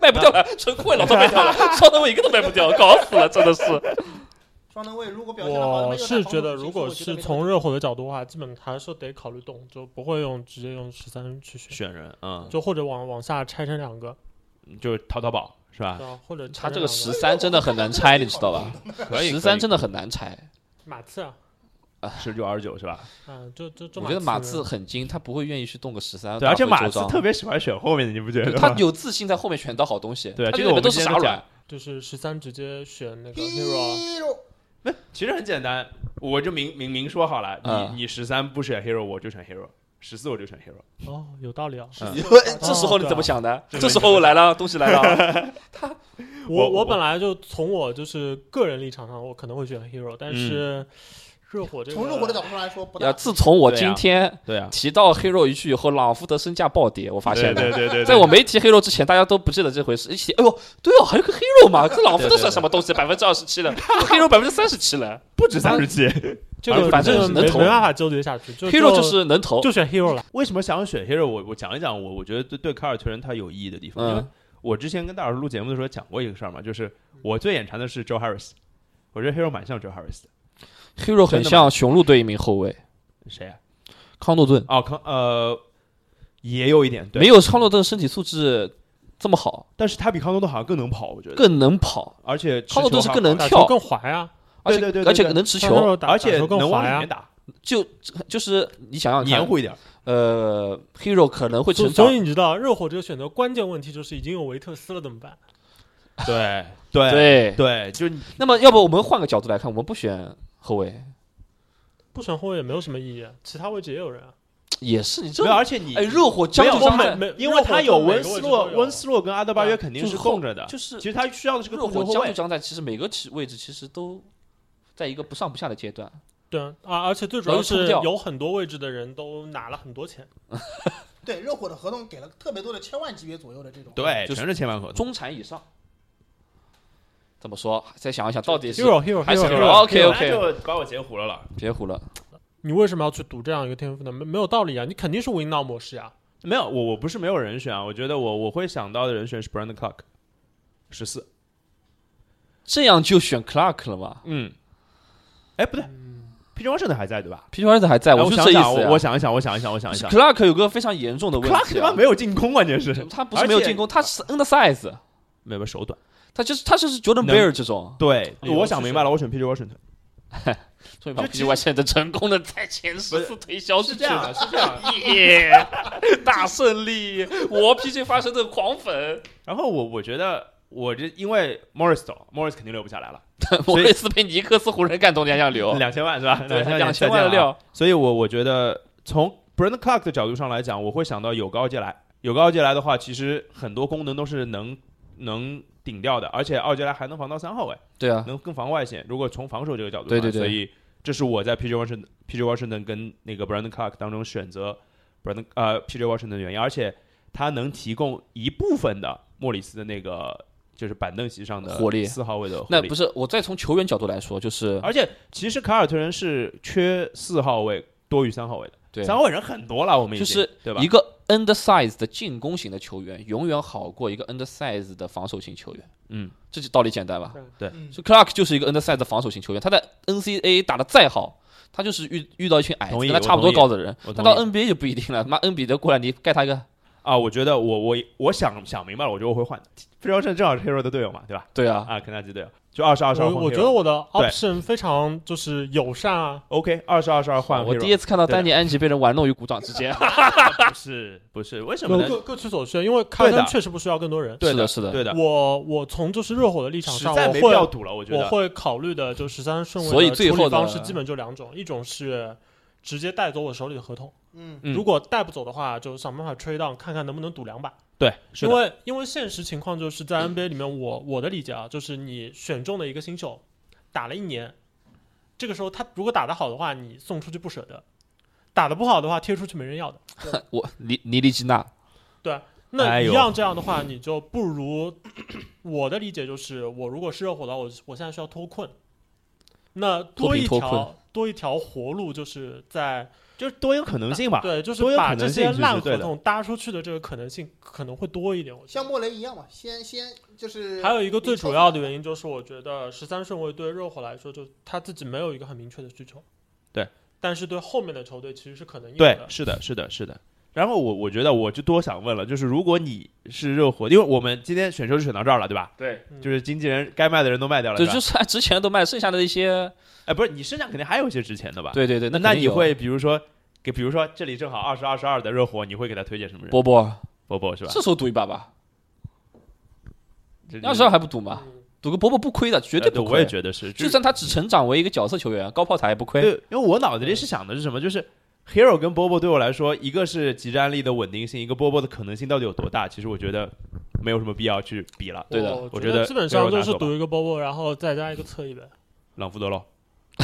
A: 卖不掉了， (laughs) 纯库位老早卖掉 (laughs) 了，双能位一个都卖不掉，搞死了，真的是。
D: 双能卫如果表现得好，
B: 我
D: 没有
B: 是
D: 打防
B: 觉得，
D: 守
B: 如果
D: 其实
B: 是
D: 我觉得没
B: 从热火的角度的话，基本还是得考虑动，就不会用直接用十三去选，
C: 选人，嗯，
B: 就或者往往下拆成两个，
C: 就是淘淘宝是吧？
B: 对吧？或者拆
A: 他
B: 成
A: 这个
B: 两
A: 十三真的很难拆，你知道吧？
C: 可以，
A: 十三真
C: 真
A: 的很难拆。
B: 马刺啊，
C: 十九二十九是吧？
B: 啊，就就就
A: 我觉得马刺
B: 刺
A: 很精，他不会愿意去动个十三。
C: 对，而且
A: 打回
C: 马
A: 周
C: 刺
A: 章
C: 特别喜欢选后面的，你不觉
A: 对
C: 得
A: 他
C: 吗？
A: 有自信在后面全当好东西，
C: 对啊
A: 他这
C: 这
A: 里
C: 个我
A: 面
C: 们
A: 都是
C: 之前
A: 傻
C: 都
A: 软，
B: 就是十三直接选那个 hero，啊
D: Hero
C: 那其实很简单，我就明明明说好了，你、
A: 嗯
C: 你十三不选 hero，我就选 hero，十四我就选 hero。
B: 哦，有道理啊。
C: 嗯
A: 这时候你怎么想的？这时候我来了，东西来
C: (laughs)
A: 了。
B: 我
C: 我
B: 我本来就从我就是个人立场上，我可能会选 hero，但是热火这个
D: 从热火的角度上来说不
A: 呀，
D: 大，
A: 自从我今天
C: 对啊，
A: 提到 hero 一句以后，朗福德身价暴跌，我发现
C: 对
A: 了。
C: 对对 (laughs) 对，
A: 在我没提 hero 之前，大家都不记得这回事。一起，哎呦，对哦，还有个 hero 嘛，这朗福德算什么东西？百分之二十七了，hero 百分之三十七了。
C: 不止三十七。
B: 这个
A: 反正是
B: 没
A: 能投
B: 没办法纠结下去就
A: hero 就是能投，
B: 就选 hero 了。
C: (laughs) 为什么想选 hero？我我讲一讲我我觉得对对凯尔特人他有意义的地方，因为
A: 嗯，
C: 我之前跟大老师录节目的时候讲过一个事儿嘛，就是我最眼馋的是 Joe Harris，我觉得 hero 蛮像 Joe Harris 的。
A: ，hero 很像雄鹿队一名后卫
C: 谁啊？
A: 康诺顿，
C: 哦，康呃，也有一点对，
A: 没有康诺顿身体素质这么好，
C: 但是他比康多顿好像更能跑，我觉得，
A: 更能跑，
C: 而且持
A: 康诺顿
C: 球
A: 是
C: 好
A: 更能
B: 打球
A: 跳，
B: 更滑呀，
A: 而且
C: 对对对对
A: 而且能持
B: 打
A: 球，
B: 球打
C: 而且
B: 打球更啊
C: 能往
B: 滑
C: 里
B: 呀
C: 面。打，
A: 就就是你想想
C: 黏
A: 看，
C: 糊一
B: (laughs)
C: 点。
A: 呃，hero 可能会
B: 所
A: 成
B: 所
A: 长，
B: 以你知道热火这个选择关键问题就是已经有维特斯了怎么办？
C: 对对
A: 对。
C: 对，就是你
A: 那么，要不我们换个角度来看，我们不选后卫，
B: 不选后卫也没有什么意义，其他位置也有人啊。
A: 也是你这
C: 没有，，而且你
A: 哎，热火将
C: 没
A: 就
C: 有
A: 他
C: 他
A: 们
C: 们
B: 没
C: 因为他有温斯
B: 斯
C: 洛，温
B: 斯
C: 斯洛跟阿德巴约肯定
A: 啊就是是后
C: 供着的，
A: 就是
C: 其实他需要的是个
A: 热
C: 控
A: 火
C: 球后
A: 将就
C: 卫。
A: 将在，其实每个其位置其实都在一个不上不下的阶段。
B: 对啊，啊而且最主要
A: 然后冲
B: 是
A: 掉
B: 有很多位置的人都拿了很多钱，
D: 对热火的合同给了特别多的千万级别左右的这种，
C: 对，
A: 就是
C: 全是千万合同。
A: 中产以上。怎么说？再想一想，到底是
B: hero hero
A: 还是
B: hero
A: hero，OK，OK
B: hero
C: 本来就把我截胡了了。
A: 别胡了。
B: 你为什么要去赌这样一个天赋呢？没没有道理啊！你肯定是 win now 模式啊。
C: 没有，我我不是没有人选啊，我觉得我我会想到的人选是 Brandon Clark，十四。
A: 这样就选 Clark 了吗
C: 嗯，哎，不对，P. Johnson 还在对吧？
A: ？P. 圈子还在，
C: 哎
A: 嗯就
C: 想
A: 这意思
C: 想，我
A: 呀
C: 我。想一想，我想一想，我想一想。
A: Clark 有个非常严重的问
C: Clark
A: 题
C: 他妈
A: 啊，
C: 没有进攻，关键是
A: 他不是没有进攻，他是 N 的 size，
C: 没有手短。
A: 他就是他就是 Jordan
C: 能
A: Bear 这种，
C: 对，
B: 理由
C: 我
B: 是
C: 想明
B: 什
C: 白了，我选 P. Johnson。
A: 所以把
C: 就
A: P. Y 现在成功的在前十次推销出去了，
C: 是这样。
A: 耶， (laughs) 大胜利！我 P. J 发生的狂粉， (laughs)
C: 然后我我觉得我这因为 Morris 走，Morris 肯定留不下来了，
A: 莫里斯被尼克斯湖人干动，你还想留？
C: 两千万是吧？
A: 对，
C: 千
A: 两千万啊
C: 的
A: 的料。
C: 所以我我觉得从 Brandon Clark 的角度上来讲，我会想到有高杰莱。有高杰莱的话，其实很多功能都是能能顶掉的，而且奥杰莱还能防到三号位，
A: 对啊，
C: 能更防外线。如果从防守这个角度上，
A: 对对对
C: 所以这是我在 PJ Washington、PJ Washington 跟那个 Brandon Clark 当中选择 Brandon 呃 PJ Washington 的原因，而且他能提供一部分的莫里斯的那个就是板凳席上的
A: 火力
C: 四号位的火
A: 那
C: 力
A: 不。是我再从球员角度来说，就是
C: 而且其实凯尔特人是缺四号位多于三号位的。
A: 对
C: 三号位人很多了，我们已经
A: 就是
C: 对吧
A: 一？个 undersize 的进攻型的球员，永远好过一个 undersize 的防守型球员。
C: 嗯，
A: 这就道理简单吧。
D: 嗯，
A: 所以 Clark 就是一个 undersize 的防守型球员，他在 NCAA 打的再好，他就是遇遇到一群矮子
C: 同意
A: 跟他差不多高的人
C: 我同，意
A: 但到 NBA 就不一定了。妈 NBA 过来你盖他一个，
C: 啊，我觉得我我我想想明白了，我觉得我会换的。费城正正好是 Hero 的队友嘛， (laughs) 对吧？
A: 对啊，
C: 啊，肯纳基队友就二十二十二
B: 我
C: 换 Hero。
B: 我觉得我的
C: 对
B: option 非常就是友善啊，
C: OK，二十二十二换 Hero。
A: 我第一次看到
C: 对的啊
A: 丹尼安吉被人玩弄于股掌之间。啊
C: 不是不是为什么呢？
B: 各各取所需，因为开
C: 对的
B: 灯确实不需要更多人。
C: (laughs) 对
A: 是的是的
C: 对的。
B: 我我从就是热火的立场
C: 实
B: 上，
C: 在
B: 我
C: 没必要
B: 会
C: 赌了，我觉
B: 我
C: 得。
B: 会考虑的就十三顺位
A: 所以
B: 的
A: 最
B: 处理
A: 后的
B: 方式基本就两种，一种是直接带走我手里的合同，
D: 嗯，
C: 嗯
B: 如果带不走的话，就想办法吹荡，看看能不能赌两把。
C: 对，是
B: 因
C: 的。
B: 为因为现实情况就是在 NBA 里面，我我的理解啊，就是你选中的一个新秀，打了一年，这个时候他如果打得好的话，你送出去不舍得；打得不好的话，贴出去没人要的。
A: 我尼尼利基纳，
B: 那
C: 哎
B: 一
C: 呦
B: 样这样的话，你就不如我的理解就是，我如果是热火的话，我我现在需要脱困，那多一
A: 脱贫脱困
B: 条多一条活路，就是在
C: 就是多一个可能性吧。
B: 对，就是
C: 多有
B: 把
C: 可
B: 这
C: 能性
B: 些
C: 是
B: 烂
C: 对
B: 合
C: 的
B: 同搭出去的这个可能性可能会多一点。我觉得。
D: 像莫雷一样嘛，先先就是
B: 还有一个最主要的原因就是，我觉得十三顺位对热火来说，就他自己没有一个很明确的需求。
C: 对，
B: 但是对后面的球队其实是可能有
C: 对
B: 的，。
C: 是的，是的，是的。然后我我觉得我就多想问了，就是如果你是热火，因为我们今天选秀是选到这儿了，对吧？
A: 对
B: 嗯
C: 就是经纪人该卖的人都卖掉了，
A: 对，
C: 吧
A: 就是他之前都卖，剩下的一些，
C: 哎，不是，你身上肯定还有一些值钱的吧？
A: 对对对，
C: 那
A: 肯定
C: 你
A: 有啊
C: 会比如说给，比如说这里正好二十二十二的热火，你会给他推荐什么人？
A: 波波，
C: 波波是吧？
A: 这时候赌一把吧。那时候还不赌吗？
C: 啊
A: 赌个伯伯不亏的，绝对
C: 嗯呃对，
A: 不
C: 我也
A: 亏。
C: 觉得是，
A: 就算他只成长为一个角色球员，高炮塔也不亏。
C: 对，因为我脑子里是想的是什么，就是 Hero 跟 Bobo 对我来说，一个是集战力的稳定性，一个 Bobo 的可能性到底有多大？其实我觉得没有什么必要去比了，
A: 对的
C: 我
B: 嗯我
C: 觉得
B: 基本
C: 没
B: 上
C: 有拿
B: 就是
C: 手吧
B: 赌一个波波，然后再加一个侧翼呗。
C: 朗福德咯。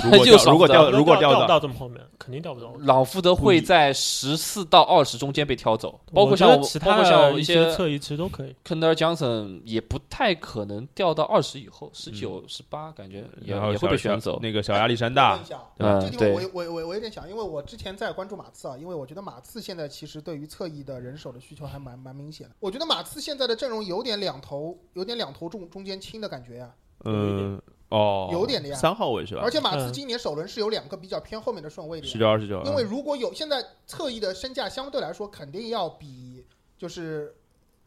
C: 如
A: (laughs)
C: 果
A: 又
C: 掉，如果
A: 少
C: 掉，
A: 了
C: 如果
B: 掉
C: 掉
B: 不
C: 到，
B: 到这么后面，肯定掉不到。
A: 朗福德会在十四到二十中间被挑走，包括
B: 我觉
A: 像
B: 得
A: 我，
B: 其
A: 包
B: 他
A: 括
B: 的
A: 像
B: 一
A: 一
B: 些
A: 些
B: 侧翼其实都可以。
A: 肯德尔·江森也不太可能掉到二十以后，十九、十八，感觉也
C: 嗯然后
A: 也
C: 小
A: 会被选走。
C: 那个小亚历山
D: 我
C: 大
D: 问一，下啊，
A: 嗯
D: 这个地
A: 对
D: 方我我我我有点想，因为我之前在关注马刺啊，因为我觉得马刺现在其实对于侧翼的人手的需求还蛮蛮明显的。我觉得马刺现在的阵容有点两头，有点两头中中间轻的感觉呀、
C: 嗯，哦，
D: 有点的呀
C: 三号位是吧
D: 而？且马刺
B: 嗯
D: 今年首轮是有两个比较偏后面的顺位的呀
C: 十，九二十九，嗯
D: 因为如果有现在侧翼的身价相对来说肯定要比就是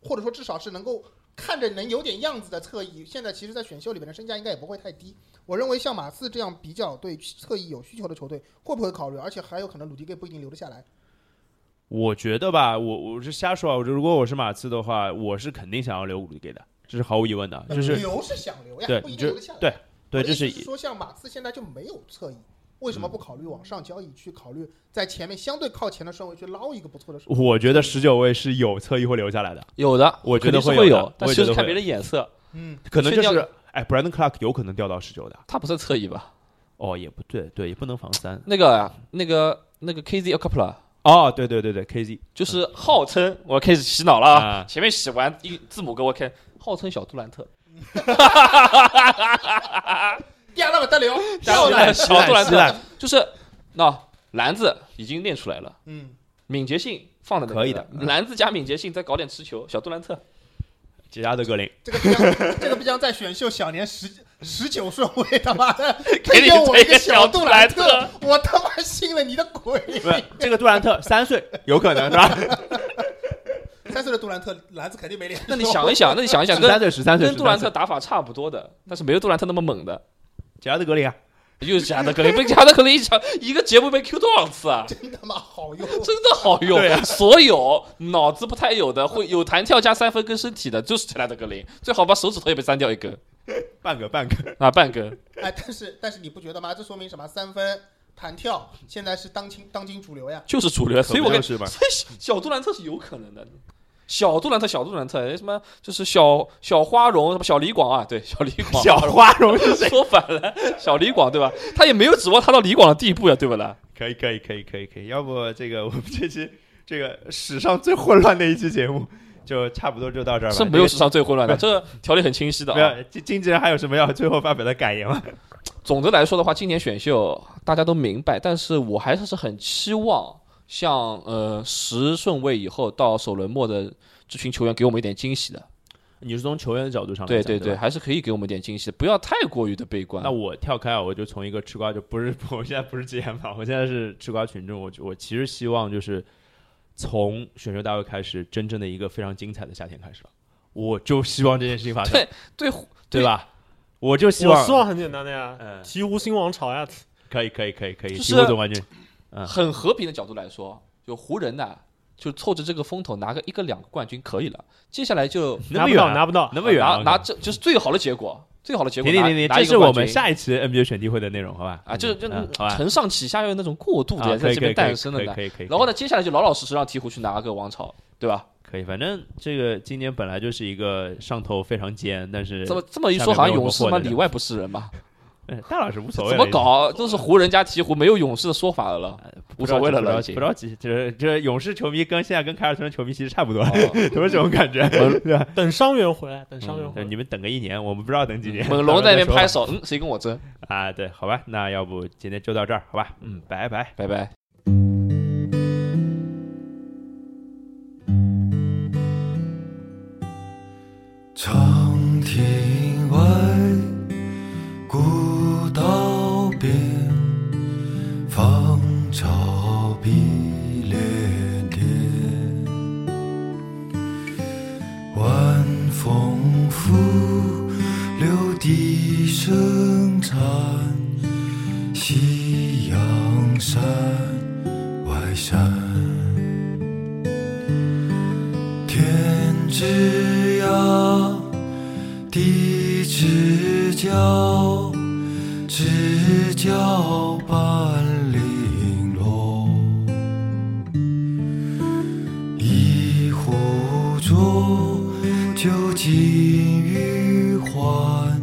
D: 或者说至少是能够看着能有点样子的侧翼，现在其实，在选秀里面的身价应该也不会太低。我认为像马刺这样比较对侧翼有需求的球队会不会考虑，而且还有可能鲁迪盖不一定留得下来。
C: 我觉得吧，我我是瞎说啊，我觉得如果我是马刺的话，我是肯定想要留古里给的，这是毫无疑问的，嗯就是
D: 呃留是想留
C: 对
D: 呀，不一
C: 就
D: 定留得下来。
C: 对对，
D: 嗯我的
C: 这
D: 意
C: 是嗯
D: 思说像马刺现在就没有侧翼，为什么不考虑往上交易，去考虑在前面相对靠前的顺位去捞一个不错的顺位？
C: 我觉得十九位是有侧翼会留下来的，
A: 有的，
C: 我觉
A: 肯
C: 得
A: 定是
C: 会
A: 会
C: 有的
A: 但
C: 我也觉
A: 就
C: 得
A: 是看
C: 会
A: 别人眼色。
D: 嗯，
C: 可能就
A: 确
C: 是
A: 定
C: 哎，Brandon Clark 有可能掉到十九的，
A: 他不是侧翼吧？
C: 哦，也不对，对，也不能防三。
A: 那个、那个、那个 KZ a c a p l a
C: 哦，对对对对，KZ
A: 就是号称我开始洗脑了啊！
C: 啊，
A: 前面洗完一字母给我看，号称小杜兰特，
D: 第二大把
C: (laughs)
D: 单留，
A: 小
D: 要
A: 杜
D: 的，
A: 兰小杜兰
C: 希
A: 特
C: 腊
A: 就是那篮子已经练出来了，
D: 嗯，
A: 敏捷性放在那
C: 可以
A: 的
C: 的，嗯
A: 篮子加敏捷性，再搞点持球，小杜兰特。
C: 杰拉德格林，
D: 这个必将，这个必将在选秀小年十十九顺位，他妈的
A: (laughs) 给
D: 推
A: 你
D: 荐我
A: 推
D: 一
A: 个
D: 个
A: 小
D: 杜
A: 杜
D: 兰
A: 兰
D: (laughs) 特，我他妈信了你的鬼！
C: 不是这个杜兰特三岁，有可能是吧？
D: 三岁的杜兰特篮子肯定没练。
A: 那你想一想，那你想一 (laughs) 想，
C: 十三
A: 跟
C: 岁，十三岁，
A: 跟杜兰
C: 13岁
A: 特，打法差不多的，但是没有杜兰特那么猛的。
C: 杰拉德格林啊，
A: 又是加德格林，被加德格林一场一个节目被 Q 多少次 (laughs) 啊？
D: 真他妈好用，
A: 真的好用，
C: 对
A: 所有脑子不太有的，会有弹跳加三分跟身体的，就是加德格林，最好把手指头也被删掉一根
C: 半个半个，
A: 啊，半根。
D: 哎，但是但是你不觉得吗？这说明什么？三分弹跳现在是当今当今主流呀。
A: 就是主流，所以我跟
C: 是吧？
A: 所以小小杜兰特是有可能的。小杜兰特，小杜兰特，哎什么就是小小花荣，什么小李广啊？对， (laughs) 小李广，
C: 小花荣是谁？
A: 说反了，小李广对吧？他也没有指望他到李广的地步呀，对不啦？
C: 可以可以可以可以可以，要不这个我们这期这个史上最混乱的一期节目就差不多就到这儿吧。
A: 是没有史上最混乱的，这个条例很清晰的
C: 这个没
A: 啊。
C: 有经经纪人还有什么要最后发表的感言吗？
A: 总的来说的话，今年选秀大家都明白，但是我还是很期望像呃十顺位以后到首轮末的这群球员给我们一点惊喜的。
C: 你是从球员的角度上
A: 对
C: 来讲对吧
A: 对，还是可以给我们一点惊喜的，不要太过于的悲观
C: 那。我跳开啊，我就从一个吃瓜就不是， (laughs) 我现在不是 GM 啊，我现在是吃瓜群众。我我其实希望就是从选秀大会开始，真正的一个非常精彩的夏天开始了。我就希望这件事情发生，
A: 对
C: 对吧？我就希
B: 我
C: 望，
B: 希望很简单的呀
C: 嗯，
B: 提无新王朝呀，
C: 可以，可以，可以，可以，
A: 就是
C: 提过总冠军。嗯
A: 很和平的角度来说，就湖人呐、就凑着这个风头拿个一个两个冠军可以了。接下来就
C: 那
B: 拿不
C: 么远
B: 到
C: 啊，
B: 拿不到。
C: 那么远啊，
A: 拿拿这就是最好的结果，最好的结果
C: 停停
A: 拿
C: 停停，
A: 拿
C: 这
A: 一
C: 是
A: 个
C: 我
A: 冠
C: 们
A: 军。
C: 下一期 NBA 选题会的内容，好吧？
A: 啊，就是就
C: 嗯好吧。
A: 承上启下又有那种过渡
C: 啊
A: 的
C: 可
A: 在
C: 以
A: 这
C: 可
A: 边
C: 以可以
A: 诞生
C: 可
A: 的
C: 以
A: 呢。
C: 可以可以，
A: 然后呢，接下来就老老实实让鹈鹕去拿个王朝，对吧？
C: 可以，反正这个今年本来就是一个上头非常尖，但是
A: 这么这么一
C: 下
A: 说，
C: 面
A: 好像
C: 没有
A: 勇士
C: 获
A: 嘛
C: 得
A: 里外不是人嘛，
C: 哎大老师无所谓，
A: 怎么？搞都是湖人加鹈鹕，没有勇士的说法了了，无
C: 不
A: 所
C: 着急
A: 谓了
C: 不着
A: 了已
C: 急，
A: 经
C: 不。着急。这这勇士球迷跟现在跟凯尔特人球迷其实差不多，
A: 哦
C: (laughs) 都是这种感觉。 (laughs)
B: 等伤员回来，等伤员回
C: 嗯
B: 来
C: 你。们等个一年，我们不知道等几年。
A: 嗯猛龙在那边
C: 到时候再
A: 拍
C: 说
A: 手，嗯，谁跟我争？
C: 吧啊，对，好吧，那要不今天就到这儿，好吧？嗯，拜拜。
A: 拜拜。
E: 长亭外，古道边，芳草碧连天。晚风拂柳笛声残，夕阳山外山。天之涯，地之角，知交半零落。一壶浊，酒尽余欢，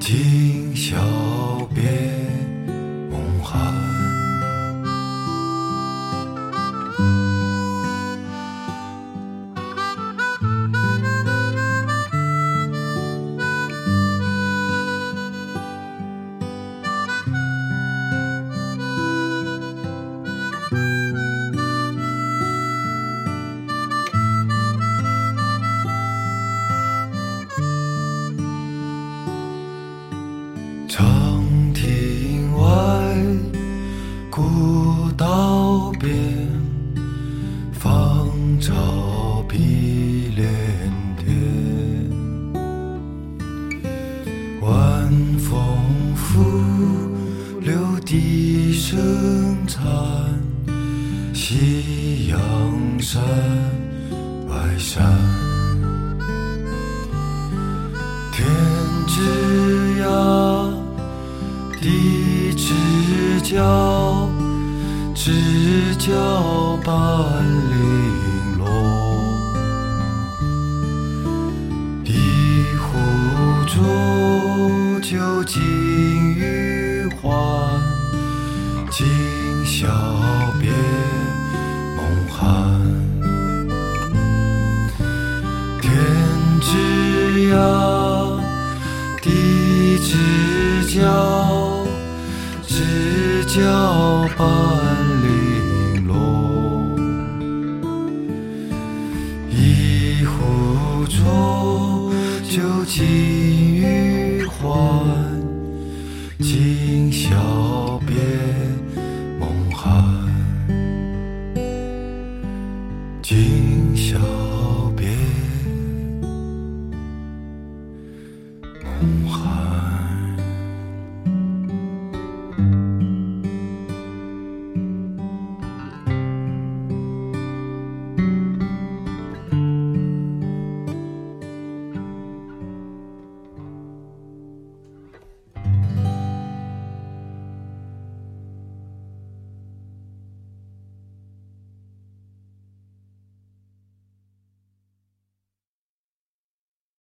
E: 今宵别梦寒。长亭外，古道边，芳草碧连天。晚风拂柳笛声残，夕阳山外山。天之涯，地之角，知交半零落。一壶浊酒尽余欢，今宵别梦寒。天之涯，地之角，知交半零落。一壶浊酒尽余欢，今宵别梦寒。今宵。